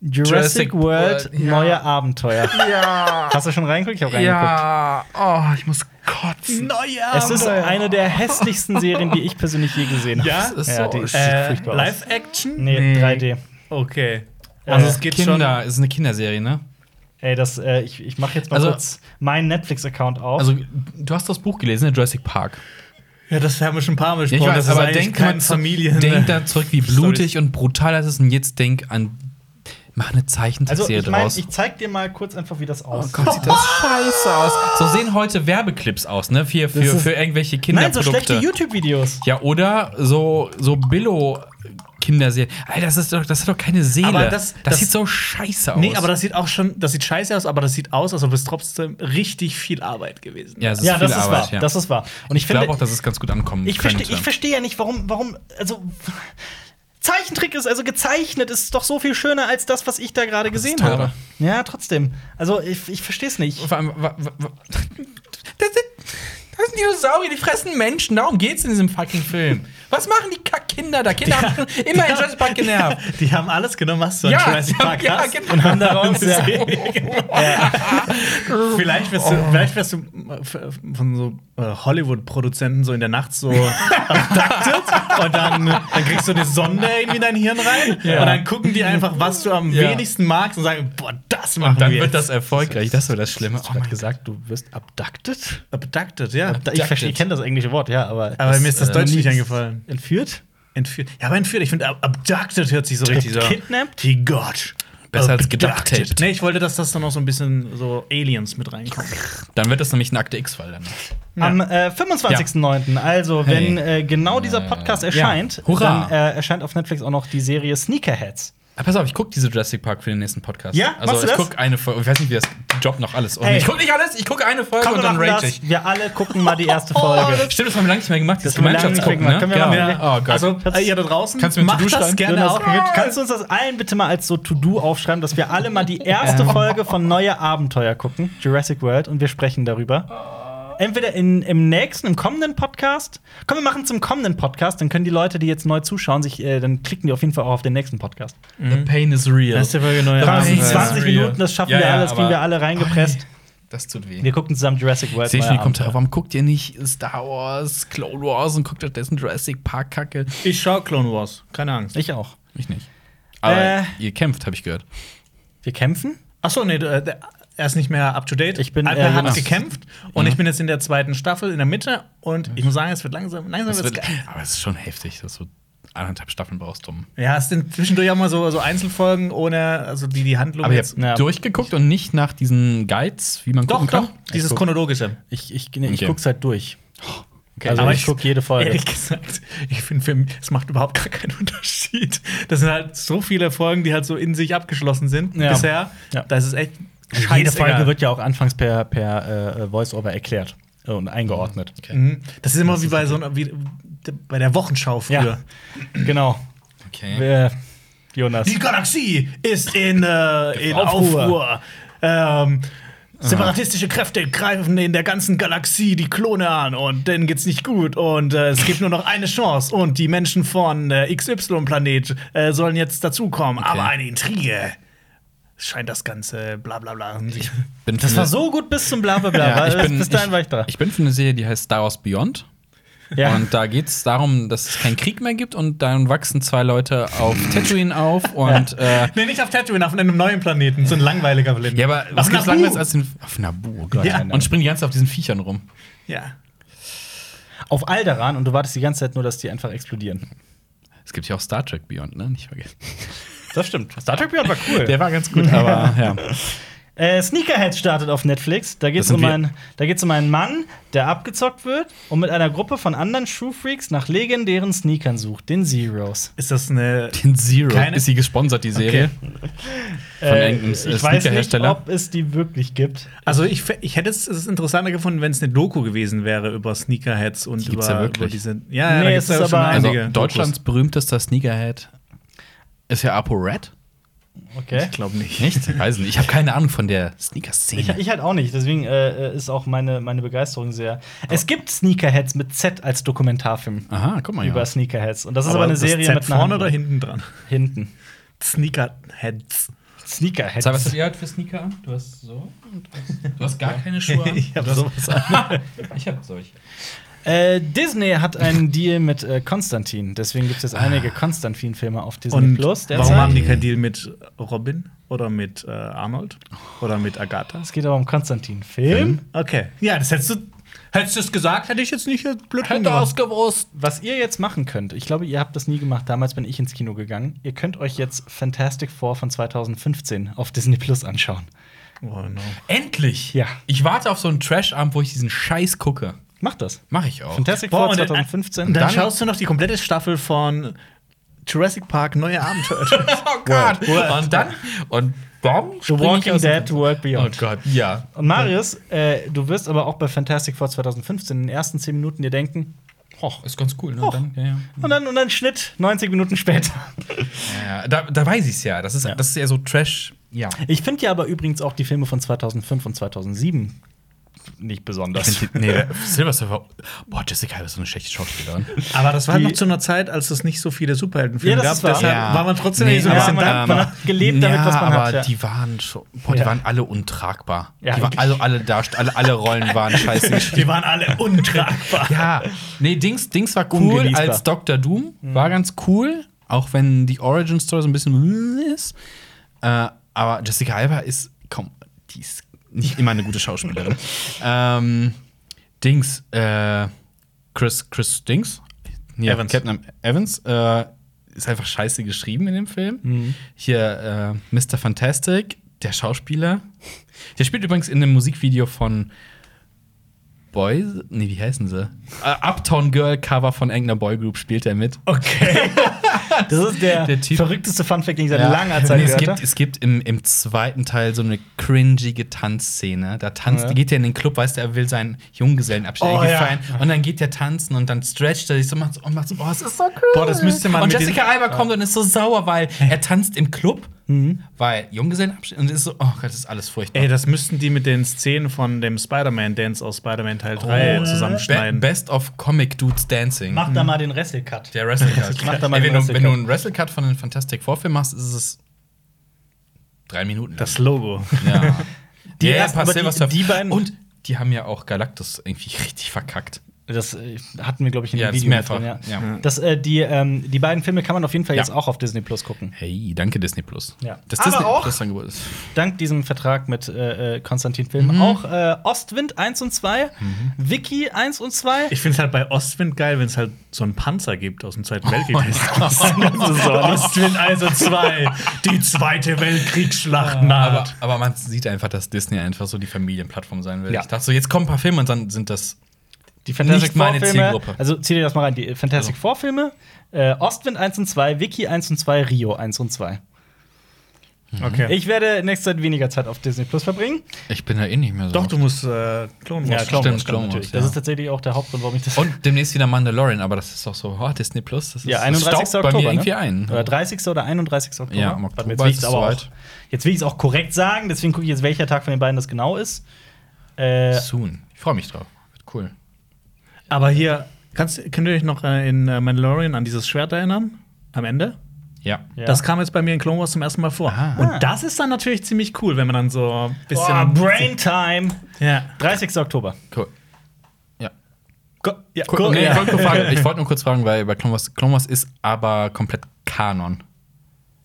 Speaker 1: Jurassic,
Speaker 3: Jurassic
Speaker 1: World,
Speaker 3: World, ja.
Speaker 1: neue Abenteuer.
Speaker 3: Ja.
Speaker 1: Hast du schon reingeguckt? Ich habe reingeguckt.
Speaker 3: Ja. Oh, ich muss kotzen.
Speaker 2: Neue
Speaker 1: Es ist
Speaker 2: Abenteuer.
Speaker 1: eine der hässlichsten Serien, die ich persönlich je gesehen habe.
Speaker 2: Ja?
Speaker 3: Das ist
Speaker 1: Ja,
Speaker 3: so
Speaker 1: die-
Speaker 3: äh,
Speaker 2: äh,
Speaker 1: furchtbar aus.
Speaker 2: Live-Action?
Speaker 1: Nee,
Speaker 3: Nee.
Speaker 1: 3D.
Speaker 2: Okay.
Speaker 1: Äh,
Speaker 2: Also es geht
Speaker 3: Kinder, es ist eine Kinderserie, ne?
Speaker 1: Ey, das, äh, ich, ich mache jetzt mal
Speaker 3: Also-
Speaker 1: kurz meinen Netflix-Account auf.
Speaker 3: Also, du hast das Buch gelesen, ne? Jurassic Park.
Speaker 2: schon. Ja, das haben wir schon ein paar Mal
Speaker 3: Ja,
Speaker 2: besprochen.
Speaker 3: ich weiß,
Speaker 2: das ist
Speaker 3: aber
Speaker 2: eigentlich
Speaker 3: denk,
Speaker 2: kein
Speaker 3: mal,
Speaker 2: Familien.
Speaker 3: denk da zurück, wie blutig und brutal das ist. Und jetzt denk an. Mach eine
Speaker 1: Also,
Speaker 3: Zeichentrickserie
Speaker 1: ich meine,
Speaker 3: draus.
Speaker 1: ich zeig dir mal kurz einfach, wie das
Speaker 3: Oh
Speaker 1: aussieht.
Speaker 3: Gott, sieht das scheiße aus. So sehen heute Werbeclips aus, ne? Für, für,
Speaker 1: Das ist-
Speaker 3: für irgendwelche
Speaker 1: Nein, so schlechte
Speaker 3: Kinderprodukte.
Speaker 1: YouTube-Videos.
Speaker 3: ja, oder so, so Billo-Kinderserien. Alter, das, ist doch, das hat doch keine Seele.
Speaker 2: Aber das- das-
Speaker 3: sieht so scheiße aus.
Speaker 2: Nee, aber das sieht auch schon, das sieht scheiße aus, aber das sieht aus, als ob es trotzdem richtig viel Arbeit gewesen
Speaker 3: ja,
Speaker 2: wäre.
Speaker 3: es ist
Speaker 1: Ja,
Speaker 3: viel
Speaker 1: das ist
Speaker 3: Arbeit,
Speaker 1: wahr.
Speaker 3: ja.
Speaker 1: Das ist wahr. Und ich,
Speaker 3: ich
Speaker 1: finde,
Speaker 3: glaube auch, dass es ganz gut ankommen
Speaker 1: ich
Speaker 3: könnte.
Speaker 1: verstehe, ich verstehe ja nicht, warum, warum, also Zeichentrick ist, also gezeichnet ist doch so viel schöner als das, was ich da gerade gesehen
Speaker 3: teurer.
Speaker 1: habe. Ja, trotzdem. Also ich, ich verstehe es nicht.
Speaker 3: Vor allem, wa- wa- wa- das sind, das sind Dinosaurier, die fressen Menschen. Darum geht's in diesem fucking Film. Was machen die Kack? Kinder da. Kinder haben immer in Jurassic Park genervt.
Speaker 2: Die haben alles genommen, was du
Speaker 3: Ja,
Speaker 2: an Jurassic
Speaker 3: ja,
Speaker 2: Park
Speaker 3: ja,
Speaker 2: hast.
Speaker 3: genau.
Speaker 2: Und haben daraus
Speaker 3: Ja. genau.
Speaker 2: Vielleicht wirst
Speaker 3: Oh.
Speaker 2: du, vielleicht wirst du äh, von so äh, Hollywood-Produzenten so in der Nacht so abdaktet und dann, dann kriegst du eine Sonde irgendwie in dein Hirn rein
Speaker 3: Ja.
Speaker 2: und dann gucken die einfach, was du am
Speaker 3: Ja.
Speaker 2: wenigsten magst und sagen, boah, das machen
Speaker 3: Dann
Speaker 2: wir
Speaker 3: wird das
Speaker 2: jetzt.
Speaker 3: erfolgreich. Das war das Schlimme. Oh
Speaker 1: Er
Speaker 3: mein
Speaker 1: hat gesagt, du wirst abducted?
Speaker 2: Abducted, ja.
Speaker 1: Ich verstehe, ich kenne das englische Wort, ja, aber.
Speaker 2: aber mir ist das
Speaker 3: äh,
Speaker 2: Deutsch nicht
Speaker 1: nie-
Speaker 2: eingefallen.
Speaker 1: entführt?
Speaker 2: Entführt. Ja, aber entführt. Ich finde, ab- abducted hört sich so richtig so.
Speaker 1: Kidnapped?
Speaker 2: Die Gott.
Speaker 3: Besser als
Speaker 2: Abducted.
Speaker 3: geducktaped.
Speaker 2: Nee, ich wollte, dass das dann noch so ein bisschen so Aliens mit reinkommt.
Speaker 3: Dann wird das nämlich ein Akte X-Fall dann.
Speaker 1: Am äh, 25.09., also wenn äh, genau dieser Podcast erscheint,
Speaker 3: Hurra.
Speaker 1: dann äh, erscheint auf Netflix auch noch die Serie Sneakerheads.
Speaker 3: Ah, pass auf, ich gucke diese Jurassic Park für den nächsten Podcast.
Speaker 1: Ja?
Speaker 3: also
Speaker 1: Machst du
Speaker 3: ich
Speaker 1: das?
Speaker 3: gucke eine Folge. Ich weiß nicht, wie das Job noch alles. Und
Speaker 1: Ey.
Speaker 3: ich gucke nicht alles, ich gucke eine Folge
Speaker 1: Komm,
Speaker 3: und
Speaker 1: wir
Speaker 3: dann
Speaker 1: machen
Speaker 3: rate
Speaker 1: das.
Speaker 3: ich.
Speaker 1: Wir alle gucken mal die erste Folge.
Speaker 3: Stimmt, das haben wir lange nicht mehr gemacht. Dieses
Speaker 1: haben wir lange nicht mehr
Speaker 3: Gemeinschaftsgucken. Ne?
Speaker 1: gemacht. Können wir
Speaker 3: Ja.
Speaker 1: mal-
Speaker 3: Oh Gott.
Speaker 2: Also, äh, ihr da draußen,
Speaker 3: Kannst du mir ein
Speaker 2: macht
Speaker 3: To-Do
Speaker 2: das
Speaker 3: schreiben?
Speaker 2: gerne
Speaker 1: Jonas,
Speaker 2: auch mit.
Speaker 1: Kannst du uns das allen bitte mal als so To-Do aufschreiben, dass wir alle mal die
Speaker 3: Ähm.
Speaker 1: erste Folge von Neue Abenteuer gucken, Jurassic World, und wir sprechen darüber. Entweder in, im nächsten, im kommenden Podcast. Komm, wir machen zum kommenden Podcast, dann können die Leute, die jetzt neu zuschauen, sich, äh, dann klicken die auf jeden Fall auch auf den nächsten Podcast.
Speaker 3: The pain is real.
Speaker 2: Erste Folge neuer
Speaker 1: Komm,
Speaker 3: Wahnsinn.
Speaker 1: 20 Minuten, das schaffen
Speaker 3: Ja,
Speaker 1: wir
Speaker 3: ja,
Speaker 1: alles, kriegen
Speaker 3: aber-
Speaker 1: wir alle reingepresst.
Speaker 3: Das tut weh.
Speaker 1: Wir gucken zusammen Jurassic World.
Speaker 3: Ich sehe schon
Speaker 1: neue
Speaker 3: die Kommentare,
Speaker 1: Abenteuer.
Speaker 3: warum guckt ihr nicht Star Wars, Clone Wars und guckt stattdessen Jurassic Park Kacke?
Speaker 2: Ich schau Clone Wars, keine Angst.
Speaker 1: Ich auch.
Speaker 3: Ich nicht. Aber
Speaker 1: Äh.
Speaker 3: ihr kämpft, habe ich gehört.
Speaker 1: Wir kämpfen?
Speaker 2: Achso, nee, du, äh, der- er ist nicht mehr up to date.
Speaker 1: Ich bin,
Speaker 2: Alper
Speaker 1: äh,
Speaker 2: hat
Speaker 1: Jonas.
Speaker 2: gekämpft und
Speaker 3: Mhm.
Speaker 2: ich bin jetzt in der zweiten Staffel in der Mitte und
Speaker 1: Mhm.
Speaker 2: ich muss sagen, es wird langsam, langsam
Speaker 3: Das
Speaker 2: wird's
Speaker 3: wird,
Speaker 2: geil.
Speaker 3: aber es ist schon heftig, dass du anderthalb Staffeln brauchst, um.
Speaker 2: Ja, es sind zwischendurch auch mal so, so Einzelfolgen ohne, also die die Handlung
Speaker 3: Aber ihr
Speaker 2: jetzt.
Speaker 3: habt
Speaker 1: ja.
Speaker 3: durchgeguckt und nicht nach diesen Guides, wie man
Speaker 2: Doch,
Speaker 3: gucken
Speaker 2: doch,
Speaker 3: kann?
Speaker 2: dieses
Speaker 1: guck.
Speaker 2: chronologische.
Speaker 1: Ich, ich, nee, ich
Speaker 3: Okay.
Speaker 1: guck's halt durch.
Speaker 3: Okay.
Speaker 1: Also
Speaker 2: Aber
Speaker 1: ich
Speaker 2: ich-
Speaker 1: guck jede Folge.
Speaker 2: Ehrlich gesagt, ich finde, es macht überhaupt gar keinen Unterschied. Das sind halt so viele Folgen, die halt so in sich abgeschlossen sind
Speaker 1: Ja.
Speaker 2: bisher.
Speaker 1: Ja. Also
Speaker 2: Da ist es echt
Speaker 1: Jede
Speaker 2: scheißegal.
Speaker 1: Folge wird ja auch anfangs per, per äh, Voice-Over erklärt und eingeordnet.
Speaker 2: Mhm. Das ist immer wie bei so einer, wie bei der Wochenschau früher.
Speaker 1: Ja. Genau.
Speaker 3: okay.
Speaker 1: Äh, Jonas.
Speaker 2: Die Galaxie ist in, äh, in
Speaker 1: Aufruhr.
Speaker 2: Aufruhr. Ähm,
Speaker 3: Ah.
Speaker 2: separatistische Kräfte greifen in der ganzen Galaxie die Klone an und denen geht's nicht gut und äh, es gibt nur noch eine Chance und die Menschen von äh, XY-Planet äh, sollen jetzt dazukommen, aber eine Intrige. Scheint das Ganze bla bla bla.
Speaker 3: Bin
Speaker 1: Das
Speaker 3: für
Speaker 1: war
Speaker 3: eine-
Speaker 1: so gut bis zum Blablabla.
Speaker 3: Ja, ich
Speaker 1: weil
Speaker 3: bin,
Speaker 1: bis dahin
Speaker 3: ich,
Speaker 1: war ich da.
Speaker 3: ich bin für eine Serie, die heißt Star Wars Beyond.
Speaker 1: ja.
Speaker 3: Und da geht es darum, dass es keinen Krieg mehr gibt und dann wachsen zwei Leute auf Tatooine auf und äh,
Speaker 2: Nee, nicht auf Tatooine, auf einem neuen Planeten, so ein langweiliger Planet.
Speaker 3: ja, aber was
Speaker 2: Auf
Speaker 3: gibt's also
Speaker 2: Naboo.
Speaker 3: langweiliges als den auf Nabu, oh Gott.
Speaker 2: Ja.
Speaker 3: Und springen die ganze Zeit auf diesen Viechern rum.
Speaker 2: Ja.
Speaker 1: Auf Alderan und du wartest die ganze Zeit nur, dass die einfach explodieren.
Speaker 3: Es gibt ja auch Star Trek Beyond, ne? Nicht vergessen.
Speaker 1: Das stimmt. Star Trek Beyond war cool.
Speaker 3: Der war ganz gut, aber ja.
Speaker 1: Äh, Sneakerheads startet auf Netflix. Da geht es
Speaker 3: Das sind
Speaker 1: um,
Speaker 3: wir.
Speaker 1: einen- da geht's um einen Mann, der abgezockt wird und mit einer Gruppe von anderen Shoe Freaks nach legendären Sneakern sucht, den Zeros.
Speaker 2: Ist das eine.
Speaker 3: Den Zero
Speaker 2: Keine-
Speaker 3: ist sie gesponsert, die Serie. Von irgendeinem
Speaker 1: ich weiß
Speaker 3: äh,
Speaker 1: nicht,
Speaker 3: Sneakerhersteller.
Speaker 1: ob es die wirklich gibt.
Speaker 2: Also ich, fä- ich hätte es, es ist interessanter gefunden, wenn es eine Doku gewesen wäre über Sneakerheads und
Speaker 3: Die
Speaker 2: über,
Speaker 3: gibt's ja wirklich.
Speaker 2: über diese. Ja, ja
Speaker 1: Nee,
Speaker 2: da
Speaker 1: es
Speaker 2: gibt's ja
Speaker 1: ist
Speaker 2: schon
Speaker 1: aber-
Speaker 3: Also,
Speaker 2: einige.
Speaker 3: Deutschlands berühmtester Sneakerhead ist ja Apo Red.
Speaker 1: Okay.
Speaker 2: Ich glaube nicht.
Speaker 3: Nicht? Ich weiß nicht. Ich habe keine Ahnung von der
Speaker 1: Ich,
Speaker 3: Sneaker-Szene.
Speaker 1: ich halt auch nicht, deswegen äh, äh, ist auch meine, meine Begeisterung sehr. Es gibt Sneakerheads mit Z als Dokumentarfilm
Speaker 3: Aha, guck mal. Ah, Ja.
Speaker 1: über Sneakerheads. Und das ist aber, eine
Speaker 2: das
Speaker 1: Serie
Speaker 2: Z
Speaker 1: mit einer
Speaker 2: vorne oder
Speaker 1: Handlung.
Speaker 2: hinten dran?
Speaker 1: hinten.
Speaker 2: Sneakerheads.
Speaker 1: Sneakerheads.
Speaker 3: Sag, was hast du halt für Sneaker an? Du hast so. und du hast- Du hast gar keine Schuhe an.
Speaker 2: Ich hab
Speaker 3: Du hast-
Speaker 2: sowas an.
Speaker 3: Ich hab solche.
Speaker 1: Äh, Disney hat einen Deal mit äh, Konstantin, deswegen gibt es
Speaker 3: Ah.
Speaker 1: jetzt einige Konstantin-Filme auf Disney
Speaker 2: Und
Speaker 1: Plus.
Speaker 2: warum haben die keinen Deal mit Robin oder mit äh, Arnold oder mit Agatha?
Speaker 1: Es geht aber um Konstantin-Film.
Speaker 2: Okay. Ja, das hättest du. Hättest du es gesagt, hätte ich jetzt nicht äh, blöd
Speaker 3: Hätte
Speaker 2: rumgemacht.
Speaker 3: ausgewusst.
Speaker 1: Was ihr jetzt machen könnt, ich glaube, ihr habt das nie gemacht. Damals bin ich ins Kino gegangen. Ihr könnt euch jetzt Fantastic Four von 2015 auf Disney Plus anschauen.
Speaker 2: Oh, no.
Speaker 3: Endlich!
Speaker 1: Ja.
Speaker 3: Ich warte auf so einen Trash-Abend, wo ich diesen Scheiß gucke.
Speaker 1: Macht das.
Speaker 3: Mach ich auch.
Speaker 1: Fantastic
Speaker 2: Boah,
Speaker 1: Four
Speaker 2: und dann-
Speaker 1: 2015.
Speaker 2: Und dann,
Speaker 3: dann-
Speaker 2: schaust du noch die komplette Staffel von Jurassic Park Neue Abenteuer.
Speaker 3: Oh Gott! Und dann? Und dann?
Speaker 1: The
Speaker 3: spring ich
Speaker 1: Walking
Speaker 3: aus dem-
Speaker 1: Dead, World
Speaker 3: Oh
Speaker 1: Beyond.
Speaker 3: Gott, ja.
Speaker 1: Und Marius, äh, du wirst aber auch bei Fantastic Four 2015 in den ersten 10 Minuten dir denken,
Speaker 3: Och, ist ganz cool, ne?
Speaker 1: Och.
Speaker 3: Dann, ja, ja.
Speaker 1: und dann, und dann Schnitt, 90 Minuten später.
Speaker 3: Ja, ja. Da, da weiß ich's ja. Das ist, Das ist eher so Trash. Ja.
Speaker 1: Ich finde ja aber übrigens auch die Filme von 2005 und 2007 nicht besonders.
Speaker 3: Ich find die- Nee, der Äh, Silver Surfer. Boah, Jessica Alba ist so eine schlechte Schauspielerin.
Speaker 2: Aber das war halt
Speaker 1: Die-
Speaker 2: noch zu einer Zeit, als es nicht so viele
Speaker 1: Ja,
Speaker 2: Superheldenfilme
Speaker 1: das
Speaker 2: gab.
Speaker 1: ist wahr.
Speaker 2: Deshalb
Speaker 1: Ja.
Speaker 2: war man trotzdem
Speaker 1: Nee,
Speaker 2: irgendwie so ein
Speaker 1: aber
Speaker 2: bisschen
Speaker 1: man-
Speaker 2: dankbar.
Speaker 1: man hat gelebt damit, was man
Speaker 3: aber
Speaker 1: hat, ja.
Speaker 3: die waren schon, boah,
Speaker 1: Ja.
Speaker 3: die waren alle untragbar.
Speaker 1: Ja.
Speaker 3: Die waren alle, alle, Darst alle, alle Rollen waren scheiße geschrieben.
Speaker 2: Die waren alle untragbar.
Speaker 3: Ja, nee, Dings, Dings war cool
Speaker 1: Ungenießbar.
Speaker 3: als Dr. Doom. War ganz cool, auch wenn die Origin Story so ein bisschen ist. Äh, aber Jessica Alba ist, komm, die ist nicht immer eine gute Schauspielerin. ähm, Dings, äh, Chris, Chris Dings, ja,
Speaker 2: Evans.
Speaker 3: Captain Am- Evans, äh, ist einfach scheiße geschrieben in dem Film. Hier, äh, Mr. Fantastic, der Schauspieler. Der spielt übrigens in dem Musikvideo von Boys, nee, wie heißen sie? Äh, Uptown Girl Cover von irgendeiner Boygroup spielt er mit.
Speaker 1: Okay. das ist der,
Speaker 3: Der Typ-
Speaker 1: verrückteste Funfact, den ich seit langer
Speaker 3: Nee,
Speaker 1: Zeit
Speaker 3: es
Speaker 1: gehört
Speaker 3: gibt,
Speaker 1: habe.
Speaker 3: es gibt im, im zweiten Teil so eine cringige Tanzszene. Da tanzt,
Speaker 1: Ja.
Speaker 3: geht er in den Club, weißt du, er will seinen Junggesellenabschied
Speaker 2: Oh,
Speaker 3: irgendwie
Speaker 2: ja.
Speaker 3: feiern. Und dann geht er tanzen und dann stretcht er sich so macht so, und macht so, oh, es ist so cringe.
Speaker 2: Boah, das müsste man
Speaker 3: Und
Speaker 2: mit
Speaker 3: Jessica Alba kommt und ist so sauer, weil er tanzt im Club,
Speaker 1: Mhm.
Speaker 3: weil Junggesellenabschied und ist so, oh Gott, das ist alles furchtbar.
Speaker 2: Ey, das müssten die mit den Szenen von dem Spider-Man-Dance aus Spider-Man Teil 3
Speaker 3: Be
Speaker 2: zusammenschneiden.
Speaker 3: Best of Comic Dudes Dancing.
Speaker 1: Mach da mal den Wrestle-Cut.
Speaker 3: Der Wrestle Cut.
Speaker 1: Mach da mal
Speaker 3: Ey, wenn,
Speaker 1: den
Speaker 3: du,
Speaker 1: Wrestle
Speaker 3: wenn du
Speaker 1: Cut.
Speaker 3: einen Wrestle Cut von den Fantastic Four Film machst, ist es drei Minuten.
Speaker 2: das Logo.
Speaker 3: ja.
Speaker 1: Die
Speaker 3: Die ja,
Speaker 1: ersten-
Speaker 3: ersten,
Speaker 1: aber die-
Speaker 3: Silver
Speaker 1: die beiden-
Speaker 3: Und die haben ja auch Galactus irgendwie richtig verkackt.
Speaker 1: Das äh, hatten wir, glaube ich, in
Speaker 3: Ja,
Speaker 1: dem
Speaker 3: das
Speaker 1: Video mit
Speaker 3: mehrfach,
Speaker 1: ja.
Speaker 3: ja.
Speaker 1: Das, äh, die, ähm, die beiden Filme kann man auf jeden Fall
Speaker 3: Ja.
Speaker 1: jetzt auch auf Disney Plus gucken.
Speaker 3: Hey, danke Disney Plus.
Speaker 1: Ja.
Speaker 3: Das
Speaker 1: Aber
Speaker 3: Disney
Speaker 1: auch-
Speaker 3: Plus Angebot ist.
Speaker 1: Dank diesem Vertrag mit äh, äh, Konstantin
Speaker 3: Mhm.
Speaker 1: Film. Auch äh, Ostwind 1 und 2, Vicky 1 und 2.
Speaker 2: Ich finde es halt bei Ostwind geil, wenn es halt so einen Panzer gibt aus dem Zweiten Weltkrieg. Ostwind also 2, die zweite Weltkriegsschlacht
Speaker 1: Halt.
Speaker 3: Aber,
Speaker 2: naht.
Speaker 3: aber man sieht einfach, dass Disney einfach so die Familienplattform sein will.
Speaker 1: Ja.
Speaker 3: Ich dachte so, jetzt kommen ein paar Filme und dann sind das.
Speaker 1: Die
Speaker 3: Nicht meine Zielgruppe. Also.
Speaker 1: Also zieh dir das mal rein. Die Fantastic Four Filme, äh, Ostwind 1 und 2, Vicky 1 und 2, Rio 1 und 2.
Speaker 2: Okay.
Speaker 1: Ich werde nächste Zeit weniger Zeit auf Disney Plus verbringen.
Speaker 3: Ich bin da eh nicht mehr so.
Speaker 2: Doch, du musst äh, Clone Wars.
Speaker 3: Clone Wars, Clone
Speaker 1: natürlich.
Speaker 3: Wars,
Speaker 1: Das
Speaker 3: ja.
Speaker 1: ist tatsächlich auch der Hauptgrund, warum ich das
Speaker 3: und demnächst wieder Mandalorian, aber das ist doch so, oh, Disney Plus, das ist
Speaker 1: Ja,
Speaker 3: das
Speaker 1: 31.
Speaker 3: staubt
Speaker 1: Oktober.
Speaker 3: bei mir
Speaker 1: ne?
Speaker 3: irgendwie ein.
Speaker 1: Oder 30. oder 31. Oktober.
Speaker 3: Ja, im
Speaker 1: Warte,
Speaker 3: Oktober
Speaker 1: jetzt will
Speaker 3: ist
Speaker 1: ich's
Speaker 3: es
Speaker 1: aber auch,
Speaker 3: soweit.
Speaker 1: Jetzt will ich es auch korrekt sagen, deswegen gucke ich jetzt, welcher Tag von den beiden das genau ist. Äh,
Speaker 3: Soon. Ich freue mich drauf. Wird cool.
Speaker 2: Aber hier, kannst, könnt ihr euch noch äh, in äh, Mandalorian an dieses Schwert erinnern? Am Ende?
Speaker 3: Ja.
Speaker 1: ja.
Speaker 2: Das kam jetzt bei mir in Clone Wars zum ersten Mal vor.
Speaker 3: Ah.
Speaker 2: Und das ist dann natürlich ziemlich cool, wenn man dann so ein
Speaker 1: Boah,
Speaker 2: bisschen.
Speaker 1: oh, Brain Time.
Speaker 2: ja.
Speaker 1: 30. Oktober.
Speaker 3: Cool.
Speaker 1: ja,
Speaker 3: Cool. Nee, Ich wollte nur, fragen- ich wollte nur kurz fragen, weil bei Clone Wars, Clone Wars ist aber komplett Kanon.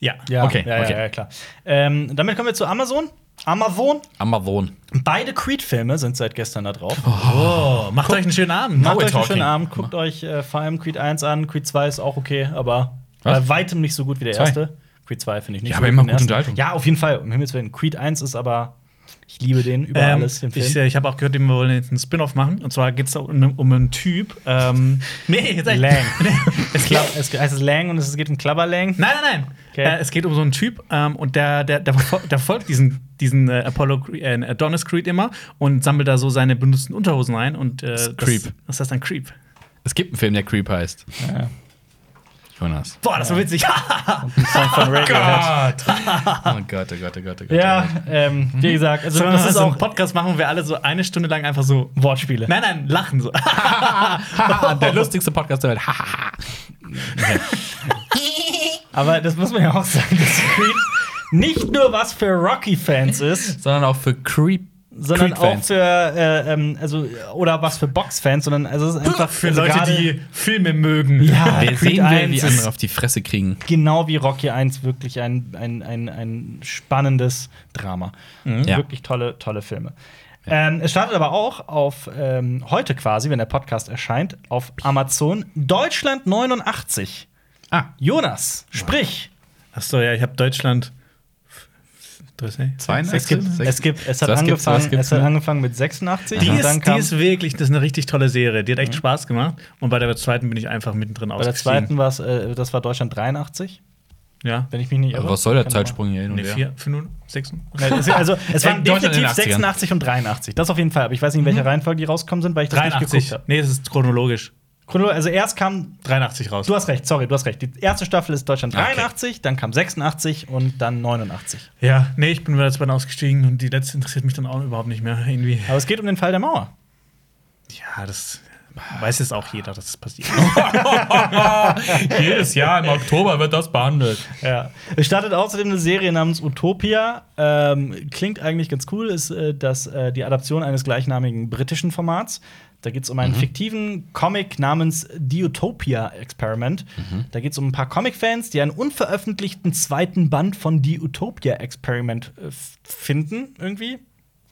Speaker 2: ja.
Speaker 1: Ja,
Speaker 3: Okay,
Speaker 1: ja,
Speaker 3: okay.
Speaker 1: ja, ja klar. Ähm, damit kommen wir zu Amazon. Amazon.
Speaker 3: Amazon.
Speaker 1: Beide Creed-Filme sind seit gestern da drauf.
Speaker 2: Oh, macht euch einen schönen Abend.
Speaker 1: Macht
Speaker 3: we're
Speaker 1: euch einen
Speaker 3: talking.
Speaker 1: schönen Abend, guckt euch äh, vor allem Creed 1 an. Creed 2 ist auch okay, aber
Speaker 3: Was?
Speaker 1: bei weitem nicht so gut wie der
Speaker 3: Zwei.
Speaker 1: erste. Creed 2 finde ich nicht
Speaker 3: Ja,
Speaker 1: so
Speaker 3: aber
Speaker 1: gut wie
Speaker 3: immer
Speaker 1: den
Speaker 3: gute
Speaker 1: ersten.
Speaker 3: Unterhaltung.
Speaker 1: Ja, auf jeden Fall. Um Himmels Willen. Creed 1 ist aber, ich liebe den über
Speaker 2: Ähm,
Speaker 1: alles. Den Film.
Speaker 2: ich äh, ich habe auch gehört, wir wollen jetzt einen Spin-off machen. Und zwar geht es um, um einen Typ. Ähm, nee, jetzt echt.
Speaker 1: Lang.
Speaker 2: Nee, es
Speaker 1: Club,
Speaker 2: geht,
Speaker 1: es heißt es Lang und es geht um Klabberlang.
Speaker 2: nein, nein, nein.
Speaker 1: Okay.
Speaker 2: Äh, es geht um so einen Typ ähm, und der, der, der, verfol- der folgt diesen, diesen äh, Apollo Creed- äh, Adonis Creed immer und sammelt da so seine benutzten Unterhosen ein. Und, äh, das,
Speaker 3: Creep.
Speaker 2: Das heißt dann Creep.
Speaker 3: Es gibt einen Film, der Creep heißt.
Speaker 1: Ja.
Speaker 3: Jonas.
Speaker 2: Boah, das war witzig.
Speaker 1: Ein Song von Radiohead.
Speaker 3: Oh Gott, oh Gott, oh Gott, oh Gott.
Speaker 1: Ja, ähm,
Speaker 3: Mhm.
Speaker 1: wie gesagt, also
Speaker 2: Sondern
Speaker 1: das ist auch
Speaker 2: Podcast machen, wo wir alle so eine Stunde lang einfach so.
Speaker 1: Wortspiele.
Speaker 2: Nein, nein, lachen so.
Speaker 3: der lustigste Podcast der Welt.
Speaker 1: Aber das muss man ja auch sagen, dass Creed nicht nur was für Rocky-Fans ist,
Speaker 3: Sondern auch für Creep.
Speaker 1: sondern auch
Speaker 3: Creed-Fans.
Speaker 1: für äh, ähm, also oder was für Boxfans, sondern also es ist einfach
Speaker 2: Für
Speaker 1: also
Speaker 2: Leute,
Speaker 1: gerade-
Speaker 2: die Filme mögen.
Speaker 1: ja,
Speaker 3: Wer
Speaker 1: Creed
Speaker 3: sehen will,
Speaker 1: 1
Speaker 3: wie
Speaker 1: ist
Speaker 3: andere auf die Fresse kriegen.
Speaker 1: genau wie Rocky 1 wirklich ein, ein, ein, ein spannendes Drama.
Speaker 3: Mhm. Ja.
Speaker 1: Wirklich tolle tolle Filme. Ähm, es startet aber auch auf ähm, heute quasi, wenn der Podcast erscheint, auf Amazon Deutschland 89.
Speaker 3: Ah,
Speaker 1: Jonas, sprich.
Speaker 2: Achso, ja, ich habe Deutschland.
Speaker 3: zwei
Speaker 1: Es gibt, es gibt, es hat
Speaker 3: Was gibt's, was
Speaker 1: angefangen,
Speaker 3: gibt's
Speaker 1: es hat
Speaker 3: noch?
Speaker 1: angefangen mit 86 und
Speaker 2: Die
Speaker 1: dann
Speaker 2: ist, die
Speaker 1: kam Mhm.
Speaker 2: ist wirklich, das ist eine richtig tolle Serie. Die hat echt Spaß gemacht. Und bei der zweiten bin ich einfach mittendrin
Speaker 1: bei der
Speaker 2: ausgestiegen.
Speaker 1: zweiten war es, äh, das war Deutschland 83,
Speaker 2: Ja.
Speaker 1: wenn ich mich nicht irre.
Speaker 3: Was soll der
Speaker 1: Keine Ahnung.
Speaker 3: Zeitsprung hier hin und
Speaker 2: Nee,
Speaker 3: her?
Speaker 2: vier, fünf, sechs.
Speaker 1: Nein, es- Also, es waren
Speaker 3: Deutschland in den Mhm.
Speaker 1: definitiv
Speaker 3: 80ern.
Speaker 1: 86 und 83. Das auf jeden Fall. Aber ich weiß nicht, in welcher Reihenfolge die rausgekommen sind, weil ich das nicht geguckt
Speaker 2: 83.
Speaker 1: habe.
Speaker 2: Nee, das ist chronologisch.
Speaker 1: Chronolo- Also erst kam
Speaker 2: 83 raus.
Speaker 1: Du hast recht, sorry, du hast recht. Die erste Staffel ist Deutschland 83, dann kam 86 und dann 89.
Speaker 2: ja, nee, ich bin wieder zwei ausgestiegen und die letzte interessiert mich dann auch überhaupt nicht mehr. Irgendwie.
Speaker 1: Aber es geht um den Fall der Mauer.
Speaker 2: Ja, das weiß jetzt auch jeder, dass das passiert.
Speaker 3: Jedes Jahr im Oktober wird das behandelt.
Speaker 1: Ja. Es startet außerdem eine Serie namens Utopia. Ähm, klingt eigentlich ganz cool, ist äh, das, äh, die Adaption eines gleichnamigen britischen Formats. Da geht es um einen
Speaker 3: Mhm.
Speaker 1: fiktiven Comic namens The Utopia Experiment.
Speaker 3: Mhm.
Speaker 1: Da geht es um ein paar Comic-Fans, die einen unveröffentlichten zweiten Band von The Utopia Experiment äh, f- finden, irgendwie,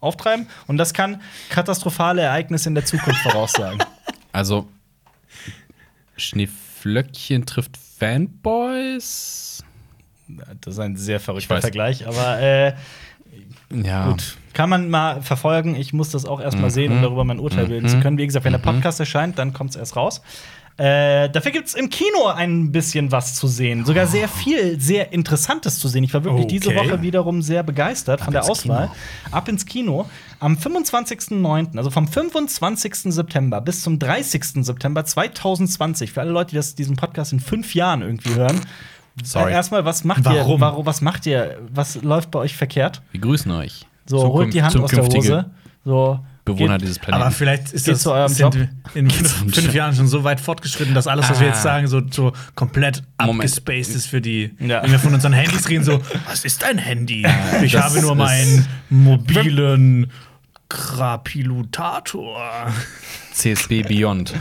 Speaker 1: auftreiben. Und das kann katastrophale Ereignisse in der Zukunft voraussagen.
Speaker 3: Also, Schneeflöckchen trifft Fanboys?
Speaker 1: Das ist ein sehr
Speaker 3: Ich
Speaker 1: verrückter
Speaker 3: weiß.
Speaker 1: Vergleich, aber äh,
Speaker 3: Ja.
Speaker 1: gut. Kann man mal verfolgen. Ich muss das auch erst mal sehen, um darüber mein Urteil bilden zu können. Wie gesagt, wenn der Podcast erscheint, dann kommt es erst raus. Äh, dafür gibt es im Kino ein bisschen was zu sehen. Sogar sehr viel, sehr Interessantes zu sehen. Ich war wirklich diese
Speaker 2: Okay.
Speaker 1: Woche wiederum sehr begeistert von der
Speaker 3: ins
Speaker 1: Auswahl. Ab ins Kino. Am 25.09., also vom 25. September bis zum 30. September 2020, für alle Leute, die das, diesen Podcast in fünf Jahren irgendwie hören.
Speaker 3: Sorry.
Speaker 1: Äh, Erstmal, was macht
Speaker 2: Warum?
Speaker 1: ihr? Warum? Was macht ihr? Was läuft bei euch verkehrt?
Speaker 3: Wir grüßen euch.
Speaker 1: So,
Speaker 3: Zukün-
Speaker 1: holt die Hand aus der
Speaker 3: zukünftige
Speaker 1: Hose. So,
Speaker 3: Bewohner
Speaker 1: geht-
Speaker 3: dieses
Speaker 2: Aber
Speaker 3: Planeten.
Speaker 2: vielleicht ist
Speaker 1: Geht
Speaker 2: das
Speaker 1: zu eurem
Speaker 2: sind
Speaker 1: Job.
Speaker 2: wir in fünf, fünf Jahren schon so weit fortgeschritten, dass alles, was wir jetzt
Speaker 3: Ah.
Speaker 2: sagen, so, so komplett
Speaker 3: Moment.
Speaker 2: abgespaced ist für die.
Speaker 1: Ja.
Speaker 2: Wenn wir von unseren Handys reden, so, was ist ein Handy? ich
Speaker 3: das
Speaker 2: habe nur
Speaker 3: ist-
Speaker 2: meinen mobilen Krapilutator.
Speaker 3: CSB Beyond.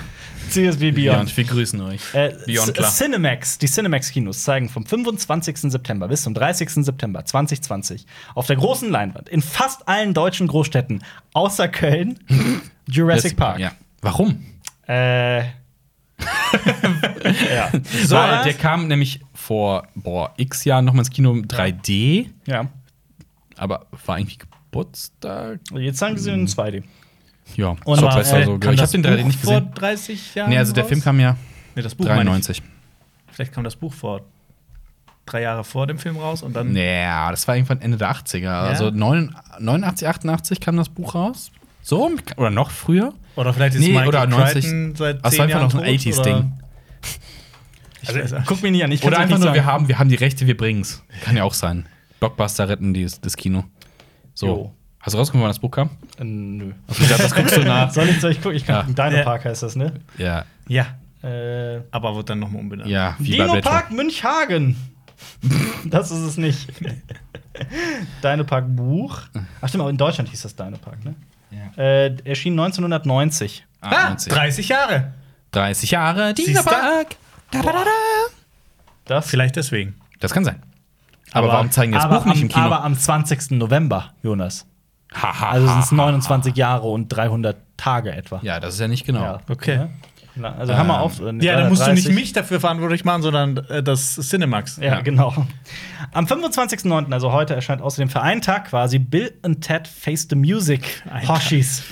Speaker 1: CSB Beyond.
Speaker 3: wir grüßen euch.
Speaker 1: Äh,
Speaker 3: Beyond,
Speaker 1: C-
Speaker 3: klar.
Speaker 1: Cinemax, die Cinemax-Kinos zeigen vom 25. September bis zum 30. September 2020 auf der großen Leinwand in fast allen deutschen Großstädten außer Köln Jurassic Park.
Speaker 3: Ja. Warum?
Speaker 1: Äh, ja. So,
Speaker 3: Weil der kam nämlich vor, boah, x Jahren nochmal ins Kino im 3D,
Speaker 1: ja.
Speaker 3: aber war irgendwie Geburtstag.
Speaker 1: Jetzt sagen sie
Speaker 3: Hm.
Speaker 1: in 2D.
Speaker 3: Ja,
Speaker 1: Und
Speaker 3: ist doch
Speaker 1: aber,
Speaker 3: besser
Speaker 1: äh,
Speaker 2: halt
Speaker 3: so. Ich habe den 3D nicht
Speaker 2: vor
Speaker 3: gesehen.
Speaker 2: 30 Jahren.
Speaker 3: Nee, also der
Speaker 2: raus?
Speaker 3: Film kam ja
Speaker 2: Nee, das Buch 93.
Speaker 3: 93.
Speaker 2: Ich. Vielleicht kam das Buch vor drei Jahre vor dem Film raus und dann.
Speaker 3: Naja, das war irgendwann Ende der 80er. Also 9 89, 88 kam das Buch raus. So rum? Oder noch früher?
Speaker 2: Oder vielleicht ist
Speaker 3: Nee,
Speaker 2: Michael
Speaker 3: oder 90.
Speaker 2: Crichton seit 10
Speaker 3: Das war einfach
Speaker 2: Jahren
Speaker 3: noch ein
Speaker 2: tot,
Speaker 3: 80s-Ding.
Speaker 2: Also, also,
Speaker 1: Guck mich nicht an, ich kann's
Speaker 3: Oder
Speaker 1: euch
Speaker 3: einfach
Speaker 1: nicht
Speaker 3: nur,
Speaker 1: sagen.
Speaker 3: wir haben, wir haben die Rechte, wir bringen's. Kann ja auch sein. Blockbuster retten die, das Kino. So.
Speaker 1: Jo.
Speaker 3: Hast du rausgekommen, wann das Buch kam?
Speaker 1: Äh, nö.
Speaker 3: Also, ich glaub, das guckst du nach.
Speaker 1: Soll ich, soll ich gucken? Ich kann,
Speaker 3: Ja.
Speaker 1: Dino
Speaker 2: Ja.
Speaker 1: Park heißt das, ne?
Speaker 3: Ja,
Speaker 2: ja,
Speaker 1: Äh,
Speaker 2: aber wird dann nochmal umbenannt.
Speaker 3: ja, wie bei
Speaker 1: Dino
Speaker 3: Blade
Speaker 1: Park Münchhagen. das ist es nicht. Dino Park Buch. Ach stimmt, aber in Deutschland hieß das Dino Park, ne?
Speaker 3: Ja.
Speaker 1: Äh, erschien 1990.
Speaker 2: Ah,
Speaker 3: 91.
Speaker 2: 30 Jahre.
Speaker 3: 30 Jahre Dino
Speaker 2: Siehst du?
Speaker 3: Park. Da, da, da, da.
Speaker 1: Das
Speaker 2: Vielleicht deswegen.
Speaker 3: Das kann sein. Aber,
Speaker 1: Aber-
Speaker 3: warum zeigen die das
Speaker 1: aber
Speaker 3: Buch nicht
Speaker 1: am,
Speaker 3: im Kino?
Speaker 1: Aber am 20. November, Jonas.
Speaker 3: Haha.
Speaker 1: Also sind es 29 Jahre und 300 Tage etwa.
Speaker 3: ja, das ist ja nicht genau.
Speaker 1: Ja.
Speaker 2: Okay.
Speaker 1: Ne? Na, Also hör mal
Speaker 3: Ähm,
Speaker 1: auf. äh,
Speaker 2: Ja, dann musst du nicht
Speaker 1: 30.
Speaker 2: mich dafür verantwortlich machen, sondern äh, das Cinemax.
Speaker 1: Ja,
Speaker 3: Ja.
Speaker 1: genau. Am 25.09., also heute, erscheint außerdem für einen Tag quasi Bill and Ted Face the Music
Speaker 2: Ein Tag.
Speaker 1: Hoshis.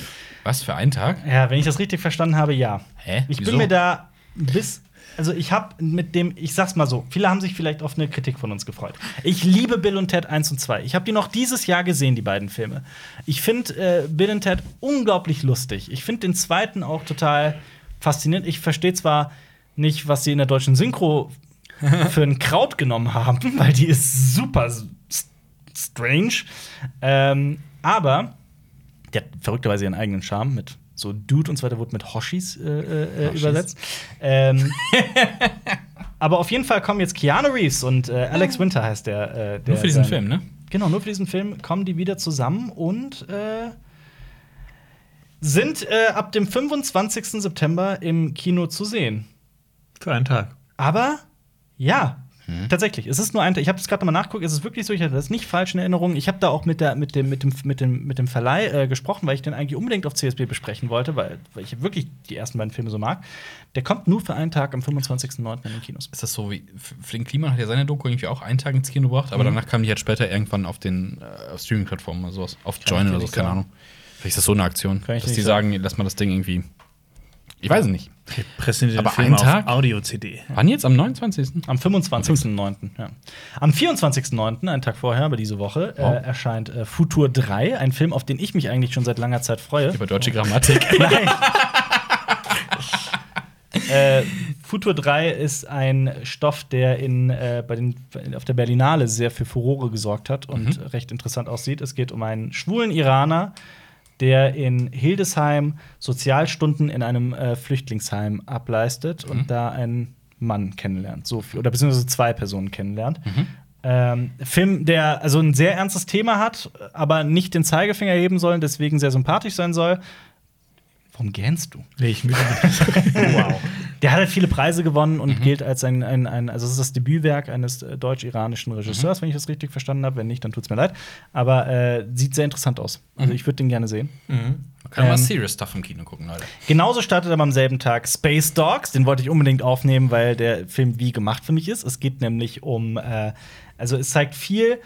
Speaker 3: Was für einen Tag?
Speaker 1: Ja, wenn ich das richtig verstanden habe, ja.
Speaker 3: Hä?
Speaker 1: Ich
Speaker 3: Wieso?
Speaker 1: bin mir da bis. Also ich habe mit dem, ich sag's mal so, viele haben sich vielleicht auf eine Kritik von uns gefreut. Ich liebe Bill und Ted 1 und 2. Ich habe die noch dieses Jahr gesehen, die beiden Filme. Ich finde äh, Bill und Ted unglaublich lustig. Ich finde den zweiten auch total faszinierend. Ich verstehe zwar nicht, was sie in der deutschen Synchro für ein Kraut genommen haben, weil die ist super s- strange. Ähm, aber der hat verrückterweise ihren eigenen Charme mit so Dude und so weiter, wurde mit Hoshis äh, äh,
Speaker 3: Hoshis.
Speaker 1: übersetzt. Ähm, aber auf jeden Fall kommen jetzt Keanu Reeves und äh, Alex Winter heißt der, äh, der.
Speaker 3: Nur für diesen
Speaker 1: sein-
Speaker 3: Film, ne?
Speaker 1: Genau, nur für diesen Film kommen die wieder zusammen und äh, sind äh, ab dem 25. September im Kino zu sehen.
Speaker 2: Für einen Tag.
Speaker 1: Aber ja, tatsächlich. Es ist nur ein. Ich habe es gerade mal nachgeguckt. Es ist wirklich so. Ich hatte das nicht falsch in Erinnerung. Ich habe da auch mit, der, mit, dem, mit, dem, mit, dem, mit dem Verleih äh, gesprochen, weil ich den eigentlich unbedingt auf CSB besprechen wollte, weil, weil ich wirklich die ersten beiden Filme so mag. Der kommt nur für einen Tag am 25.09. in den Kinos.
Speaker 3: Ist das so wie F- Flink Kliman hat ja seine Doku irgendwie auch einen Tag ins Kino gebracht, aber
Speaker 1: Mhm.
Speaker 3: danach kam die halt später irgendwann auf den äh, auf Streaming-Plattformen oder sowas, auf
Speaker 1: ich
Speaker 3: Join
Speaker 1: dir
Speaker 3: oder so,
Speaker 1: nicht
Speaker 3: keine
Speaker 1: sagen.
Speaker 3: Ahnung. Vielleicht ist das so eine Aktion,
Speaker 1: Kann ich
Speaker 3: dass
Speaker 1: nicht
Speaker 3: die sagen, lass mal das Ding irgendwie. Ich weiß es nicht.
Speaker 2: Wir pressen den
Speaker 3: Aber
Speaker 2: Film
Speaker 3: einen Tag?
Speaker 2: auf Audio-CD.
Speaker 3: Wann jetzt am 29.
Speaker 1: Am 25.09. Ja. Am 24.09., einen Tag vorher, aber diese Woche, äh,
Speaker 3: Wow.
Speaker 1: erscheint äh, Futur 3, ein Film, auf den ich mich eigentlich schon seit langer Zeit freue.
Speaker 3: Über deutsche Grammatik.
Speaker 1: Nein. äh, Futur 3 ist ein Stoff, der in, äh, bei den, auf der Berlinale sehr für Furore gesorgt hat und
Speaker 2: Mhm.
Speaker 1: recht interessant aussieht. Es geht um einen schwulen Iraner, der in Hildesheim Sozialstunden in einem äh, Flüchtlingsheim ableistet
Speaker 2: Mhm.
Speaker 1: und da einen Mann kennenlernt. So, viel- oder beziehungsweise zwei Personen kennenlernt.
Speaker 2: Mhm.
Speaker 1: Ähm, Film, der also ein sehr ernstes Thema hat, aber nicht den Zeigefinger heben soll, deswegen sehr sympathisch sein soll. Warum gähnst du?
Speaker 2: Nee, ich wow.
Speaker 1: Der hat halt viele Preise gewonnen und gilt als ein, ein, ein, also es ist das Debütwerk eines äh, deutsch-iranischen Regisseurs, wenn ich das richtig verstanden habe. Wenn nicht, dann tut's mir leid. Aber äh, sieht sehr interessant aus. Also ich würde den gerne sehen.
Speaker 3: Man kann mal
Speaker 1: Ähm,
Speaker 3: Serious Stuff im Kino gucken, Leute.
Speaker 1: Genauso startet aber am selben Tag Space Dogs. Den wollte ich unbedingt aufnehmen, weil der Film wie gemacht für mich ist. Es geht nämlich um, äh, also es zeigt viel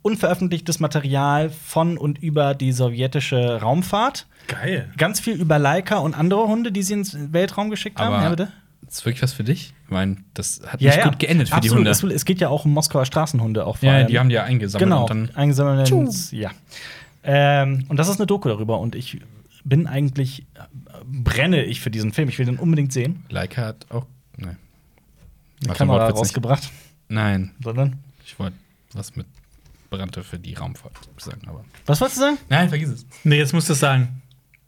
Speaker 1: unveröffentlichtes Material von und über die sowjetische Raumfahrt.
Speaker 2: Geil.
Speaker 1: Ganz viel über Leica und andere Hunde, die sie ins Weltraum geschickt haben.
Speaker 3: Aber
Speaker 1: ja, bitte?
Speaker 3: ist wirklich was für dich? Ich meine, das hat nicht gut geendet für
Speaker 1: Absolut.
Speaker 3: die Hunde.
Speaker 1: Es, es geht ja auch um Moskauer Straßenhunde auch vor
Speaker 3: Ja,
Speaker 1: allem.
Speaker 3: die haben die ja eingesammelt
Speaker 1: genau,
Speaker 3: und dann
Speaker 1: eingesammelt. ins- Ja. Ähm, und das ist eine Doku darüber und ich bin eigentlich äh, brenne ich für diesen Film. Ich will den unbedingt sehen.
Speaker 3: Leica hat auch. ne. Nein.
Speaker 1: Die
Speaker 3: Mach den
Speaker 1: Kamera
Speaker 3: Wortwitz nicht.
Speaker 1: rausgebracht,
Speaker 3: Nein,
Speaker 1: sondern
Speaker 3: ich wollte was mit Brannte für die Raumfahrt sagen, aber.
Speaker 1: was wolltest du sagen?
Speaker 3: Nein, vergiss es.
Speaker 2: Nee, jetzt musst du sagen.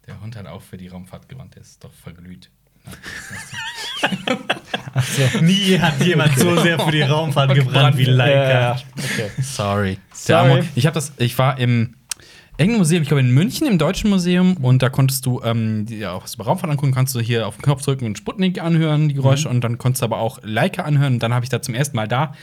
Speaker 3: Der Hund hat auch für die Raumfahrt gewandt, der ist doch verglüht.
Speaker 2: Nie hat jemand so sehr für die Raumfahrt gebrannt wie Leica.
Speaker 1: Äh, okay.
Speaker 3: Sorry.
Speaker 1: Sorry.
Speaker 3: Sorry. Ich habe das, ich war im engen Museum, ich glaube in München im Deutschen Museum und da konntest du ähm, die- ja, auch was über Raumfahrt angucken, kannst du hier auf den Knopf drücken und Sputnik anhören, die Geräusche und dann konntest du aber auch Leica anhören und dann habe ich da zum ersten Mal da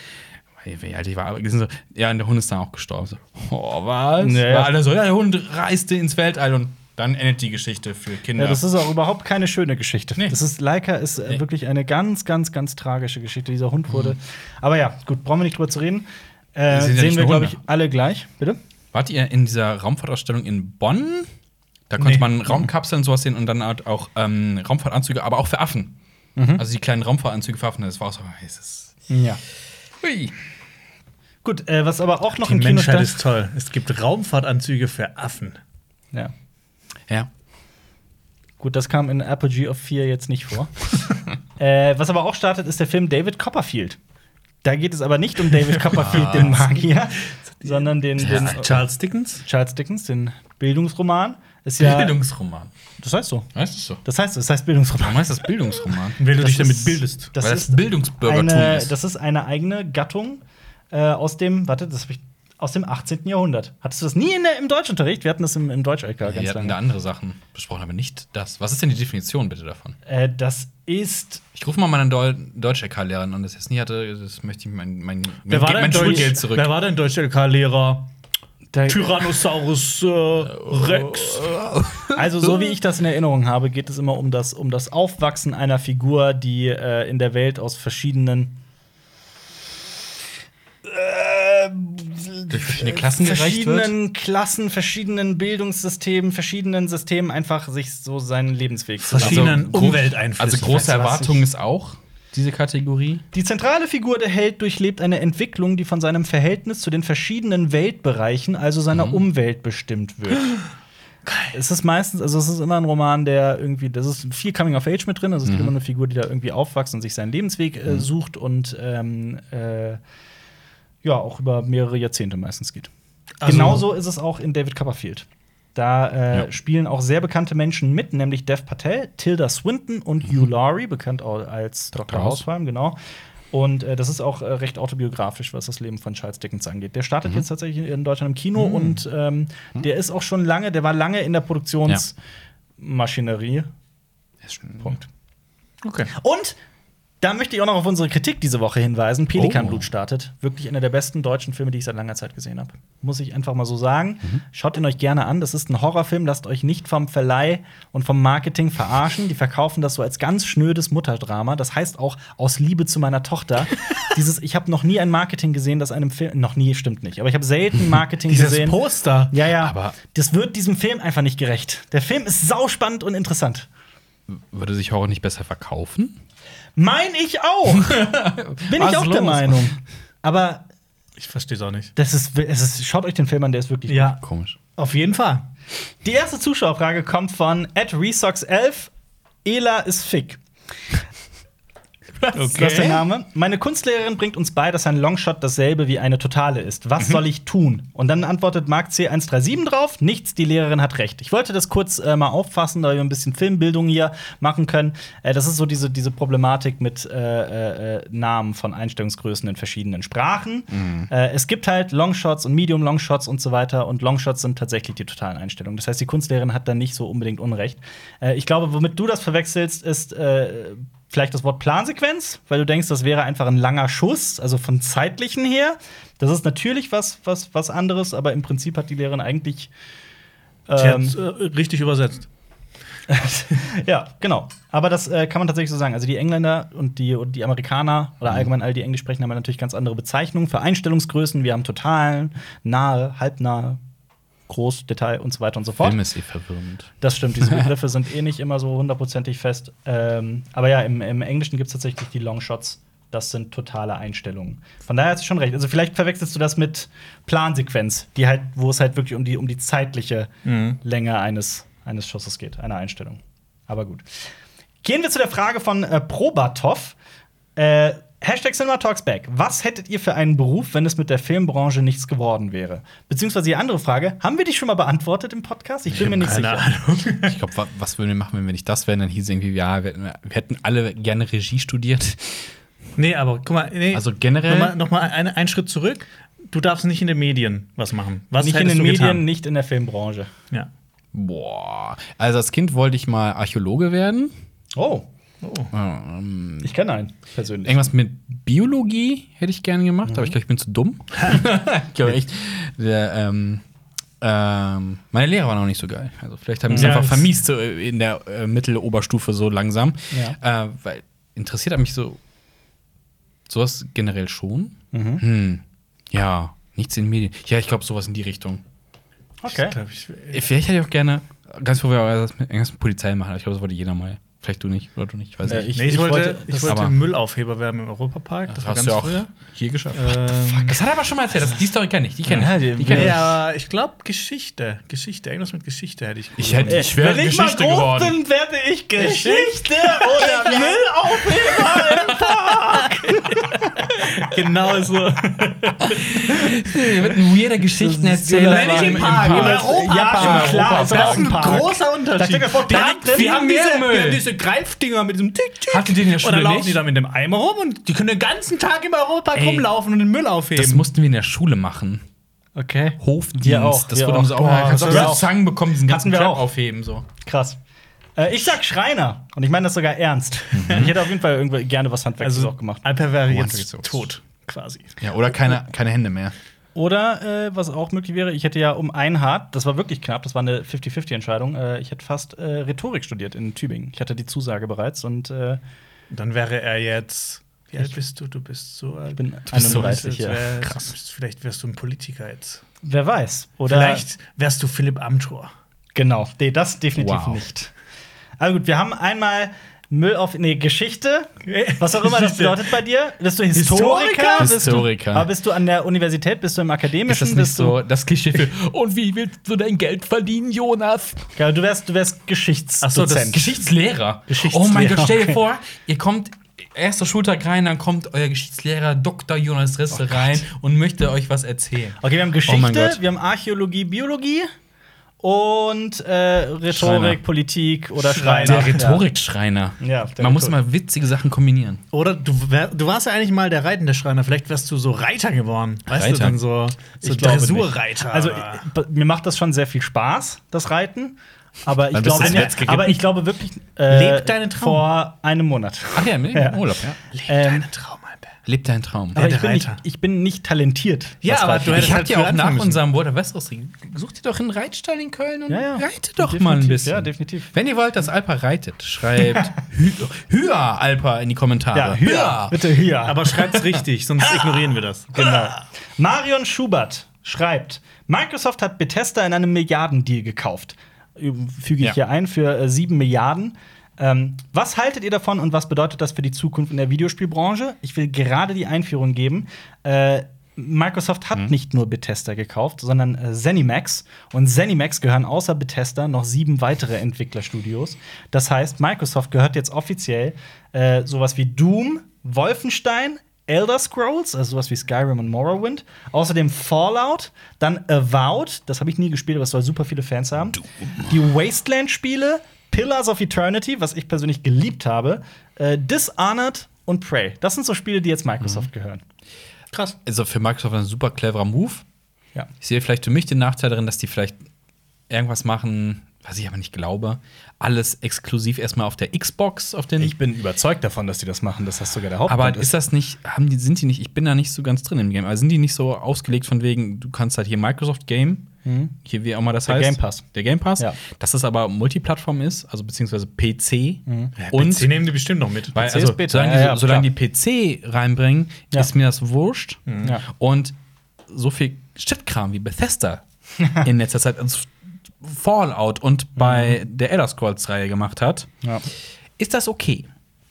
Speaker 3: wie alt ich war, aber die sind so, ja, und der Hund ist dann auch gestorben. So, oh, was?
Speaker 1: Ja.
Speaker 3: War alle so, ja, der Hund reiste ins Weltall und dann endet die Geschichte für Kinder.
Speaker 1: Ja, das ist auch überhaupt keine schöne Geschichte.
Speaker 3: Nee.
Speaker 1: Das ist Leica ist äh,
Speaker 3: Nee. Mhm.
Speaker 1: wirklich eine ganz, ganz, ganz tragische Geschichte. Dieser Hund wurde. Aber ja, gut, brauchen wir nicht drüber zu reden. Äh,
Speaker 3: Die sind ja
Speaker 1: sehen
Speaker 3: nicht
Speaker 1: wir,
Speaker 3: nur
Speaker 1: glaube ich,
Speaker 3: Hunde.
Speaker 1: alle gleich. Bitte?
Speaker 3: Wart ihr in dieser Raumfahrtausstellung in Bonn? Da konnte
Speaker 2: Nee.
Speaker 3: man Raumkapseln und sowas sehen und dann halt auch ähm, Raumfahrtanzüge, aber auch für Affen. Also die kleinen Raumfahrtanzüge für Affen, das war auch so, es ist.
Speaker 1: Ja.
Speaker 3: Hui.
Speaker 1: Gut, äh, was aber auch noch
Speaker 2: Die
Speaker 1: im Kino
Speaker 2: Menschheit
Speaker 1: stand.
Speaker 2: ist toll. Es gibt Raumfahrtanzüge für Affen.
Speaker 1: ja.
Speaker 3: Ja.
Speaker 1: Gut, das kam in Apogee of Fear jetzt nicht vor. äh, was aber auch startet, ist der Film David Copperfield. Da geht es aber nicht um David Copperfield, den Magier, sondern den, den
Speaker 2: Charles Dickens?
Speaker 1: Charles Dickens, den Bildungsroman. Ist ja,
Speaker 3: Bildungsroman.
Speaker 1: Das heißt so.
Speaker 3: Weißt du so?
Speaker 1: Das heißt so, das heißt Bildungsroman.
Speaker 3: Warum heißt das Bildungsroman?
Speaker 2: Wenn du
Speaker 1: Das
Speaker 2: dich damit
Speaker 1: ist-
Speaker 2: bildest.
Speaker 1: Das
Speaker 3: Weil
Speaker 1: ist
Speaker 3: das Bildungsbürgertum
Speaker 1: Eine,
Speaker 3: ist.
Speaker 1: das ist eine eigene Gattung äh, aus dem, warte, das hab ich, aus dem 18. Jahrhundert. Hattest du das nie in der, im Deutschunterricht? Wir hatten das im, im Deutsch-LK
Speaker 3: Wir
Speaker 1: ganz
Speaker 3: hatten
Speaker 1: lange.
Speaker 3: da andere Sachen besprochen, aber nicht das. Was ist denn die Definition bitte davon?
Speaker 1: Äh, das ist
Speaker 3: Ich rufe mal meinen Deu deutsch lehrerin an, das jetzt nie hatte, das möchte ich mein, mein, mein,
Speaker 2: Wer war denn
Speaker 3: mein
Speaker 2: Deutsch-
Speaker 3: Schulgeld zurück.
Speaker 2: Wer war denn deutscher LK-Lehrer?
Speaker 1: der,
Speaker 2: Tyrannosaurus äh, Rex.
Speaker 1: Also, so wie ich das in Erinnerung habe, geht es immer um das, um das Aufwachsen einer Figur, die äh, in der Welt aus verschiedenen
Speaker 3: Durch verschiedene Klassen gereicht wird?
Speaker 1: verschiedenen Klassen, verschiedenen Bildungssystemen, verschiedenen Systemen einfach sich so seinen Lebensweg zu machen.
Speaker 2: Verschieden- verschiedenen
Speaker 3: Also groß-
Speaker 2: Umwelteinflüssen.
Speaker 3: Also große
Speaker 2: Weißt du, was
Speaker 3: Erwartung ist auch diese Kategorie.
Speaker 1: Die zentrale Figur der Held durchlebt eine Entwicklung, die von seinem Verhältnis zu den verschiedenen Weltbereichen, also seiner
Speaker 3: Mhm.
Speaker 1: Umwelt, bestimmt wird. Es ist meistens, also es ist immer ein Roman, der irgendwie, das ist viel Coming of Age mit drin, also es
Speaker 3: Mhm.
Speaker 1: gibt immer eine Figur, die da irgendwie aufwächst und sich seinen Lebensweg äh, sucht und ähm, äh, ja, auch über mehrere Jahrzehnte meistens geht.
Speaker 2: Also-
Speaker 1: Genauso ist es auch in David Copperfield. Da äh,
Speaker 3: Ja.
Speaker 1: spielen auch sehr bekannte Menschen mit, nämlich Dev Patel, Tilda Swinton und Hugh Laurie, bekannt au- als Dr.
Speaker 3: Dr. Mhm. House.
Speaker 1: Hausheim, genau. Und äh, das ist auch äh, recht autobiografisch, was das Leben von Charles Dickens angeht. Der startet jetzt tatsächlich in Deutschland im Kino und ähm, der ist auch schon lange, der war lange in der Produktionsmaschinerie.
Speaker 3: Punkt.
Speaker 2: Okay.
Speaker 1: Und da möchte ich auch noch auf unsere Kritik diese Woche hinweisen. Pelikanblut
Speaker 3: Oh.
Speaker 1: startet. Wirklich einer der besten deutschen Filme, die ich seit langer Zeit gesehen habe. Muss ich einfach mal so sagen.
Speaker 3: Mhm.
Speaker 1: Schaut ihn euch gerne an. Das ist ein Horrorfilm. Lasst euch nicht vom Verleih und vom Marketing verarschen. Die verkaufen das so als ganz schnödes Mutterdrama. Das heißt auch aus Liebe zu meiner Tochter. Dieses, ich habe noch nie ein Marketing gesehen, das einem Film. Noch nie stimmt nicht. Aber ich habe selten Marketing
Speaker 2: Dieses
Speaker 1: gesehen.
Speaker 2: Poster.
Speaker 1: Ja, ja.
Speaker 3: Aber-
Speaker 1: das wird diesem Film einfach nicht gerecht. Der Film ist sauspannend und interessant.
Speaker 3: Würde sich Horror nicht besser verkaufen?
Speaker 1: Mein ich auch. Bin
Speaker 3: Was
Speaker 1: ich auch
Speaker 3: los?
Speaker 1: der Meinung. Aber
Speaker 2: Ich versteh's auch nicht.
Speaker 1: das ist, es ist, schaut euch den Film an, der ist wirklich.
Speaker 2: Ja,
Speaker 3: Komisch.
Speaker 2: auf jeden Fall.
Speaker 1: Die erste Zuschauerfrage kommt von at resox 11 Ela ist fick. Okay. Das ist der Name. Meine Kunstlehrerin bringt uns bei, dass ein Longshot dasselbe wie eine Totale ist. Was soll ich tun? Und dann antwortet Mark C137 drauf: Nichts, die Lehrerin hat recht. Ich wollte das kurz äh, mal auffassen, da wir ein bisschen Filmbildung hier machen können. Äh, das ist so diese, diese Problematik mit äh, äh, Namen von Einstellungsgrößen in verschiedenen Sprachen. Äh, es gibt halt Longshots und Medium-Longshots und so weiter. Und Longshots sind tatsächlich die totalen Einstellungen. Das heißt, die Kunstlehrerin hat da nicht so unbedingt Unrecht. Äh, ich glaube, womit du das verwechselst, ist äh, vielleicht das Wort Plansequenz, weil du denkst, das wäre einfach ein langer Schuss, also von zeitlichen her. Das ist natürlich was, was, was anderes, aber im Prinzip hat die Lehrerin eigentlich.
Speaker 2: Sie
Speaker 1: ähm,
Speaker 2: hat's, äh, richtig übersetzt.
Speaker 1: ja, genau. Aber das äh, kann man tatsächlich so sagen. Also die Engländer und die, und die Amerikaner oder allgemein all die Englisch sprechen haben natürlich ganz andere Bezeichnungen für Einstellungsgrößen. Wir haben totalen, nahe, halbnahe, groß, Detail und so weiter und so fort.
Speaker 3: Film ist eh verwirrend.
Speaker 1: Das stimmt, diese Begriffe sind eh nicht immer so hundertprozentig fest. Ähm, aber ja, im, im Englischen gibt es tatsächlich die Longshots. Das sind totale Einstellungen. Von daher hast du schon recht. Also vielleicht verwechselst du das mit Plansequenz, die halt, wo es halt wirklich um die, um die zeitliche Länge eines, eines Schusses geht, einer Einstellung. Aber gut. Gehen wir zu der Frage von äh, Probatov. Äh, Hashtag CinemaTalksBack. Was hättet ihr für einen Beruf, wenn es mit der Filmbranche nichts geworden wäre? Beziehungsweise die andere Frage, haben wir die schon mal beantwortet im Podcast? Ich bin mir nicht sicher.
Speaker 3: Ich glaube, wa was würden wir machen, wenn wir nicht das wären? Dann hieß irgendwie, ja, wir hätten, wir hätten alle gerne Regie studiert.
Speaker 2: Nee, aber guck mal, nee.
Speaker 3: Also generell-
Speaker 2: Nochmal, nochmal ein, einen Schritt zurück. Du darfst nicht in den Medien was machen. Was
Speaker 1: Nicht in
Speaker 2: hättest
Speaker 1: den
Speaker 2: du
Speaker 1: Medien,
Speaker 2: getan?
Speaker 1: nicht in der Filmbranche.
Speaker 2: Ja.
Speaker 3: Boah. Also als Kind wollte ich mal Archäologe werden.
Speaker 1: Oh, Ah,
Speaker 3: Ähm,
Speaker 1: ich kenne einen persönlich.
Speaker 3: Irgendwas mit Biologie hätte ich gerne gemacht, aber ich
Speaker 2: Mhm.
Speaker 3: glaube, ich bin zu dumm. ich glaube echt. Der, ähm, ähm, meine Lehrer waren auch nicht so geil. Also vielleicht haben sie
Speaker 2: Ja,
Speaker 3: es einfach
Speaker 2: das-
Speaker 3: vermiest so äh, in der äh, Mitteloberstufe so langsam.
Speaker 1: Ja.
Speaker 3: Äh, weil interessiert hat mich so sowas generell schon.
Speaker 2: Mhm.
Speaker 3: Hm. Ja, nichts in Medien. Ja, ich glaube sowas in die Richtung.
Speaker 1: Okay.
Speaker 2: Glaub ich, äh,
Speaker 3: Vielleicht hätte ich auch gerne ganz vorher irgendwas mit Polizei machen. aber Ich glaube, das wollte jeder mal. Vielleicht du nicht oder du nicht. Ich weiß
Speaker 1: Äh,
Speaker 3: nicht.
Speaker 2: nee, ich,
Speaker 1: ich
Speaker 2: wollte,
Speaker 1: wollte-
Speaker 2: ich
Speaker 3: das-
Speaker 2: wollte
Speaker 3: aber-
Speaker 2: Müllaufheber werden im Europapark. Das war ganz früher.
Speaker 3: hier geschafft.
Speaker 2: Ähm,
Speaker 3: Das hat er aber schon mal erzählt. Das, die Story kenne ich. Die kenne
Speaker 1: Ja,
Speaker 3: ich.
Speaker 1: die-
Speaker 3: Die kenn ich.
Speaker 2: ja, ich glaube Geschichte. Geschichte. Irgendwas mit Geschichte hätte ich.
Speaker 3: Ich, hätte, ich wäre
Speaker 1: Äh, Wenn ich mal
Speaker 3: Geschichte
Speaker 1: groß
Speaker 3: geworden.
Speaker 1: bin, werde ich Geschichte oder Müllaufheber im
Speaker 2: genau so.
Speaker 3: Wir werden weirder Geschichten erzählen.
Speaker 1: Nein, nicht im Park, im Europa-
Speaker 3: Ja,
Speaker 1: Park.
Speaker 3: schon klar.
Speaker 1: Europa-
Speaker 2: Das ist ein
Speaker 1: Park.
Speaker 2: großer
Speaker 1: Da steht
Speaker 2: Unterschied.
Speaker 1: ja vor,
Speaker 2: Da
Speaker 1: da
Speaker 2: liegt-
Speaker 1: drin
Speaker 2: wir haben
Speaker 3: dieser
Speaker 2: diese,
Speaker 3: Müll.
Speaker 2: wir haben diese Greifdinger mit diesem Tick, Tick.
Speaker 3: Hattet ihr den in der
Speaker 2: Und dann
Speaker 3: Schule
Speaker 2: laufen die
Speaker 3: nicht?
Speaker 2: da mit dem Eimer rum und die können den ganzen Tag im Europa
Speaker 3: Ey.
Speaker 2: rumlaufen und den Müll aufheben.
Speaker 3: Das mussten wir in der Schule machen.
Speaker 1: Okay.
Speaker 3: Hofdienst.
Speaker 1: Wir auch,
Speaker 3: das
Speaker 1: wir
Speaker 3: wurde
Speaker 1: auch.
Speaker 3: uns auch
Speaker 1: Boah,
Speaker 3: mal. Kannst du
Speaker 1: das war
Speaker 3: auch
Speaker 1: auch-
Speaker 3: Zangen bekommen, diesen ganzen
Speaker 1: wir
Speaker 3: Crap
Speaker 1: auch.
Speaker 3: aufheben. So.
Speaker 1: Krass. Äh, ich sag Schreiner. Und ich meine das sogar ernst. Ich hätte auf jeden Fall irgendwie gerne was Handwerkliches
Speaker 2: also
Speaker 1: auch gemacht.
Speaker 2: Alper wäre
Speaker 3: Romantik
Speaker 2: jetzt
Speaker 3: ist auch-
Speaker 2: tot, quasi.
Speaker 3: Ja, oder keine, keine Hände mehr.
Speaker 1: Oder äh, was auch möglich wäre, ich hätte ja um ein Hart, das war wirklich knapp, das war eine 50-50-Entscheidung, äh, ich hätte fast äh, Rhetorik studiert in Tübingen. Ich hatte die Zusage bereits und äh,
Speaker 2: Dann wäre er jetzt. Wie alt bist du? Du bist so alt. Ich
Speaker 1: bin
Speaker 3: so
Speaker 1: 31 hier.
Speaker 2: Krass. Vielleicht wärst du ein Politiker jetzt.
Speaker 1: Wer weiß. Oder
Speaker 2: Vielleicht wärst du Philipp Amthor.
Speaker 1: Genau, nee, das definitiv
Speaker 3: Wow.
Speaker 1: nicht. Also gut, wir haben einmal Müll auf, nee, Geschichte, was auch immer das
Speaker 2: Geschichte.
Speaker 1: bedeutet bei dir. Bist du Historiker?
Speaker 2: Historiker?
Speaker 1: Bist du,
Speaker 3: Historiker.
Speaker 1: aber bist du an der Universität? Bist du im Akademischen? bist du,
Speaker 3: das Klischee für, und wie willst du dein Geld verdienen, Jonas?
Speaker 1: Ja, du wärst, du wärst
Speaker 2: Ach so, das-
Speaker 1: Geschichtsdozent.
Speaker 3: Geschichtslehrer.
Speaker 1: Geschichtslehrer,
Speaker 3: Oh mein Gott, stell dir
Speaker 1: okay.
Speaker 3: vor, ihr kommt erster Schultag rein, dann kommt euer Geschichtslehrer Dr. Jonas Risse rein und möchte euch was erzählen.
Speaker 1: okay, wir haben
Speaker 3: Oh mein
Speaker 1: Geschichte,
Speaker 3: Gott.
Speaker 1: wir haben Archäologie, Biologie und äh, Rhetorik,
Speaker 3: Schreiner.
Speaker 1: Politik oder Schreiner.
Speaker 3: Der Rhetorikschreiner.
Speaker 1: Ja, der
Speaker 3: Man muss
Speaker 1: Rhetorik.
Speaker 3: mal witzige Sachen kombinieren.
Speaker 2: Oder du, wär, du warst ja eigentlich mal der reitende Schreiner. Vielleicht wärst du so Reiter geworden. Weißt
Speaker 3: Reiter?
Speaker 2: du, dann so, so
Speaker 1: Ich glaube nicht.
Speaker 2: Dressurreiter.
Speaker 1: Also ich- mir macht das schon sehr viel Spaß, das Reiten. Aber ich,
Speaker 3: Wann bist du
Speaker 1: glaube,
Speaker 3: das letzte geritten?
Speaker 1: aber ich glaube wirklich. äh,
Speaker 2: Leb deinen Traum.
Speaker 1: Vor einem Monat.
Speaker 3: Ach ja, mit
Speaker 1: Ja.
Speaker 3: dem Urlaub, ja.
Speaker 2: Leg
Speaker 1: ähm,
Speaker 2: deinen Traum, Alper.
Speaker 3: Lebt dein Traum.
Speaker 1: Aber
Speaker 2: der
Speaker 1: ich bin, nicht,
Speaker 2: Reiter.
Speaker 1: ich bin nicht talentiert.
Speaker 2: Ja,
Speaker 1: was
Speaker 2: aber
Speaker 1: Reiten
Speaker 2: du
Speaker 1: angeht.
Speaker 2: hättest-
Speaker 3: Ich hatte
Speaker 2: halt
Speaker 3: ja
Speaker 2: früher
Speaker 3: auch nach
Speaker 2: anfangen müssen.
Speaker 3: unserem Wort Wässerring. Sucht ihr doch einen Reitstall in Köln und
Speaker 1: Ja, ja.
Speaker 3: reitet doch mal ein
Speaker 1: Definitiv,
Speaker 3: bisschen.
Speaker 1: ja, definitiv.
Speaker 3: Wenn ihr wollt, dass Alpa reitet, schreibt Hü Hüa Alpa in die Kommentare.
Speaker 1: ja, höher. Bitte höher.
Speaker 2: Aber schreib's richtig, sonst ignorieren wir das.
Speaker 1: genau. Marion Schubert schreibt: Microsoft hat Bethesda in einem Milliardendeal gekauft. Üb- Füge ich
Speaker 3: Ja.
Speaker 1: hier ein für äh, 7 Milliarden. Ähm, was haltet ihr davon und was bedeutet das für die Zukunft in der Videospielbranche? Ich will gerade die Einführung geben. Äh, Microsoft hat nicht nur Bethesda gekauft, sondern äh, ZeniMax. Und ZeniMax gehören außer Bethesda noch sieben weitere Entwicklerstudios. Das heißt, Microsoft gehört jetzt offiziell äh, sowas wie Doom, Wolfenstein, Elder Scrolls, also sowas wie Skyrim und Morrowind. Außerdem Fallout, dann Avowed, das habe ich nie gespielt, aber es soll super viele Fans haben. Die Wasteland-Spiele, Pillars of Eternity, was ich persönlich geliebt habe, äh, Dishonored und Prey. Das sind so Spiele, die jetzt Microsoft gehören.
Speaker 3: Krass. Also für Microsoft ein super cleverer Move.
Speaker 1: Ja.
Speaker 3: Ich sehe vielleicht für mich den Nachteil darin, dass die vielleicht irgendwas machen, was ich aber nicht glaube. Alles exklusiv erstmal auf der Xbox, auf den.
Speaker 4: Ich bin überzeugt davon, dass die das machen, dass das sogar der Hauptgrund
Speaker 3: aber ist das nicht, haben die, sind die nicht, ich bin da nicht so ganz drin im Game, aber sind die nicht so ausgelegt von wegen, du kannst halt hier Microsoft Game, hier wie auch immer das
Speaker 1: Mhm. Der
Speaker 3: heißt.
Speaker 1: Game Pass.
Speaker 3: Der Game Pass,
Speaker 1: Ja.
Speaker 3: dass das aber Multiplattform ist, also beziehungsweise PC
Speaker 4: Und
Speaker 3: und
Speaker 4: sie nehmen die bestimmt noch mit.
Speaker 3: Weil,
Speaker 1: PC
Speaker 3: also,
Speaker 1: ist Beta.
Speaker 3: solange,
Speaker 1: Mhm. Ja, ja,
Speaker 3: die, solange die PC reinbringen,
Speaker 1: Ja. Mhm.
Speaker 3: ist mir das wurscht.
Speaker 1: Ja.
Speaker 3: Und so viel Shitkram wie Bethesda in letzter Zeit als Fallout und bei
Speaker 1: Mhm.
Speaker 3: der Elder Scrolls-Reihe gemacht hat,
Speaker 1: Ja.
Speaker 3: ist das okay.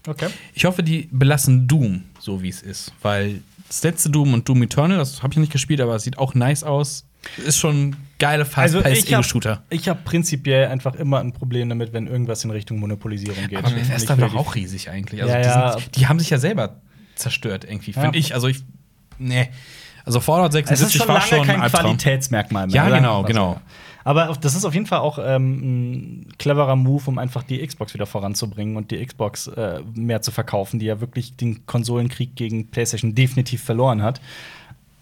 Speaker 1: Okay.
Speaker 3: Ich hoffe, die belassen Doom so, wie es ist. Weil das letzte Doom und Doom Eternal, das habe ich nicht gespielt, aber es sieht auch nice aus. Ist schon geile E
Speaker 1: Also ich habe
Speaker 3: Fast-Paced-Ego-Shooter.
Speaker 1: hab prinzipiell einfach immer ein Problem damit, wenn irgendwas in Richtung Monopolisierung geht.
Speaker 3: aber Bethesda
Speaker 1: Und ich
Speaker 3: war
Speaker 1: will
Speaker 3: auch riesig eigentlich. Also
Speaker 1: Ja,
Speaker 3: die,
Speaker 1: ja.
Speaker 3: Sind, die haben sich ja selber zerstört irgendwie, finde
Speaker 1: Ja.
Speaker 3: ich. Also ich, nee. Also Fallout
Speaker 1: die- Es ist
Speaker 3: 76
Speaker 1: schon
Speaker 3: war
Speaker 1: lange
Speaker 3: schon
Speaker 1: kein
Speaker 3: ein Albtraum.
Speaker 1: Qualitätsmerkmal mehr.
Speaker 3: Ja,
Speaker 1: oder? Also,
Speaker 3: genau,
Speaker 1: Was
Speaker 3: genau.
Speaker 1: ja. Aber auf- das ist auf jeden Fall auch ähm, ein cleverer Move, um einfach die Xbox wieder voranzubringen und die Xbox äh, mehr zu verkaufen, die ja wirklich den Konsolenkrieg gegen PlayStation definitiv verloren hat.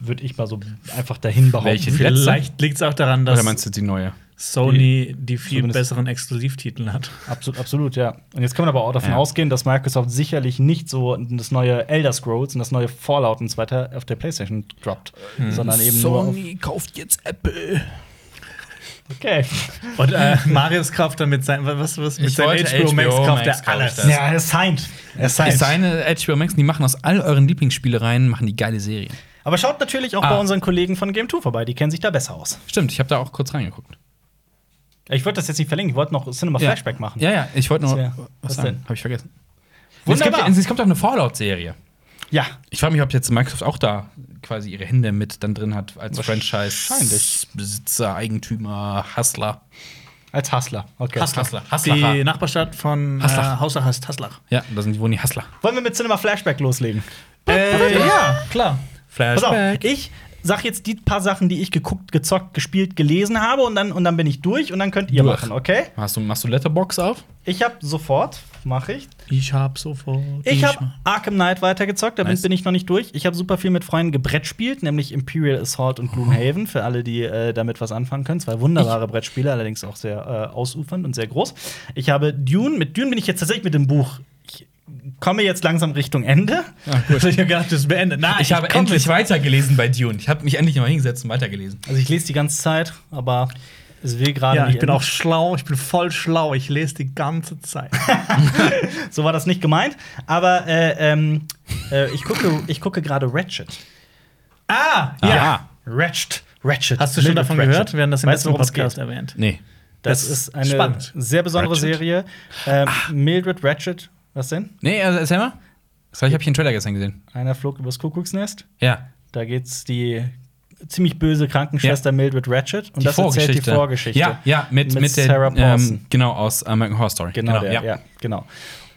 Speaker 1: Würde ich mal so einfach dahin behaupten.
Speaker 3: Welche? Die letzte?
Speaker 4: Vielleicht liegt es auch daran, dass
Speaker 3: Oder meinst du die neue?
Speaker 4: Sony die viel
Speaker 1: Zumindest-
Speaker 4: besseren Exklusivtitel hat.
Speaker 1: Absolut, absolut, ja. Und jetzt kann man aber auch davon
Speaker 3: Ja.
Speaker 1: ausgehen, dass Microsoft sicherlich nicht so das neue Elder Scrolls und das neue Fallout und so weiter auf der PlayStation droppt,
Speaker 3: Hm.
Speaker 1: sondern eben nur auf.
Speaker 3: kauft jetzt Apple.
Speaker 1: Okay.
Speaker 4: Und äh, Marius kauft dann mit, sein, was, was, mit
Speaker 3: Ich
Speaker 4: seinem
Speaker 3: wollte
Speaker 4: HBO, Max
Speaker 3: HBO
Speaker 4: kauft
Speaker 3: Max,
Speaker 4: er
Speaker 3: glaub ich,
Speaker 4: alles.
Speaker 3: das.
Speaker 4: Ja.
Speaker 1: Ja, es signed. Es signed.
Speaker 3: Seine HBO Max, die machen aus all euren Lieblingsspielereien, machen die geile Serien.
Speaker 1: Aber schaut natürlich auch
Speaker 3: Ah.
Speaker 1: bei unseren Kollegen von Game 2 vorbei, die kennen sich da besser aus.
Speaker 3: Stimmt, ich habe da auch kurz reingeguckt.
Speaker 1: Ich wollte das jetzt nicht verlinken, ich wollte noch Cinema Flashback machen.
Speaker 3: Ja, ja, ich wollte nur.
Speaker 1: Das wär- was
Speaker 3: was sagen?
Speaker 1: denn?
Speaker 3: Habe ich vergessen.
Speaker 1: Wunderbar.
Speaker 3: Es, gibt, es kommt auch eine Fallout-Serie.
Speaker 1: Ja.
Speaker 3: Ich frage mich, ob jetzt Microsoft auch da quasi ihre Hände mit dann drin hat als Franchise-Besitzer, Eigentümer, Hustler.
Speaker 1: Als Hustler. Okay.
Speaker 3: Hustler.
Speaker 4: Die
Speaker 3: Hustler.
Speaker 4: Nachbarstadt von äh,
Speaker 3: Haslach.
Speaker 4: Hausach heißt Haslach.
Speaker 3: Ja, da sind die wohnen die Hustler.
Speaker 1: Wollen wir mit Cinema Flashback loslegen?
Speaker 4: ja, klar.
Speaker 1: Pass auf,
Speaker 3: Äh, Flashback.
Speaker 1: ich sag jetzt die paar Sachen, die ich geguckt, gezockt, gespielt, gelesen habe und dann, und dann bin ich durch und dann könnt ihr
Speaker 3: Durch.
Speaker 1: machen, okay?
Speaker 3: Machst du, machst du Letterbox auf?
Speaker 1: Ich habe sofort, mache ich.
Speaker 4: Ich hab sofort.
Speaker 1: Ich habe Arkham Knight weitergezockt, damit
Speaker 3: Nice.
Speaker 1: bin ich noch nicht durch. Ich habe super viel mit Freunden gebrettspielt, nämlich Imperial Assault und Gloomhaven, für alle, die äh, damit was anfangen können. Zwei wunderbare Brettspiele, allerdings auch sehr äh, ausufernd und sehr groß. Ich habe Dune, mit Dune bin ich jetzt tatsächlich mit dem Buch. Ich komme jetzt langsam Richtung Ende.
Speaker 4: Ich hab gedacht, das ist beendet. Nein,
Speaker 3: Ah, Ich habe
Speaker 4: komm
Speaker 3: endlich
Speaker 4: mit.
Speaker 3: weitergelesen bei Dune. Ich habe mich endlich mal hingesetzt und weitergelesen.
Speaker 1: Also ich lese die ganze Zeit, aber es will gerade
Speaker 4: Ja,
Speaker 1: nicht
Speaker 4: ich bin
Speaker 1: enden.
Speaker 4: auch schlau, ich bin voll schlau, ich lese die ganze Zeit.
Speaker 1: So war das nicht gemeint. Aber äh, ähm, äh, ich gucke, ich gucke gerade Ratchet.
Speaker 4: ah,
Speaker 3: Ja.
Speaker 1: Ratchet. Ratchet.
Speaker 4: Hast du schon
Speaker 1: Little
Speaker 4: davon
Speaker 1: Ratchet.
Speaker 4: gehört? Wir haben das im
Speaker 1: Weißt du,
Speaker 4: letzten
Speaker 1: worum es
Speaker 4: Podcast
Speaker 1: geht?
Speaker 4: erwähnt.
Speaker 3: Nee.
Speaker 1: Das,
Speaker 4: Das
Speaker 1: ist
Speaker 4: ist
Speaker 1: eine
Speaker 4: spannend.
Speaker 1: sehr besondere
Speaker 3: Ratchet. Ah.
Speaker 1: Serie. Ähm, Mildred Ratchet. Was denn?
Speaker 3: Nee, also erzähl mal. Das hab ich habe hier einen Trailer gestern gesehen.
Speaker 1: Einer flog übers Kuckucksnest.
Speaker 3: Ja.
Speaker 1: Da geht's die ziemlich böse Krankenschwester Mildred Ratchet und das erzählt die Vorgeschichte.
Speaker 3: Ja, ja, mit, mit, der
Speaker 1: Sarah Paulson.
Speaker 3: ähm, genau aus American Horror Story.
Speaker 1: genau, der, ja.
Speaker 3: ja.
Speaker 1: genau.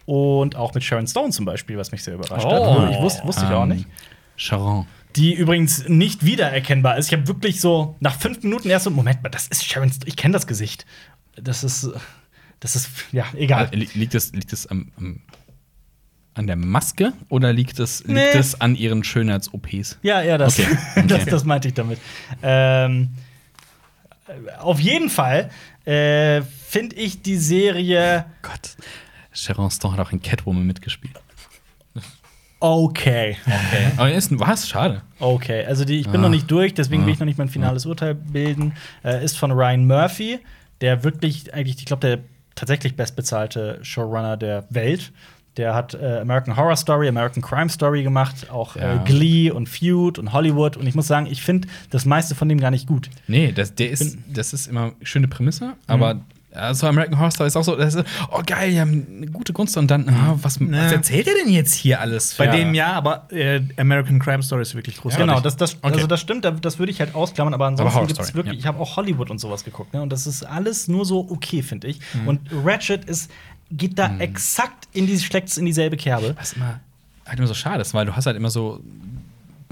Speaker 1: Und auch mit Sharon Stone zum Beispiel, was mich sehr überrascht
Speaker 3: Oh.
Speaker 1: hat. Ich wusste, wusste ich auch
Speaker 3: Ähm,
Speaker 1: nicht.
Speaker 3: Sharon.
Speaker 1: die übrigens nicht wiedererkennbar ist. Ich habe wirklich so nach fünf Minuten erst so, Moment mal, das ist Sharon, St- ich kenne das Gesicht. Das ist, das ist, ja, egal.
Speaker 3: Äh, li- Liegt es, liegt es am, am, an der Maske oder liegt es,
Speaker 1: Nee.
Speaker 3: liegt es an ihren Schönheits-OPs?
Speaker 1: Ja, ja, das,
Speaker 3: Okay, okay.
Speaker 1: das, das meinte ich damit. Ähm, auf jeden Fall äh, finde ich die Serie
Speaker 3: Gott. Sharon Stone hat auch in Catwoman mitgespielt.
Speaker 1: okay.
Speaker 3: Okay. Aber ist, was? Schade.
Speaker 1: Okay, also die, ich bin
Speaker 3: Ah.
Speaker 1: noch nicht durch, deswegen will ich
Speaker 3: Ah.
Speaker 1: noch nicht mein finales Urteil bilden. Äh, ist von Ryan Murphy, der wirklich, eigentlich, ich glaube, der tatsächlich bestbezahlte Showrunner der Welt. Der hat äh, American Horror Story, American Crime Story gemacht, auch
Speaker 3: Ja.
Speaker 1: äh, Glee und Feud und Hollywood. Und ich muss sagen, ich finde das meiste von dem gar nicht gut.
Speaker 3: Nee, das, der ist, das ist immer schöne Prämisse, aber
Speaker 1: Mhm.
Speaker 3: also American Horror Story ist auch so, das ist, oh geil, die haben eine gute Gunst und dann, ah, was, was erzählt er denn jetzt hier alles?
Speaker 4: Bei
Speaker 3: für-
Speaker 4: dem ja, aber äh, American Crime Story ist wirklich großartig.
Speaker 1: Genau, das, das,
Speaker 3: Okay.
Speaker 1: also das stimmt, da- das würde ich halt ausklammern, aber ansonsten
Speaker 3: Horror
Speaker 1: gibt es
Speaker 3: Story,
Speaker 1: wirklich,
Speaker 3: ja.
Speaker 1: ich habe auch Hollywood und sowas geguckt, ne? Und das ist alles nur so okay, finde ich.
Speaker 3: Mhm.
Speaker 1: Und Ratchet ist, geht da exakt in die, schlägt in dieselbe Kerbe.
Speaker 3: Was immer. halt immer so schade ist, weil du hast halt immer so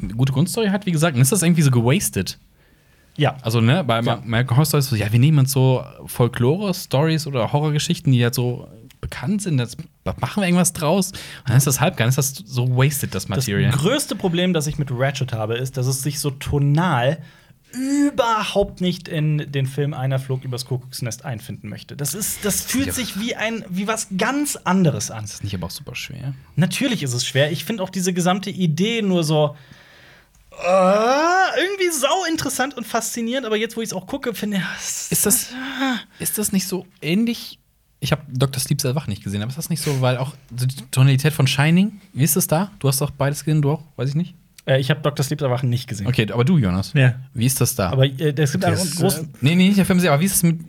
Speaker 3: eine gute Grundstory hat, wie gesagt, und ist das irgendwie so gewastet.
Speaker 1: Ja.
Speaker 3: Also, ne, bei
Speaker 1: Ja.
Speaker 3: American Horror Stories, so, ja, wir nehmen uns so Folklore-Stories oder Horrorgeschichten, die halt so bekannt sind, das da machen wir irgendwas draus. Und dann ist das halb gar nicht, ist das so wasted, das
Speaker 1: Das
Speaker 3: Material.
Speaker 1: größte Problem, das ich mit Ratchet habe, ist, dass es sich so tonal überhaupt nicht in den Film Einer flog übers Kuckucksnest einfinden möchte. Das ist, das fühlt
Speaker 3: Ja.
Speaker 1: sich wie ein, wie was ganz anderes an.
Speaker 3: ist nicht aber auch super schwer.
Speaker 1: Natürlich ist es schwer. Ich finde auch diese gesamte Idee nur so äh, irgendwie sau interessant und faszinierend, aber jetzt, wo ich es auch gucke, finde ich, ja, es-
Speaker 3: Ist das, ist das nicht so ähnlich? Ich habe Dr. Sleeps Erwach nicht gesehen, aber ist das nicht so, weil auch die Tonalität von Shining, wie ist das da? Du hast doch beides gesehen, du auch? Weiß ich nicht.
Speaker 1: äh, ich habe Dr. Sleeps Erwachen nicht gesehen.
Speaker 3: Okay, aber du, Jonas.
Speaker 2: Ja.
Speaker 3: Wie ist das da?
Speaker 1: Aber äh, es gibt einen
Speaker 2: Das,
Speaker 1: großen.
Speaker 3: nee, nee, nicht der Film, aber wie ist es mit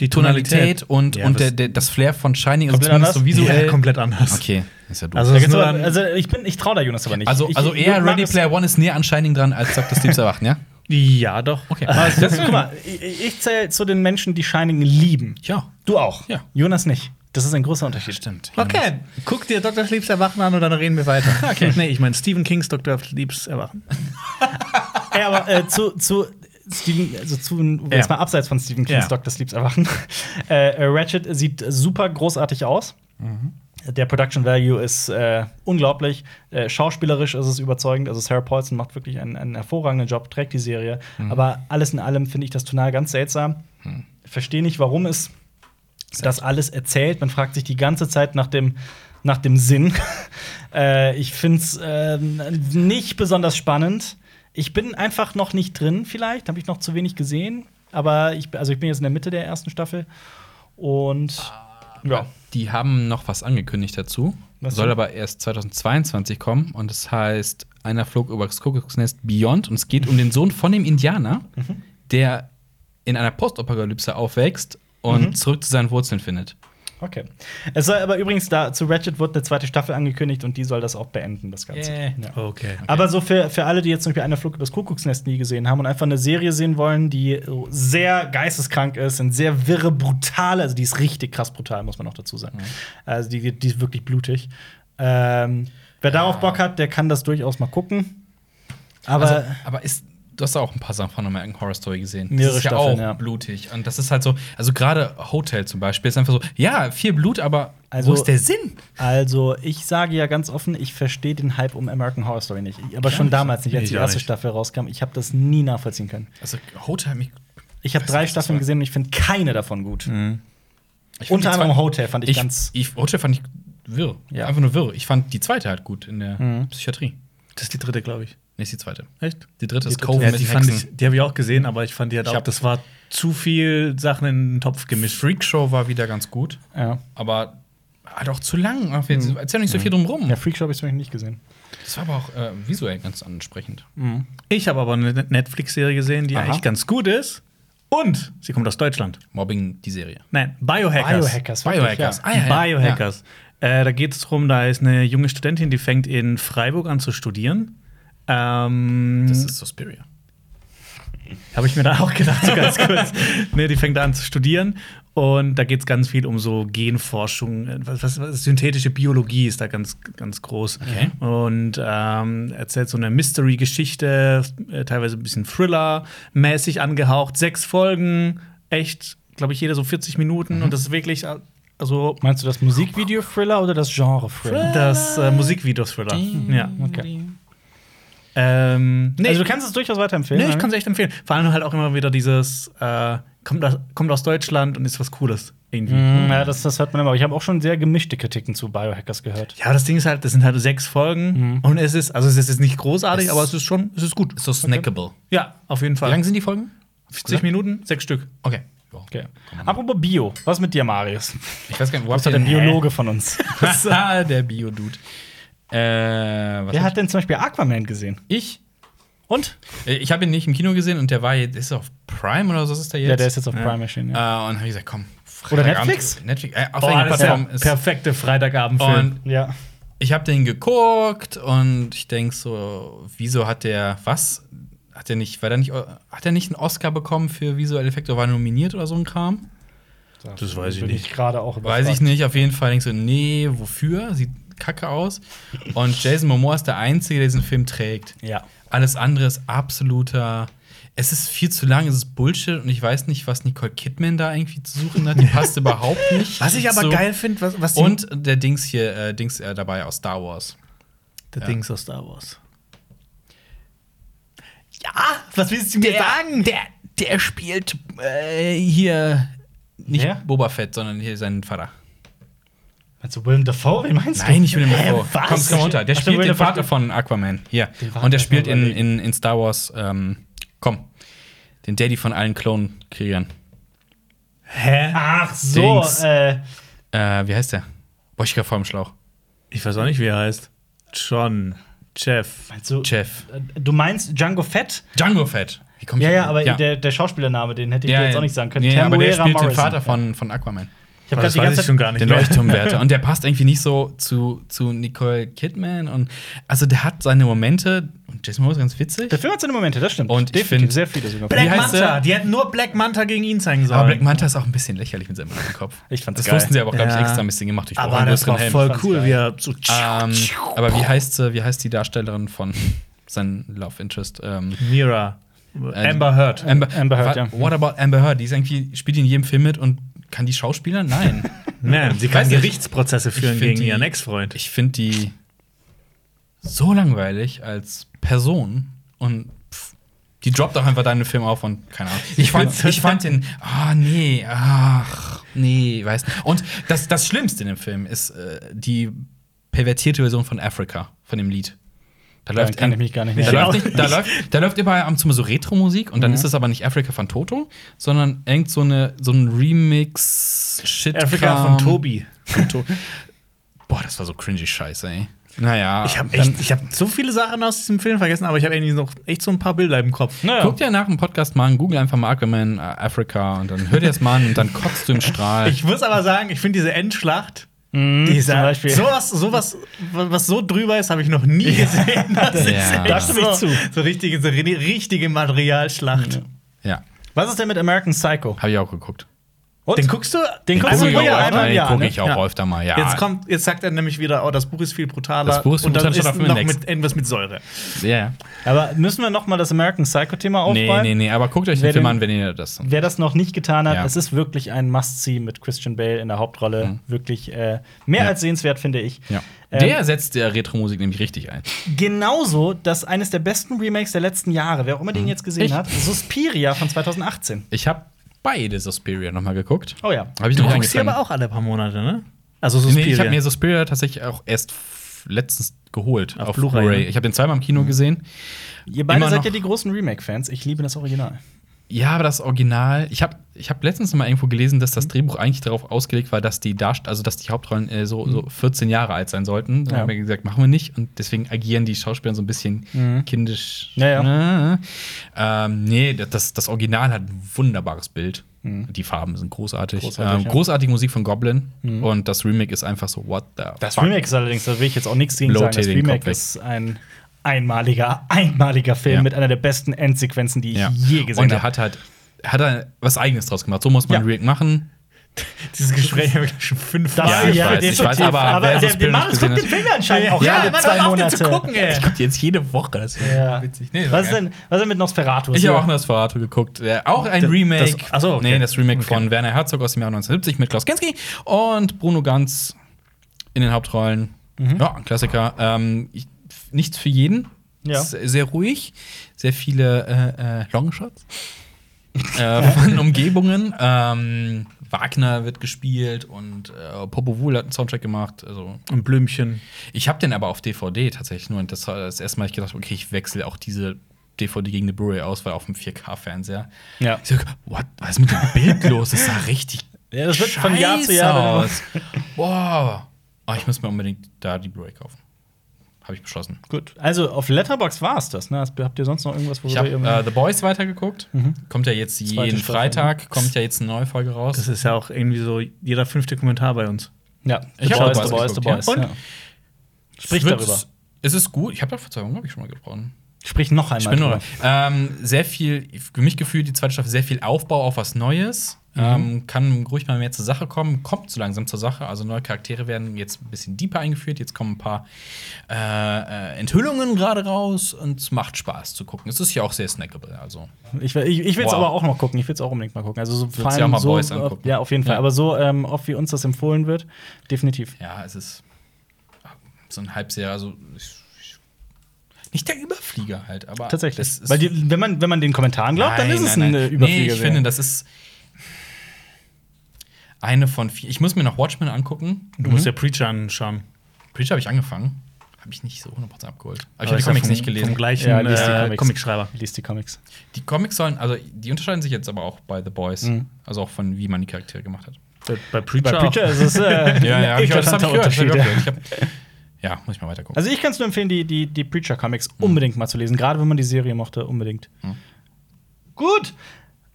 Speaker 2: Die
Speaker 3: Tonalität und,
Speaker 2: Ja,
Speaker 3: und
Speaker 2: das-
Speaker 3: der, der, das Flair von Shining? Also
Speaker 1: Komplett
Speaker 3: zumindest so
Speaker 1: anders?
Speaker 3: visuell.
Speaker 2: Ja, komplett anders.
Speaker 3: okay, ist ja doof.
Speaker 1: Da
Speaker 3: Also,
Speaker 2: Also, das
Speaker 1: gibt's
Speaker 2: ist nur
Speaker 1: aber-
Speaker 2: ein-
Speaker 1: also ich bin, ich trau da Jonas aber nicht.
Speaker 3: also,
Speaker 1: ich, ich-
Speaker 3: eher
Speaker 1: mag
Speaker 3: Ready
Speaker 1: es-
Speaker 3: Player One ist näher an Shining dran als Dr. Sleeps Erwachen, ja?
Speaker 2: Ja, doch.
Speaker 3: Okay.
Speaker 1: Aber es- Also, guck mal, ich, ich zähle zu den Menschen, die Shining lieben.
Speaker 3: ja.
Speaker 1: Du auch.
Speaker 3: Ja.
Speaker 1: Jonas nicht. Das ist ein großer Unterschied.
Speaker 3: Stimmt.
Speaker 2: Okay, guck dir Dr. Sleeps Erwachen an und dann reden wir weiter. Okay. Nee, ich meine Stephen Kings Dr. Sleeps Erwachen.
Speaker 1: Ey, aber äh, zu, zu Stephen, also zu, jetzt mal abseits von Stephen Kings
Speaker 2: Ja.
Speaker 1: Dr. Sleeps Erwachen. Äh, äh, Ratchet sieht super großartig aus. Der Production Value ist äh, unglaublich. Äh, schauspielerisch ist es überzeugend. Also Sarah Paulson macht wirklich einen, einen hervorragenden Job, trägt die Serie. Aber alles in allem finde ich das Tonal ganz seltsam. Verstehe nicht, warum es das alles erzählt. Man fragt sich die ganze Zeit nach dem, nach dem Sinn. äh, ich finde es nicht besonders spannend. Ich bin einfach noch nicht drin, vielleicht. Habe ich noch zu wenig gesehen. Aber ich, also ich bin jetzt in der Mitte der ersten Staffel. Und ja.
Speaker 3: Die haben noch was angekündigt dazu.
Speaker 1: Was
Speaker 3: Soll
Speaker 1: denn?
Speaker 3: aber erst 2022 kommen und es heißt Einer flog über das Kuckucksnest Beyond und es geht um den Sohn von dem Indianer,
Speaker 1: Mhm.
Speaker 3: der in einer Postapokalypse aufwächst und
Speaker 1: Mhm.
Speaker 3: zurück zu seinen Wurzeln findet.
Speaker 1: Okay. Es soll aber übrigens da zu Ratchet wird eine zweite Staffel angekündigt und die soll das auch beenden, das Ganze.
Speaker 3: Yeah.
Speaker 1: Ja.
Speaker 2: Oh, Okay.
Speaker 1: Aber so für, für alle, die jetzt zum Beispiel eine Flug übers Kuckucksnest nie gesehen haben und einfach eine Serie sehen wollen, die so sehr geisteskrank ist und sehr wirre, brutale, also die ist richtig krass brutal, muss man auch dazu sagen.
Speaker 2: Mhm.
Speaker 1: Also die, die ist wirklich blutig. Ähm, wer darauf Bock hat, der kann das durchaus mal gucken. Aber
Speaker 3: also, aber ist, du hast auch ein paar Sachen von American Horror Story gesehen.
Speaker 1: Mehrere
Speaker 3: das ist ja
Speaker 1: Staffeln,
Speaker 3: auch
Speaker 1: ja.
Speaker 3: blutig. Und das ist halt so, also gerade Hotel zum Beispiel ist einfach so, ja, viel Blut, aber
Speaker 1: Also-
Speaker 3: wo ist der Sinn?
Speaker 1: Also, ich sage ja ganz offen, ich verstehe den Hype um American Horror Story nicht. Aber schon damals nicht, als
Speaker 2: Ich
Speaker 1: die
Speaker 2: auch
Speaker 1: erste
Speaker 2: nicht.
Speaker 1: Staffel rauskam. Ich habe das nie nachvollziehen können.
Speaker 3: Also Hotel hat mich.
Speaker 1: Ich habe
Speaker 3: weiß
Speaker 1: drei
Speaker 3: nicht, was das
Speaker 1: Staffeln
Speaker 3: war. Mhm.
Speaker 1: gesehen und ich finde keine davon gut.
Speaker 3: Ich fand die
Speaker 1: Unter
Speaker 3: zwei-
Speaker 1: anderem Hotel fand ich,
Speaker 3: ich,
Speaker 1: ganz.
Speaker 3: ich, Hotel fand ich wirr.
Speaker 1: Ja. Mhm.
Speaker 3: Einfach nur wirr. Ich fand die zweite halt gut in der Psychiatrie.
Speaker 2: Das ist die dritte, glaube ich.
Speaker 3: Nee, ist die zweite.
Speaker 2: Echt?
Speaker 3: Die dritte ist Cove
Speaker 2: Ja,
Speaker 3: mit
Speaker 2: die fand
Speaker 3: Hexen.
Speaker 2: ich, die habe ich auch gesehen, aber ich fand die halt
Speaker 3: Ich
Speaker 2: auch,
Speaker 3: hab-
Speaker 2: das war zu viel Sachen in den Topf gemischt.
Speaker 3: Freak Show war wieder ganz gut,
Speaker 1: Ja.
Speaker 3: aber halt auch zu lang. Mhm. Erzähl nicht so viel drum rum.
Speaker 1: ja, Freak Show habe ich zum Beispiel nicht gesehen.
Speaker 3: Das war aber auch äh, visuell ganz ansprechend.
Speaker 1: Mhm.
Speaker 2: Ich habe aber eine Net- Netflix-Serie gesehen, die
Speaker 3: Aha.
Speaker 2: eigentlich ganz gut ist. Und sie kommt aus Deutschland.
Speaker 3: Mobbing, die Serie.
Speaker 2: Nein, Biohackers.
Speaker 1: wirklich,
Speaker 3: Biohackers.
Speaker 1: Ja.
Speaker 3: Ah, ja, ja.
Speaker 2: Biohackers. Äh, da geht es darum, da ist eine junge Studentin, die fängt in Freiburg an zu studieren.
Speaker 1: Mhm.
Speaker 2: Ähm,
Speaker 3: Das ist Suspiria.
Speaker 2: Habe ich mir da auch gedacht, so ganz kurz. nee, die fängt an zu studieren. Und da geht es ganz viel um so Genforschung. äh, Was, was, was, synthetische Biologie ist da ganz, ganz groß.
Speaker 3: Okay.
Speaker 2: Und ähm, erzählt so eine Mystery-Geschichte, äh, teilweise ein bisschen Thriller-mäßig angehaucht. Sechs Folgen, echt, glaube ich, jeder so 40 Minuten.
Speaker 1: Mhm.
Speaker 2: Und das ist wirklich, äh, also
Speaker 1: Meinst du das Musikvideo-Thriller oder das Genre-Thriller?
Speaker 2: das äh, Musikvideo-Thriller. Ja.
Speaker 1: Okay.
Speaker 2: Ähm, nee,
Speaker 1: Also, du kannst es durchaus weiterempfehlen. ne?
Speaker 2: Nee, ich
Speaker 1: oder?
Speaker 2: kann es echt empfehlen. Vor allem halt auch immer wieder dieses, äh, kommt, aus, kommt aus Deutschland und ist was Cooles irgendwie.
Speaker 3: Mhm.
Speaker 1: Mm, ja, das, das hört man immer. Aber ich habe auch schon sehr gemischte Kritiken zu Biohackers gehört.
Speaker 2: Ja, das Ding ist halt, das sind halt sechs Folgen und es ist, also es ist jetzt nicht großartig,
Speaker 3: Mhm. Es-
Speaker 2: aber es ist schon, es ist gut.
Speaker 3: Ist so snackable.
Speaker 2: Ja, auf jeden
Speaker 3: Wie
Speaker 2: Fall.
Speaker 3: lang sind die Folgen?
Speaker 2: 40 Minuten, sechs Stück.
Speaker 3: Okay.
Speaker 1: Okay. Apropos Bio, was mit dir, Marius?
Speaker 3: Ich weiß gar nicht, wo
Speaker 1: Was hat der Biologe von uns?
Speaker 3: Ah, der Bio-Dude. Äh, was
Speaker 1: Wer
Speaker 3: hab
Speaker 1: hat denn zum Beispiel Aquaman gesehen?
Speaker 3: ich?
Speaker 1: Und?
Speaker 3: Äh, Ich habe ihn nicht im Kino gesehen und der war jetzt, ist er auf Prime oder so ist der jetzt?
Speaker 1: Ja, der ist jetzt auf Prime erschienen.
Speaker 3: Äh,
Speaker 1: Ja.
Speaker 3: und habe ich gesagt, komm. Freitagabend-
Speaker 1: Netflix?
Speaker 3: Netflix, äh, auf
Speaker 2: Oh,
Speaker 3: irgendeiner
Speaker 2: das ist der
Speaker 3: Plattform. ist-
Speaker 2: perfekte Freitagabendfilm.
Speaker 3: Und
Speaker 1: ja.
Speaker 3: ich habe den geguckt und ich denk so, wieso hat der was? Hat der nicht, war der nicht, hat der nicht einen Oscar bekommen für visuelle Effekte oder war er nominiert oder so ein Kram?
Speaker 2: Das weiß ich
Speaker 1: Bin ich gerade auch
Speaker 3: Weiß ich
Speaker 1: überfragt.
Speaker 3: nicht, auf jeden Fall denkst du, nee, wofür? Sieht sieht kacke aus. Und Jason Momoa ist der Einzige, der diesen Film trägt.
Speaker 1: Ja.
Speaker 3: Alles andere ist absoluter. Es ist viel zu lang, es ist Bullshit und ich weiß nicht, was Nicole Kidman da irgendwie zu suchen hat. Die passt überhaupt nicht.
Speaker 2: Was ich aber
Speaker 3: So.
Speaker 2: geil finde, was, was die-
Speaker 3: Und der Dings hier, äh, Dings äh, dabei aus Star Wars.
Speaker 2: der Dings aus Star Wars. Ja, was willst du mir sagen?
Speaker 3: der, der spielt äh, hier nicht
Speaker 1: Wer?
Speaker 3: Boba Fett, sondern hier seinen Vater.
Speaker 1: Meinst du Willem Dafoe? Wen meinst du?
Speaker 3: Nein, ich will den
Speaker 2: Hä,
Speaker 3: Mo.
Speaker 2: was?
Speaker 3: Komm, komm runter. Der
Speaker 1: Ach, der
Speaker 3: spielt
Speaker 1: Also will
Speaker 3: den
Speaker 1: den
Speaker 3: Vater
Speaker 1: Vater-
Speaker 3: von Aquaman. Hier.
Speaker 1: Den Vater
Speaker 3: Und der
Speaker 1: erst mal
Speaker 3: spielt in,
Speaker 1: überlegen.
Speaker 3: in, in Star Wars, ähm, komm, den Daddy von allen Klonkriegern.
Speaker 2: Hä?
Speaker 1: Ach so,
Speaker 3: Dings.
Speaker 1: äh,
Speaker 3: Äh, wie heißt der? Boah, ich gerade vor dem Schlauch.
Speaker 2: Ich weiß auch nicht, wie er heißt. John, Jeff.
Speaker 1: meinst du,
Speaker 3: Jeff.
Speaker 1: äh, du meinst Django Fett?
Speaker 3: Django Fett. Wie komm ich
Speaker 1: Ja,
Speaker 3: auf
Speaker 1: ja,
Speaker 3: den?
Speaker 1: aber Der, der Schauspielername, den hätte ich
Speaker 3: Ja,
Speaker 1: dir jetzt
Speaker 3: ja.
Speaker 1: auch nicht sagen können.
Speaker 3: Nee, aber der
Speaker 1: Temuera
Speaker 3: spielt den
Speaker 1: Morrison.
Speaker 3: Vater von, von Aquaman.
Speaker 1: Ich hab grad
Speaker 2: Das
Speaker 1: die
Speaker 2: weiß
Speaker 1: ganze
Speaker 2: ich schon
Speaker 1: Zeit.
Speaker 2: gar nicht
Speaker 3: Den
Speaker 2: mehr.
Speaker 3: Leuchtturmwärter. und der passt irgendwie nicht so zu, zu Nicole Kidman. Und also der hat seine Momente. Und Jason Moore ist ganz witzig.
Speaker 1: Der Film hat seine Momente, das stimmt.
Speaker 3: Und ich
Speaker 1: Definitiv
Speaker 3: find-
Speaker 1: sehr viele sogar.
Speaker 3: Wie
Speaker 2: Black
Speaker 3: heißt
Speaker 2: Manta.
Speaker 3: der?
Speaker 2: Die hätten nur Black Manta gegen ihn zeigen sollen.
Speaker 3: Aber Black Manta ist auch ein bisschen lächerlich mit seinem roten Kopf.
Speaker 1: Ich fand's
Speaker 3: das
Speaker 1: geil.
Speaker 3: wussten sie aber, glaube ich,
Speaker 2: Ja.
Speaker 3: extra ein bisschen gemacht. durch
Speaker 2: aber
Speaker 3: einen
Speaker 2: das war
Speaker 3: größeren Helm.
Speaker 2: voll
Speaker 1: fand's
Speaker 2: cool,
Speaker 1: geil.
Speaker 2: wie er so.
Speaker 3: Ähm, aber wie heißt sie, wie heißt die Darstellerin von seinem Love Interest? Ähm,
Speaker 2: Mira.
Speaker 3: Äh,
Speaker 2: Amber Heard.
Speaker 3: Amber,
Speaker 1: Amber Heard,
Speaker 3: Wa-
Speaker 1: ja.
Speaker 3: What about Amber Heard? Die ist irgendwie, spielt die in jedem Film mit und kann die Schauspieler? Nein.
Speaker 2: Nein, ne, sie kann
Speaker 3: ne, weiß nicht.
Speaker 2: Gerichtsprozesse führen
Speaker 3: find
Speaker 2: gegen
Speaker 3: die-
Speaker 2: ihren Ex-Freund.
Speaker 3: ich finde die so langweilig als Person und pff, die droppt auch einfach deinen Film auf und keine Ahnung. Ich fand, ich fand den, ah nee, ach nee, weiß nicht. Und das, das Schlimmste in dem Film ist äh, die pervertierte Version von Africa, von dem Lied. Da
Speaker 1: Daran kann
Speaker 3: ein-
Speaker 1: ich mich gar nicht
Speaker 3: da
Speaker 1: mehr Mhm.
Speaker 3: läuft, nicht, da, läuft, da läuft überall am Zimmer so Retro-Musik und dann ist das aber nicht Africa von Toto, sondern irgend so, eine, so ein Remix-Shit.
Speaker 2: Afrika von Tobi. Von To-
Speaker 3: Boah, das war so cringy Scheiße, ey. Naja.
Speaker 2: Ich habe
Speaker 3: dann-
Speaker 2: echt, ich habe so viele Sachen aus diesem Film vergessen, aber ich habe irgendwie noch echt so ein paar Bilder im Kopf.
Speaker 1: Naja.
Speaker 3: Guck dir nach dem Podcast mal an, google einfach mal Aquaman äh, Africa und dann hör dir das mal an und dann kotzt du im Strahl.
Speaker 2: Ich muss aber sagen, ich finde diese Endschlacht,
Speaker 1: Mhm.
Speaker 3: Hm,
Speaker 1: zum
Speaker 2: dieser,
Speaker 1: Beispiel.
Speaker 2: sowas, sowas, was so drüber ist, habe ich noch nie gesehen. Das ist
Speaker 3: Ja.
Speaker 2: echt
Speaker 3: Da
Speaker 1: stimme ich zu.
Speaker 2: so, So richtige, so ri- richtige Materialschlacht.
Speaker 3: ja,
Speaker 1: Was ist denn mit American Psycho?
Speaker 3: habe ich auch geguckt.
Speaker 1: Und?
Speaker 2: Den guckst du?
Speaker 1: Den guckst
Speaker 2: Also,
Speaker 1: du
Speaker 3: ich auch,
Speaker 1: ja,
Speaker 3: öfter,
Speaker 1: einmal im
Speaker 3: den
Speaker 1: Jahr,
Speaker 3: guck
Speaker 1: ne?
Speaker 3: ich auch
Speaker 2: Ja.
Speaker 3: öfter mal. Ja.
Speaker 2: Jetzt kommt, jetzt sagt er nämlich wieder, oh, das Buch ist viel brutaler.
Speaker 3: Das Buch ist viel
Speaker 2: und dann
Speaker 3: brutaler,
Speaker 2: ist
Speaker 3: steht auf dem
Speaker 2: noch
Speaker 3: Index.
Speaker 2: mit irgendwas mit Säure.
Speaker 3: Ja.
Speaker 1: Aber müssen wir noch mal das American Psycho-Thema
Speaker 3: Nee,
Speaker 1: aufbauen?
Speaker 3: nee, nee, aber guckt euch den
Speaker 1: Wer
Speaker 3: Film
Speaker 1: den-
Speaker 3: an, wenn ihr das.
Speaker 1: Wer das noch nicht getan hat,
Speaker 3: Ja. Mhm.
Speaker 1: es ist wirklich ein Must-See mit Christian Bale in der Hauptrolle. Wirklich äh, mehr als sehenswert, finde ich.
Speaker 3: Ja.
Speaker 1: Ähm,
Speaker 3: Der setzt der Retro-Musik nämlich richtig ein.
Speaker 1: Genauso, dass eines der besten Remakes der letzten Jahre, wer auch immer den jetzt gesehen
Speaker 3: Echt?
Speaker 1: hat, Suspiria von 2018.
Speaker 3: Ich habe beide Suspiria nochmal geguckt.
Speaker 1: Oh ja.
Speaker 3: Habe ich
Speaker 2: Du
Speaker 3: noch
Speaker 2: guckst die
Speaker 3: angefangen.
Speaker 2: aber auch alle paar Monate, ne? Also so
Speaker 3: Nee, ich habe mir Suspiria tatsächlich auch erst f- letztens geholt
Speaker 2: Auf
Speaker 3: auf,
Speaker 2: Blu-ray,
Speaker 3: Blu-ray.
Speaker 2: ne?
Speaker 3: Ich habe den zweimal im Kino gesehen.
Speaker 1: Ihr beide
Speaker 3: Immer
Speaker 1: seid
Speaker 3: noch-
Speaker 1: ja die großen Remake-Fans. Ich liebe das Original.
Speaker 3: Ja, aber das Original, ich habe ich hab letztens mal irgendwo gelesen, dass
Speaker 1: Mhm.
Speaker 3: das Drehbuch eigentlich darauf ausgelegt war, dass die Darst also dass die Hauptrollen äh, so, so 14 Jahre alt sein sollten. Dann
Speaker 1: Mhm. Ja.
Speaker 3: haben wir gesagt, machen wir nicht. Und deswegen agieren die Schauspieler so ein bisschen kindisch.
Speaker 1: Mhm.
Speaker 3: Ne?
Speaker 1: Ja,
Speaker 3: Ähm, nee, das, das Original hat ein wunderbares Bild. Die Farben sind großartig.
Speaker 1: Mhm. Großartig, ja.
Speaker 3: ähm,
Speaker 1: Mhm.
Speaker 3: Großartige Musik von Goblin. Und das Remake ist einfach so, what the
Speaker 1: Das Remake ist allerdings, da will ich jetzt auch nichts gegen
Speaker 3: Blow
Speaker 1: sagen. Das
Speaker 3: dir den Kopf
Speaker 1: Remake
Speaker 3: weg.
Speaker 1: ist ein einmaliger, einmaliger Film
Speaker 3: Ja.
Speaker 1: mit einer der besten Endsequenzen, die ich je
Speaker 3: Und
Speaker 1: gesehen
Speaker 3: er
Speaker 1: habe.
Speaker 3: hat halt hat er was Eigenes draus gemacht. So muss man
Speaker 1: Ja.
Speaker 3: ein Remake machen.
Speaker 2: dieses Gespräch habe ich schon fünf
Speaker 1: Das-
Speaker 3: Ja, ich weiß, ich weiß, aber wer
Speaker 1: aber
Speaker 3: das
Speaker 1: der,
Speaker 3: Bild
Speaker 1: der
Speaker 3: nicht
Speaker 1: Marius
Speaker 3: gesehen
Speaker 1: guckt den
Speaker 3: hat-
Speaker 1: Film anscheinend auch
Speaker 3: Ja,
Speaker 1: alle
Speaker 2: Mann,
Speaker 1: zwei
Speaker 2: hör auf, den
Speaker 1: Monate.
Speaker 2: zu gucken, ey.
Speaker 3: kommt jetzt jede Woche. Das ist
Speaker 1: Ja.
Speaker 3: Nee,
Speaker 1: Was ist denn, was ist denn mit Nosferatu?
Speaker 3: Ich habe auch ein Nosferatu geguckt. Äh, auch ein Remake.
Speaker 2: das- ach so, okay.
Speaker 3: Nee, das Remake von Werner Herzog aus dem Jahr 1970 mit Klaus Kinski und Bruno Ganz in den Hauptrollen.
Speaker 2: Mhm.
Speaker 3: Ja, ein Klassiker. Ähm, ich, f- nichts für jeden.
Speaker 1: Ja.
Speaker 3: Ist Sehr ruhig. Sehr viele äh, äh, Longshots. äh, von Umgebungen. Ähm, Wagner wird gespielt und äh, Popo Wuhl hat einen Soundtrack gemacht. Also
Speaker 2: Und Blümchen.
Speaker 3: ich habe den aber auf DVD tatsächlich nur. Und das war das erste Mal, ich gedacht, okay, ich wechsle auch diese DVD gegen eine Blu-ray aus, weil auf dem 4K-Fernseher.
Speaker 1: Ja.
Speaker 3: Ich so, what? Was ist mit dem Bild los? Das sah richtig.
Speaker 1: Ja, das wird von Jahr zu
Speaker 3: scheiße
Speaker 1: Jahr
Speaker 3: aus. Boah. Oh, ich muss mir unbedingt da die Blu-ray kaufen. Habe ich beschlossen.
Speaker 1: Gut, also auf Letterbox war es das. Ne? Habt ihr sonst noch irgendwas,
Speaker 3: Ich
Speaker 1: worüber
Speaker 3: habe
Speaker 1: ihr irgendwie-
Speaker 3: äh, The Boys weitergeguckt. Kommt ja jetzt jeden
Speaker 1: Mhm. Zweite Staffel,
Speaker 3: Freitag, kommt ja jetzt eine neue Folge raus.
Speaker 2: Das ist ja auch irgendwie so jeder fünfte Kommentar bei uns.
Speaker 1: Ja,
Speaker 3: Ich hab auch was geguckt, ja.
Speaker 1: Ja.
Speaker 3: Und?
Speaker 1: Sprich
Speaker 3: Es wird-
Speaker 1: darüber.
Speaker 3: Es ist gut. Ich habe da vor zwei Wochen, glaube ich, schon mal gesprochen.
Speaker 1: Sprich noch einmal.
Speaker 3: Spinne
Speaker 1: drüber.
Speaker 3: oder? Ähm, sehr viel, für mich gefühlt die zweite Staffel sehr viel Aufbau auf was Neues.
Speaker 1: Mhm.
Speaker 3: Ähm, kann ruhig mal mehr zur Sache kommen, kommt so langsam zur Sache. Also neue Charaktere werden jetzt ein bisschen deeper eingeführt. Jetzt kommen ein paar äh, äh, Enthüllungen gerade raus und es macht Spaß zu gucken. Es ist ja auch sehr snackable. Also
Speaker 1: Ich, will- ich, ich will es
Speaker 3: Wow.
Speaker 1: aber auch noch gucken. Ich will es auch unbedingt mal gucken. Also so vor
Speaker 3: ja
Speaker 1: allem
Speaker 3: auch mal
Speaker 1: so,
Speaker 3: Boys angucken.
Speaker 1: Ja, auf jeden Fall.
Speaker 3: Ja.
Speaker 1: Aber so ähm, oft wie uns das empfohlen wird, definitiv.
Speaker 3: ja, es ist so ein Halbseher. Also ich, ich, nicht der Überflieger halt, aber
Speaker 1: Tatsächlich.
Speaker 3: es ist-
Speaker 1: Weil die, wenn, man, wenn man den Kommentaren glaubt, dann ist es ein äh, Überflieger.
Speaker 3: Nee, ich finde, das ist eine von vier. Ich muss mir noch Watchmen angucken.
Speaker 2: Du musst ja Preacher anschauen.
Speaker 3: Preacher habe ich angefangen. Habe ich nicht so 100% abgeholt. Aber ich
Speaker 2: Aber
Speaker 3: habe die
Speaker 2: ist ja
Speaker 3: Comics
Speaker 2: vom-
Speaker 3: nicht
Speaker 2: Vom
Speaker 3: gelesen.
Speaker 2: gleichen
Speaker 1: Ja, liest die
Speaker 2: äh,
Speaker 1: Comics.
Speaker 2: Comicschreiber.
Speaker 1: liest die Comics.
Speaker 3: Die Comics sollen, also die unterscheiden sich jetzt aber auch bei The Boys.
Speaker 1: Mhm.
Speaker 3: Also auch von wie man die Charaktere gemacht hat.
Speaker 2: Bei, bei Preacher.
Speaker 1: Bei Preacher
Speaker 2: auch.
Speaker 1: ist es äh,
Speaker 3: hab ich, das hab ich
Speaker 1: eklatanter
Speaker 3: gehört. Das hab ich
Speaker 1: Unterschied.
Speaker 3: gehört. Ich hab, ja, muss ich mal weitergucken.
Speaker 1: Also ich kann es nur empfehlen, die, die, die
Speaker 3: Hm.
Speaker 1: Preacher-Comics unbedingt mal zu lesen, gerade wenn man die Serie mochte, unbedingt. Gut.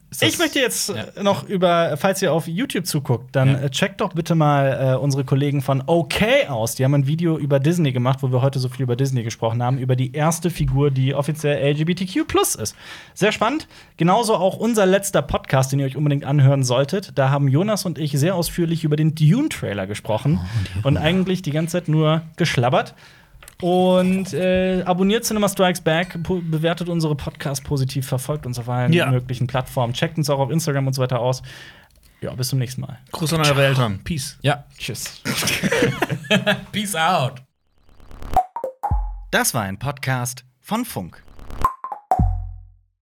Speaker 3: das-
Speaker 1: Ich möchte jetzt
Speaker 3: Ja.
Speaker 1: äh, noch über, falls ihr auf YouTube zuguckt, dann
Speaker 3: Ja.
Speaker 1: äh, checkt doch bitte mal äh, unsere Kollegen von OK aus. Die haben ein Video über Disney gemacht, wo wir heute so viel über Disney gesprochen haben, über die erste Figur, die offiziell LGBTQ ist. Sehr spannend. Genauso auch unser letzter Podcast, den ihr euch unbedingt anhören solltet. Da haben Jonas und ich sehr ausführlich über den Dune-Trailer gesprochen
Speaker 3: Oh,
Speaker 1: und eigentlich die ganze Zeit nur geschlabbert. Und äh, abonniert Cinema Strikes Back, po- bewertet unsere Podcasts positiv, verfolgt uns auf allen
Speaker 2: Ja.
Speaker 1: möglichen Plattformen, checkt uns auch auf Instagram und so weiter aus. Ja, bis zum nächsten Mal.
Speaker 2: Gruß an eure Eltern. Peace.
Speaker 3: ja,
Speaker 1: Tschüss.
Speaker 3: peace out.
Speaker 5: Das war ein Podcast von Funk.